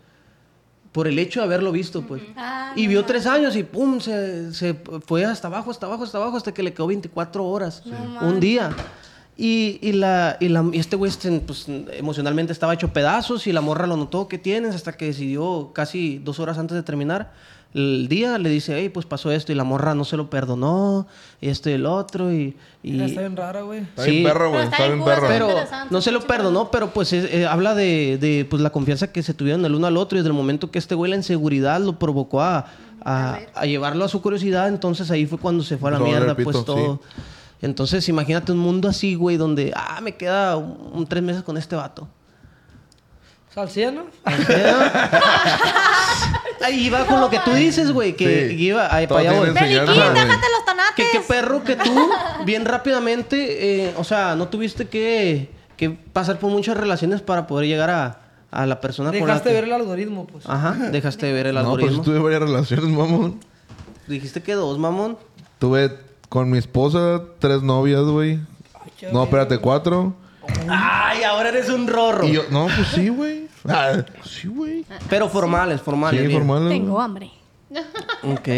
S2: Por el hecho de haberlo visto, pues.
S6: Ah,
S2: y
S6: no
S2: vio
S6: mames.
S2: tres años y pum, se, se fue hasta abajo, hasta abajo, hasta abajo, hasta que le quedó 24 horas. un día. Y, y la, y, la- y este güey este, pues, emocionalmente estaba hecho pedazos y la morra lo notó que tienes hasta que decidió casi dos horas antes de terminar el día le dice, hey, pues pasó esto y la morra no se lo perdonó y esto y el otro y... y-
S5: Está bien rara, güey.
S3: Está bien
S2: Sí.
S3: perra, güey.
S6: Pero
S3: Está bien
S6: cura,
S3: perra.
S6: está
S2: pero
S6: interesante,
S2: no se lo
S6: está chido.
S2: perdonó, pero pues es- eh, habla de, de, pues, la confianza que se tuvieron el uno al otro y desde el momento que este güey la inseguridad lo provocó a, a- a llevarlo a su curiosidad, entonces ahí fue cuando se fue a la
S3: Todo,
S2: mierda,
S3: repito,
S2: pues todo. Entonces imagínate un mundo así, güey, donde, ah, me queda un, un tres meses con este vato.
S5: pues, Salciano.
S2: Ahí va con lo
S6: <laughs>
S2: que tú dices, güey, que
S3: Sí.
S2: que iba ahí,
S3: Todo
S2: para allá
S3: tiene
S2: voy.
S3: su-
S6: Periquín,
S3: Enseñanza, güey.
S6: déjate los
S2: Que
S6: tanates.
S2: qué perro que tú, bien rápidamente, eh, o sea, no tuviste que, que pasar por muchas relaciones para poder llegar a, a la persona con la
S5: Dejaste
S2: que-
S5: ver el algoritmo,
S3: Ah.
S5: pues.
S2: Ajá,
S3: <laughs>
S2: dejaste de ver el
S3: No, pues pero sí
S2: algoritmo.
S3: tuve varias relaciones, mamón.
S2: Dijiste que dos, mamón.
S3: Tuve con mi esposa tres novias, güey.
S5: qué
S3: No, espérate, cuatro.
S2: Ay, ahora eres un rorro.
S3: Y yo, no, pues sí, güey. Ah, sí, güey.
S2: Pero formales, formales.
S3: Sí,
S2: bien.
S3: formal.
S6: Tengo hambre.
S2: Ok.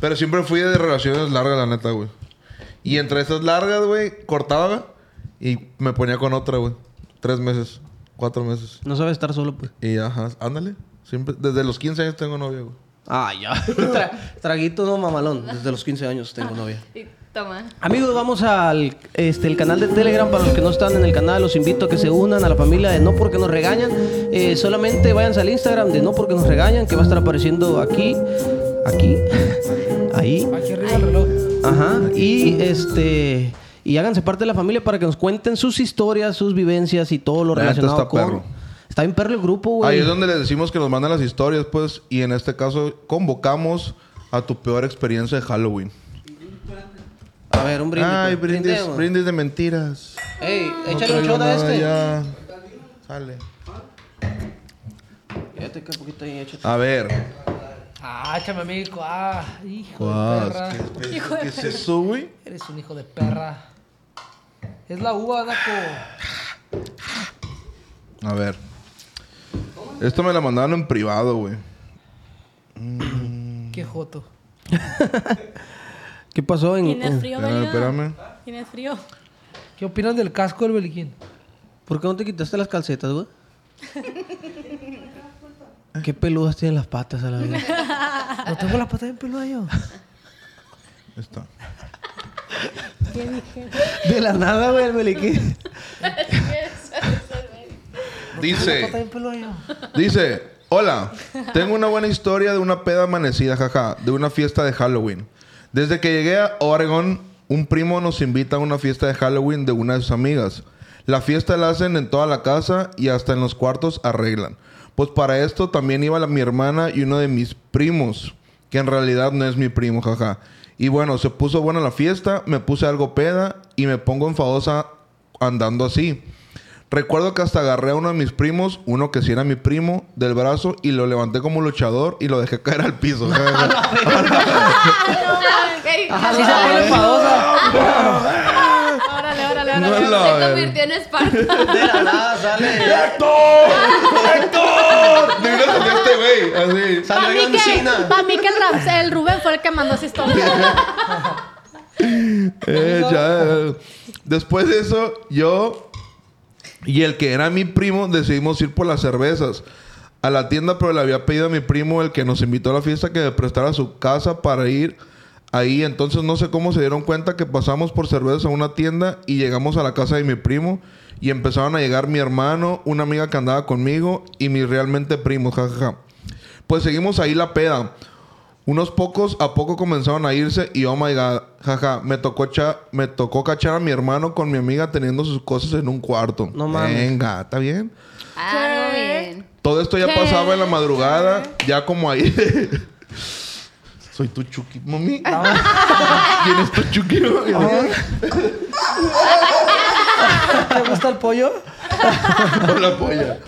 S3: Pero siempre fui de relaciones largas, la neta, güey. Y entre esas largas, güey, cortaba y me ponía con otra, güey. Tres meses, cuatro meses.
S2: No sabes estar solo, pues.
S3: Y ajá, ándale. Siempre, desde los 15 años tengo novia, güey.
S2: Ah, <laughs> ya. Tra- traguito no, mamalón. Desde los 15 años tengo <laughs> novia.
S4: Y Toma.
S2: Amigos, vamos al este, el canal de Telegram. Para los que no están en el canal, los invito a que se unan a la familia de No Porque Nos Regañan. Eh, solamente váyanse al Instagram de No Porque Nos Regañan, que va a estar apareciendo aquí, aquí, <laughs> ahí.
S5: Aquí arriba el reloj.
S2: Ajá. Y este. Y háganse parte de la familia para que nos cuenten sus historias, sus vivencias y todo lo
S3: La neta
S2: relacionado
S3: está
S2: con.
S3: perro.
S2: Está bien perro el grupo, güey.
S3: Ahí es donde les decimos que nos mandan las historias, pues. Y en este caso, convocamos a tu peor experiencia de Halloween.
S2: A ver, un brindis.
S3: Ay,
S2: pues.
S3: brindis,
S2: Brindemos.
S3: brindis de mentiras.
S2: Ey, échale
S3: No
S2: un
S3: traigo
S2: shot a
S3: nada
S2: este.
S3: ya. Sale.
S2: Fíjate que un poquito ahí, échate.
S3: A ver.
S5: Ah, échame amigo. Ah, hijo de perra.
S3: Ah, ¿Qué, qué- qué es eso, güey?
S5: Eres un hijo de perra. Es la uva, Daco.
S3: A ver. Esto me la mandaron en privado, güey.
S5: Qué joto.
S2: ¿Qué pasó en.?
S6: Tienes
S2: en-
S6: frío,
S3: Uh, Espérame,
S6: Belinda?
S3: espérame.
S6: Tienes frío.
S5: ¿Qué opinas del casco del Beliquín?
S2: ¿Por qué no te quitaste las calcetas, güey? ¿Qué peludas tienen las patas a la vez?
S5: No tengo las patas en peluda yo.
S3: Está.
S2: <laughs> De la nada, güey, el Meliquín.
S5: Las patas
S3: Dice,
S5: en peluda yo.
S3: dice, hola, tengo una buena historia de una peda amanecida, jaja, de una fiesta de Halloween. Desde que llegué a Oregon, un primo nos invita a una fiesta de Halloween de una de sus amigas. La fiesta la hacen en toda la casa y hasta en los cuartos arreglan. Pues para esto también iba la- mi hermana y uno de mis primos, que en realidad no es mi primo, jaja. Y bueno, se puso buena la fiesta, me puse algo peda y me pongo enfadosa andando así. Recuerdo que hasta agarré a uno de mis primos, uno que sí era mi primo, del brazo y lo levanté como luchador y lo dejé caer al piso. <laughs>
S2: Ah,
S5: Sí, se pone enfadosa.
S2: <laughs>
S6: Órale, órale, órale.
S3: No es la-
S4: Se convirtió
S3: <laughs>
S4: en Esparta.
S2: De la nada sale.
S3: ¡Héctor! ¡Héctor! De una salió este güey, así.
S6: Para
S2: Sale
S6: mí,
S2: John
S6: que,
S2: Cena.
S6: pa' mí que el, Ram- el Rubén fue el que mandó
S3: <laughs>
S6: esa historia.
S3: Eh, ya. Después de eso, yo y el que era mi primo decidimos ir por las cervezas a la tienda, pero le había pedido a mi primo, el que nos invitó a la fiesta, que me prestara su casa para ir ahí. Entonces no sé cómo se dieron cuenta que pasamos por cervezas a una tienda y llegamos a la casa de mi primo y empezaron a llegar mi hermano, una amiga que andaba conmigo y mis realmente primos, jajaja. Pues seguimos ahí la peda. Unos pocos a poco comenzaron a irse y oh my god, jaja, me tocó cha- me tocó cachar a mi hermano con mi amiga teniendo sus cosas en un cuarto.
S2: No mames.
S3: Venga, ¿está bien?
S4: Ah, muy bien.
S3: Todo esto ya
S4: ¿Qué?
S3: pasaba en la madrugada, ya como ahí. <laughs> Soy tu Chucky,
S5: <laughs>
S3: mami. ¿Quién es tu Chucky? mami?
S5: ¿Eh? ¿Te gusta el pollo?
S2: <laughs>
S3: Hola, polla.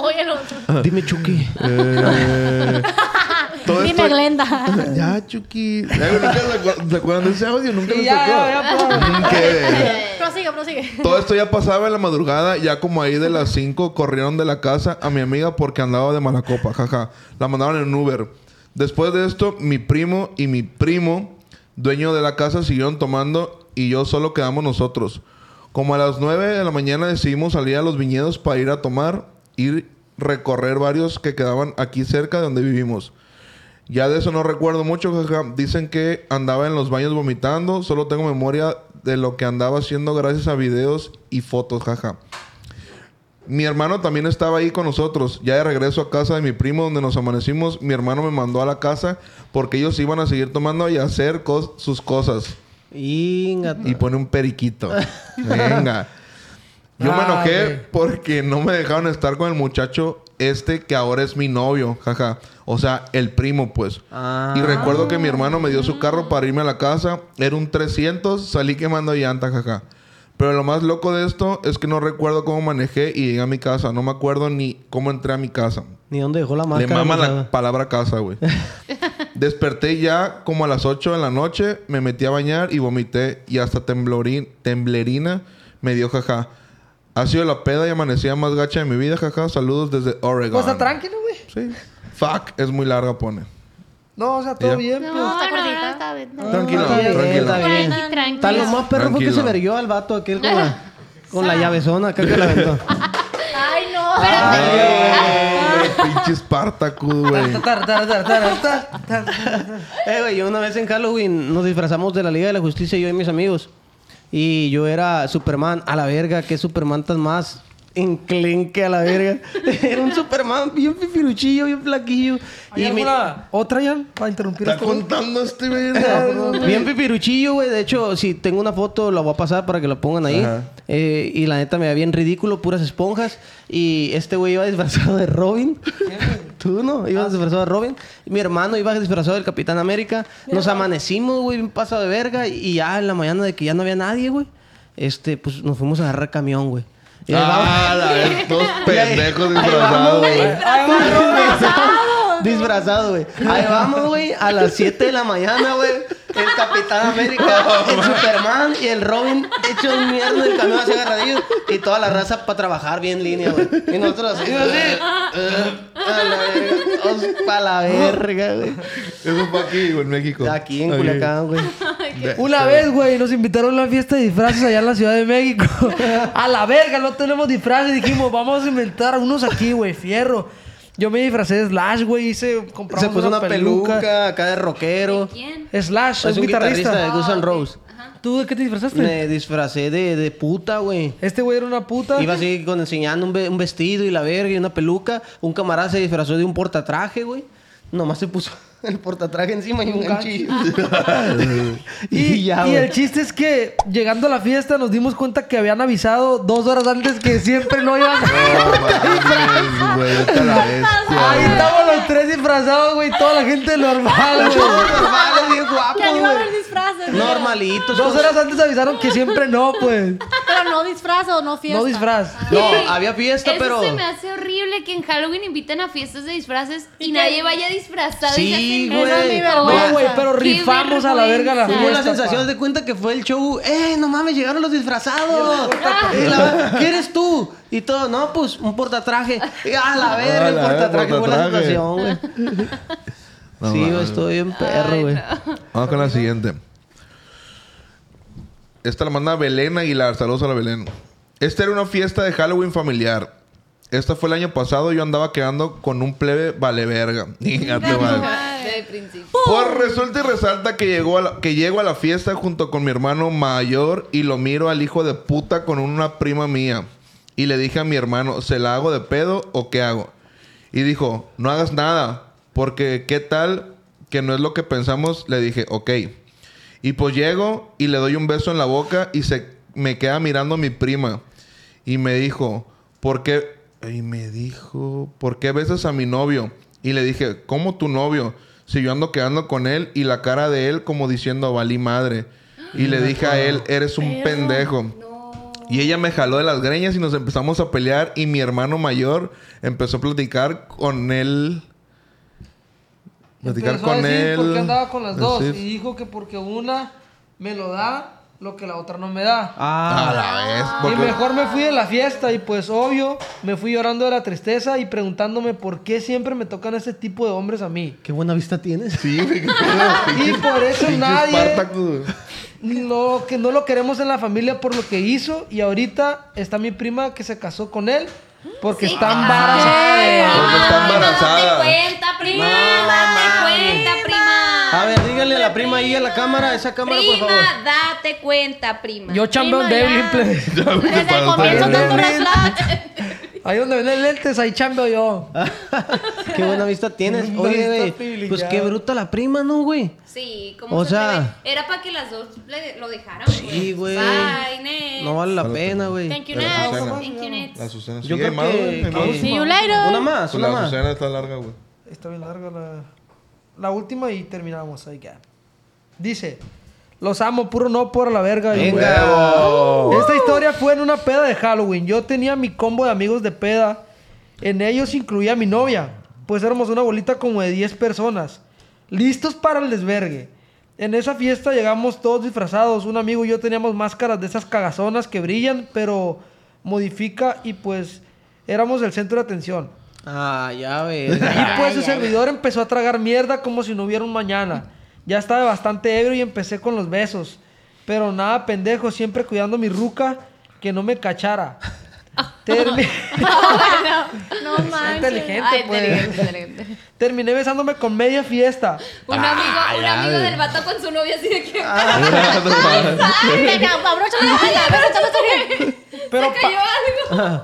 S6: Oye, el otro.
S2: Dime,
S6: <laughs>
S2: Chucky.
S3: Eh, todo
S6: Dime,
S3: esto.
S6: Glenda.
S3: Ya, Chucky. Ya, güey, ¿Nunca se acu- se acuerdan de ese audio? Nunca
S5: Sí,
S3: les
S5: ya,
S3: tocó.
S5: ya, ya, por favor.
S3: ¿Qué?
S6: prosigue, prosigue.
S3: Todo esto ya pasaba en la madrugada, ya como ahí de las 5 corrieron de la casa a mi amiga porque andaba de mala copa, jaja. La mandaron en Uber. Después de esto, mi primo y mi primo, dueño de la casa, siguieron tomando y yo solo quedamos nosotros. Como a las 9 de la mañana decidimos salir a los viñedos para ir a tomar y recorrer varios que quedaban aquí cerca de donde vivimos. Ya de eso no recuerdo mucho, jaja. Dicen que andaba en los baños vomitando. Solo tengo memoria de lo que andaba haciendo gracias a videos y fotos, jaja. Mi hermano también estaba ahí con nosotros. Ya de regreso a casa de mi primo donde nos amanecimos, mi hermano me mandó a la casa porque ellos iban a seguir tomando y a hacer cos- sus cosas.
S2: Ingata.
S3: Y pone un periquito. Venga. Yo me
S5: Ah,
S3: enojé
S5: güey.
S3: porque no me dejaron estar con el muchacho este que ahora es mi novio, jaja. O sea, el primo, pues.
S2: Ah.
S3: Y recuerdo que mi hermano me dio su carro para irme a la casa. Era un 300, salí quemando llanta, jaja. Pero lo más loco de esto es que no recuerdo cómo manejé y llegué a mi casa. No me acuerdo ni cómo entré a mi casa.
S2: Ni dónde dejó la
S3: Le
S2: máscara.
S3: mama
S2: mi
S3: la
S2: chava.
S3: palabra casa, güey. Desperté ya como a las 8 de la noche, me metí a bañar y vomité y hasta temblorín, temblerina me dio jaja. Ha sido la peda y amanecía más gacha de mi vida, jaja. Saludos desde Oregon.
S5: Pues está tranquilo, güey.
S3: Sí. Fuck, es muy larga, pone.
S5: No, o sea, todo
S3: Ya.
S5: bien,
S4: No,
S5: pues.
S4: no,
S6: Está cortita.
S4: no, está bien.
S3: Tranquilo,
S2: está bien,
S3: tranquilo.
S2: está bien.
S4: Tranqui, tranqui.
S2: Tal lo más perro fue que
S3: Tranquilo.
S2: se verguió al vato aquel con
S4: <laughs>
S2: la, con la llavezona acá que la aventó.
S6: Ay, no.
S3: Ay, pinche Spartacus, güey.
S5: Tar, tar, tar, tar, tar, tar, tar.
S2: Eh, güey, yo una vez en Halloween nos disfrazamos de la Liga de la Justicia, yo y mis amigos. Y yo era Superman, a la verga, que Superman tan más enclenque a la verga. <laughs> era un Superman bien pifiruchillo, bien flaquillo.
S5: ¿Hay
S2: Y mi-
S5: alguna otra, Jan? Para interrumpir
S3: Está
S5: esto.
S2: <laughs>
S3: contando este verga.
S2: Bien pipiruchillo, güey. De hecho, si tengo una foto, la voy a pasar para que la pongan ahí.
S3: Ajá.
S2: Eh, y la neta me veía bien ridículo, puras esponjas. Y este güey iba disfrazado de
S3: <laughs>
S2: Robin. Tú no, ibas
S3: Ah.
S2: disfrazado de Robin. Mi hermano iba disfrazado del Capitán América. Nos amanecimos, güey, bien pasado de verga. Y ya en la mañana de que ya no había nadie, güey. Este, pues nos fuimos a agarrar camión, güey. Y ahí
S3: Ah,
S2: vamos-
S3: la
S2: <laughs>
S3: vez, dos pendejos
S2: Ahí vamos,
S3: disfrazados, güey.
S5: Ay, güey, no, güey.
S2: Disfrazado, güey. Ahí vamos, güey, a las 7 de la mañana, güey. El Capitán América, el Superman y el Robin hechos mierda del camión hacia agarradillos. Y toda la raza para trabajar bien línea, güey. Y nosotros así, así. eh, a la verga, todos pa' la verga, güey.
S3: Eso fue aquí o en México.
S2: Aquí en Culiacán, güey.
S5: Una vez, güey, nos invitaron a una fiesta de disfraces allá en la Ciudad de
S2: <laughs>
S5: México. a la verga, no tenemos disfraces. Dijimos, vamos a inventar unos aquí, güey, fierro. Yo me disfracé de Slash, güey. Hice, compramos
S2: Se puso una peluca, acá de
S4: ¿De
S2: rockero.
S4: quién?
S5: Slash,
S2: Es un guitarrista, de Guns N'
S4: Ah, ok.
S2: Roses.
S4: Ajá.
S5: ¿Tú de qué te disfrazaste?
S2: Me disfracé de, de puta, güey.
S5: Este güey era una puta.
S2: Iba así con enseñando un, ve- un vestido y la verga y una peluca. Un camarada se disfrazó de un portatraje, güey. Nomás se puso <laughs> el portatraje encima y un Ah. ganchillo. <laughs>
S3: <laughs>
S5: Y, y el chiste es que llegando a la fiesta nos dimos cuenta que habían avisado dos horas antes que siempre no
S3: <laughs>
S5: iban.
S3: mames, güey, vete a la bestia.
S5: Ahí estamos los tres disfrazados, güey. Toda la gente
S3: <laughs>
S5: normal, güey.
S2: Normales, bien guapos,
S6: Que no iba a haber
S2: güey.
S6: disfraces. güey.
S2: Normalitos.
S5: Dos horas antes avisaron que siempre no, pues.
S6: Pero no disfraz o no fiesta.
S5: No disfraz.
S2: No,
S4: Güey,
S2: había fiesta,
S4: eso
S2: pero.
S4: se me hace horrible que en Halloween inviten a fiestas de disfraces y,
S6: Y que-
S4: nadie vaya disfrazado.
S2: Sí,
S4: y se hacen
S2: güey.
S4: cosas
S2: No,
S4: vergüenza.
S5: No, güey, pero
S4: Qué
S5: rifamos a la verga la
S4: vergüenza.
S2: Tuvo la
S5: fiesta,
S2: sensación
S5: pa.
S2: de cuenta que fue el show. ¡Eh, no mames, llegaron los <laughs> disfrazados! Y la- ¿Qué eres tú? Y todo, no, pues un portatraje. Y, ¡Ah, la verga!
S3: Ah,
S2: El
S3: la
S2: portatraje
S3: verga,
S2: fue la
S3: portatraje.
S2: sensación, güey.
S3: No
S2: sí,
S3: mames.
S2: güey, estoy bien perro, güey.
S3: Vamos con la siguiente. Esta la manda Belén Aguilar. Saludos a la Belén. Esta era una fiesta de Halloween familiar. Esta fue el año pasado. Yo andaba quedando con un plebe vale verga. <laughs> Fíjate, madre.
S4: De principio.
S3: Pues resulta y resalta que, llegó a la- que llego a la fiesta junto con mi hermano mayor y lo miro al hijo de puta con una prima mía. Y le dije a mi hermano, ¿se la hago de pedo o qué hago? Y dijo, no hagas nada, porque qué tal que no es lo que pensamos. Le dije, ok. Y pues llego y le doy un beso en la boca y se me queda mirando mi prima. Y me dijo, ¿por qué? Y me dijo, ¿por qué besas a mi novio? Y le dije, ¿cómo tu novio? Si yo ando quedando con él y la cara de él como diciendo, valí madre. Y le dije a él, eres un pendejo. Y ella me jaló de las greñas y nos empezamos a pelear y mi hermano mayor empezó a platicar con él. Platicar
S5: Empezó a
S3: con
S5: decir
S3: él.
S5: por qué andaba con las dos.
S3: decir-
S5: Y dijo que porque una me lo da lo que la otra no me da.
S3: A
S2: Ah,
S3: la vez.
S5: Y
S3: porque-
S5: mejor me fui de la fiesta y pues obvio, me fui llorando de la tristeza y preguntándome por qué siempre me tocan ese tipo de hombres a mí.
S2: qué buena vista tienes.
S3: Sí, güey, qué pedo,
S5: Y
S3: <laughs> pinches-
S5: por eso
S3: pinches
S5: nadie
S3: Spartacus, güey.
S5: lo que no lo queremos en la familia por lo que hizo y ahorita está mi prima que se casó con él porque
S4: Sí, Ah.
S5: está
S4: claro.
S5: embarazada. de él.
S3: Porque está embarazada.
S4: No, date cuenta, prima. date cuenta, prima.
S2: A ver, díganle a la prima ahí a la cámara, esa cámara, por
S4: prima,
S2: favor.
S4: date cuenta, prima. <laughs>
S5: Yo chambeo en
S4: Prima, ya.
S5: Devlin, please.
S3: <laughs> Ya, güey,
S6: Desde el
S3: para-
S6: comienzo
S3: para-
S6: tengo un refrán.
S5: Ahí donde venden lentes, ahí chambeo yo.
S2: qué buena
S5: <laughs>
S2: vista tienes.
S5: Una vista
S2: Oye, güey. Pues
S5: privilegiada.
S2: qué bruta la prima, ¿no, güey?
S4: Sí, como
S2: O
S4: o
S2: sea-
S4: sea, era para que las dos le- lo dejaran. pues.
S2: Sí, güey.
S4: Bye, next.
S2: No vale la pena, güey.
S6: Thank you,
S5: Ah,
S3: Pero
S6: next.
S3: Azucena.
S4: Thank you, next.
S3: La Azucena.
S2: Yo
S3: Sí,
S2: creo
S3: hay más,
S2: que-
S3: güey, hay más.
S2: que-
S6: See you later. <laughs>
S2: Una más,
S3: Pues La
S2: una más.
S3: Azucena está larga, güey.
S5: Está bien larga la, la última y terminamos ahí ya. Dice, los amo, puro no por la verga. yo, güey.
S2: Venga.
S5: <laughs> Esta historia fue en una peda de Halloween. Yo tenía mi combo de amigos de peda. En ellos incluía a mi novia. Pues éramos una bolita como de 10 personas. Listos para el desvergue. En esa fiesta llegamos todos disfrazados. Un amigo y yo teníamos máscaras de esas cagazonas que brillan, pero modifica y pues éramos el centro de atención.
S2: Ah, ya
S3: <laughs>
S2: ves.
S5: Y pues su servidor empezó a tragar mierda como si no hubiera un mañana. Ya estaba bastante ebrio y empecé con los besos. Pero nada, pendejo, siempre cuidando mi ruca que no me
S4: <laughs>
S5: cachara. Termi-
S6: No manches.
S5: inteligente,
S6: Ay,
S5: pues.
S6: inteligente, inteligente.
S5: Terminé besándome con media fiesta.
S4: Un amigo, un amigo del vato con su novia así de que.
S3: <laughs>
S4: "Ah,
S6: Ay, venga, abróchame la falda, abróchame
S4: <laughs>
S6: tu bien.
S5: Pero,
S4: se
S5: pa-
S4: cayó algo.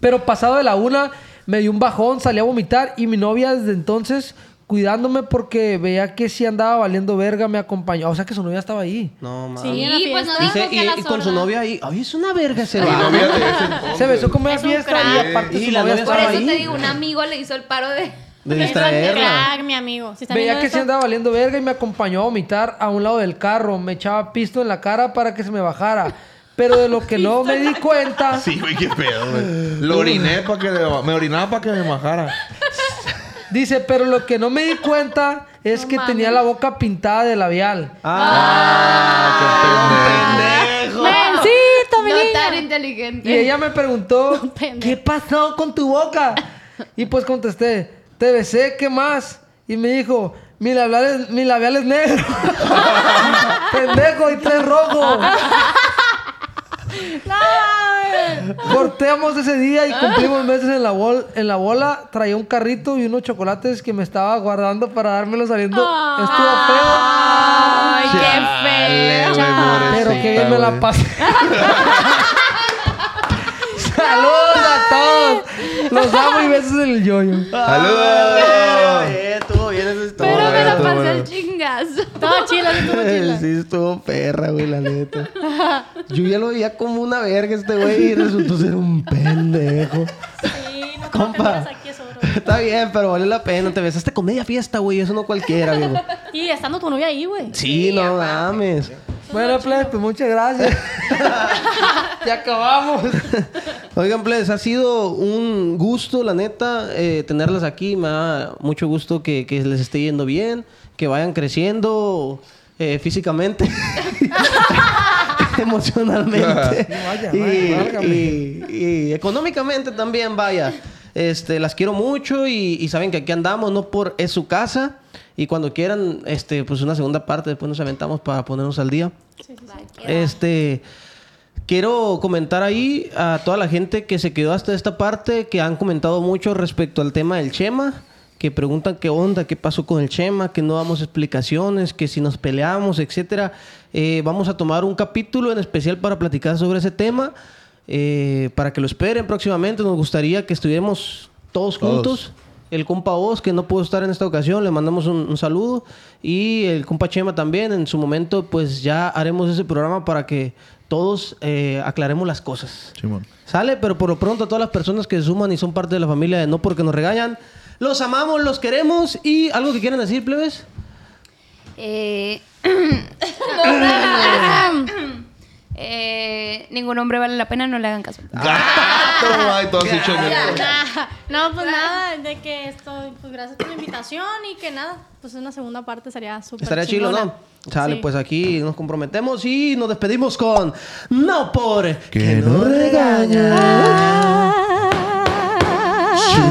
S5: pero pasado de la una, me dio un bajón, salí a vomitar y mi novia desde entonces cuidándome porque veía que si andaba valiendo verga me acompañó. O sea que su novia estaba ahí.
S2: No mames.
S6: Sí, en la
S4: Sí, pues
S6: fiesta.
S4: no
S2: Y,
S4: dejó
S2: se-
S4: que
S2: y-
S4: la
S2: y con su
S4: sorda.
S2: novia ahí. Ay, es una verga ese
S3: Mi
S2: vato.
S3: novia de ese entonces.
S5: Se besó con media
S4: Es un
S5: fiesta
S4: crack.
S5: y aparte
S2: Y
S5: su
S2: la
S5: novia
S2: novia
S5: estaba
S4: Por
S2: estaba
S4: eso
S2: ahí.
S4: te digo, un amigo le hizo el paro de.
S2: De
S6: Es un
S2: distraerla.
S6: crack, mi amigo. Si están
S5: Veía
S6: viendo
S5: que
S6: esto,
S5: se andaba valiendo verga y me acompañó a vomitar a un lado del carro. Me echaba pisto en la cara para que se me bajara. Pero de
S6: <laughs>
S5: lo que no me di cuenta,
S3: Sí, güey, qué pedo, güey. Lo oriné para que le- me orinaba para que me majara.
S5: dice, pero lo que no me di cuenta es
S6: No
S5: que
S6: mames.
S5: tenía la boca pintada de labial.
S3: Ah,
S2: Pendejo.
S6: Mencito, mi
S4: No
S6: niña.
S4: tan inteligente.
S5: Y ella me preguntó,
S6: pendejo.
S5: ¿qué pasó con tu boca? Y pues contesté, te besé, ¿qué más? Y me dijo, mi labial es, mi labial es negro. <laughs> Pendejo, y tres rojo.
S6: No,
S5: Cortemos ese día y cumplimos meses en la, bol- en la bola. Traía un carrito y unos chocolates que me estaba guardando para dármelos saliendo.
S4: Ay,
S5: Estuvo feo.
S4: qué feo.
S5: Ah, Pero qué bien me la pasé. Saludos a todos. Los amo y besos en el yoyo.
S2: Ah,
S11: ¡Saludos!
S2: eh, Estuvo bien esa historia.
S4: Pero me lo
S11: Bueno,
S4: pasé
S11: bueno.
S4: el chingazo.
S6: Estaba chila, sí, estuvo
S2: <laughs>
S6: chila.
S2: Sí, estuvo perra, güey, la neta.
S6: <laughs>
S2: Yo ya lo veía como una verga este güey y resultó ser un pendejo. <laughs>
S6: Sí, no
S2: Compa.
S6: Compa. aquí eso, bro.
S2: Está bien, pero vale la pena. Te besaste con media fiesta, güey. Eso no cualquiera, viejo.
S6: <laughs> Y estando tu novia ahí, güey.
S2: Sí, no mames.
S5: Bueno, plebe, pues muchas gracias. ya acabamos.
S2: Oigan, plebes, ha sido un gusto, la neta, eh, tenerlas aquí. Me da mucho gusto que, que les esté yendo bien, que vayan creciendo eh, físicamente, <laughs>
S5: <laughs>
S2: emocionalmente
S5: Vaya,
S2: y,
S5: vaya, válgame.
S2: y- y económicamente también, vaya. Este, las quiero mucho y, y saben que aquí andamos, no por es su casa. Y cuando quieran, este, pues una segunda parte, después nos aventamos para ponernos al día. Este, quiero comentar ahí a toda la gente que se quedó hasta esta parte, que han comentado mucho respecto al tema del Chema, que preguntan qué onda, qué pasó con el Chema, que no damos explicaciones, que si nos peleamos, etcétera. Eh, vamos a tomar un capítulo en especial para platicar sobre ese tema. eh, para que lo esperen próximamente, nos gustaría que estuviéramos todos
S3: Todos.
S2: juntos. El compa Oz, que no pudo estar en esta ocasión, le mandamos un, un saludo. Y el compa Chema también, en su momento, pues ya haremos ese programa para que todos eh, aclaremos las cosas.
S3: Simón.
S2: Sale, pero por lo pronto a todas las personas que se suman y son parte de la familia de No Porque Nos Regañan, los amamos, los queremos. ¿Y algo que quieran decir, plebes?
S4: Eh, <coughs> no, nada. Eh, ningún hombre vale la pena, no le hagan caso.
S3: ¡Gato! Ay, todo así chingado.
S6: <laughs> No, pues nada, de que estoy, pues gracias por la invitación y que nada, pues una segunda parte sería súper
S2: Estaría chido,
S6: chingona.
S2: ¿no? Sale,
S6: Sí.
S2: pues aquí nos comprometemos y nos despedimos con No por
S3: Que no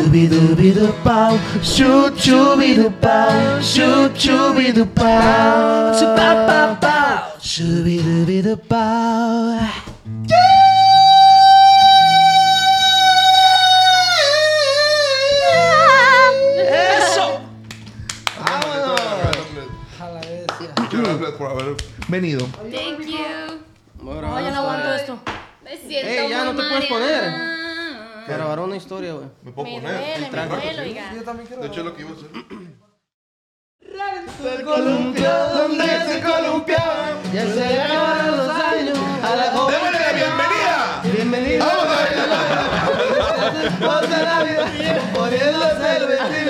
S2: Shubidubidupau, shub shubidupau, shub shubidupau, shubapapau, shubidubidupau. ¡Eso!
S3: Muchas gracias por haber venido.
S4: Thank you.
S6: No, ya no aguanto esto.
S4: <laughs> Me siento
S2: Ey, ya
S4: muy
S2: no te puedes
S4: mareada.
S2: Me grabaron una historia, güey.
S3: Me puedo
S6: Me
S3: poner.
S6: duele, me duele, oiga.
S3: De hecho, es lo que iba a hacer.
S2: donde se columpiaba, ya se le acabaron los años a la joven.
S3: ¡Démosle la bienvenida!
S2: Bienvenido. Otra Navidad, poniéndose el vestido.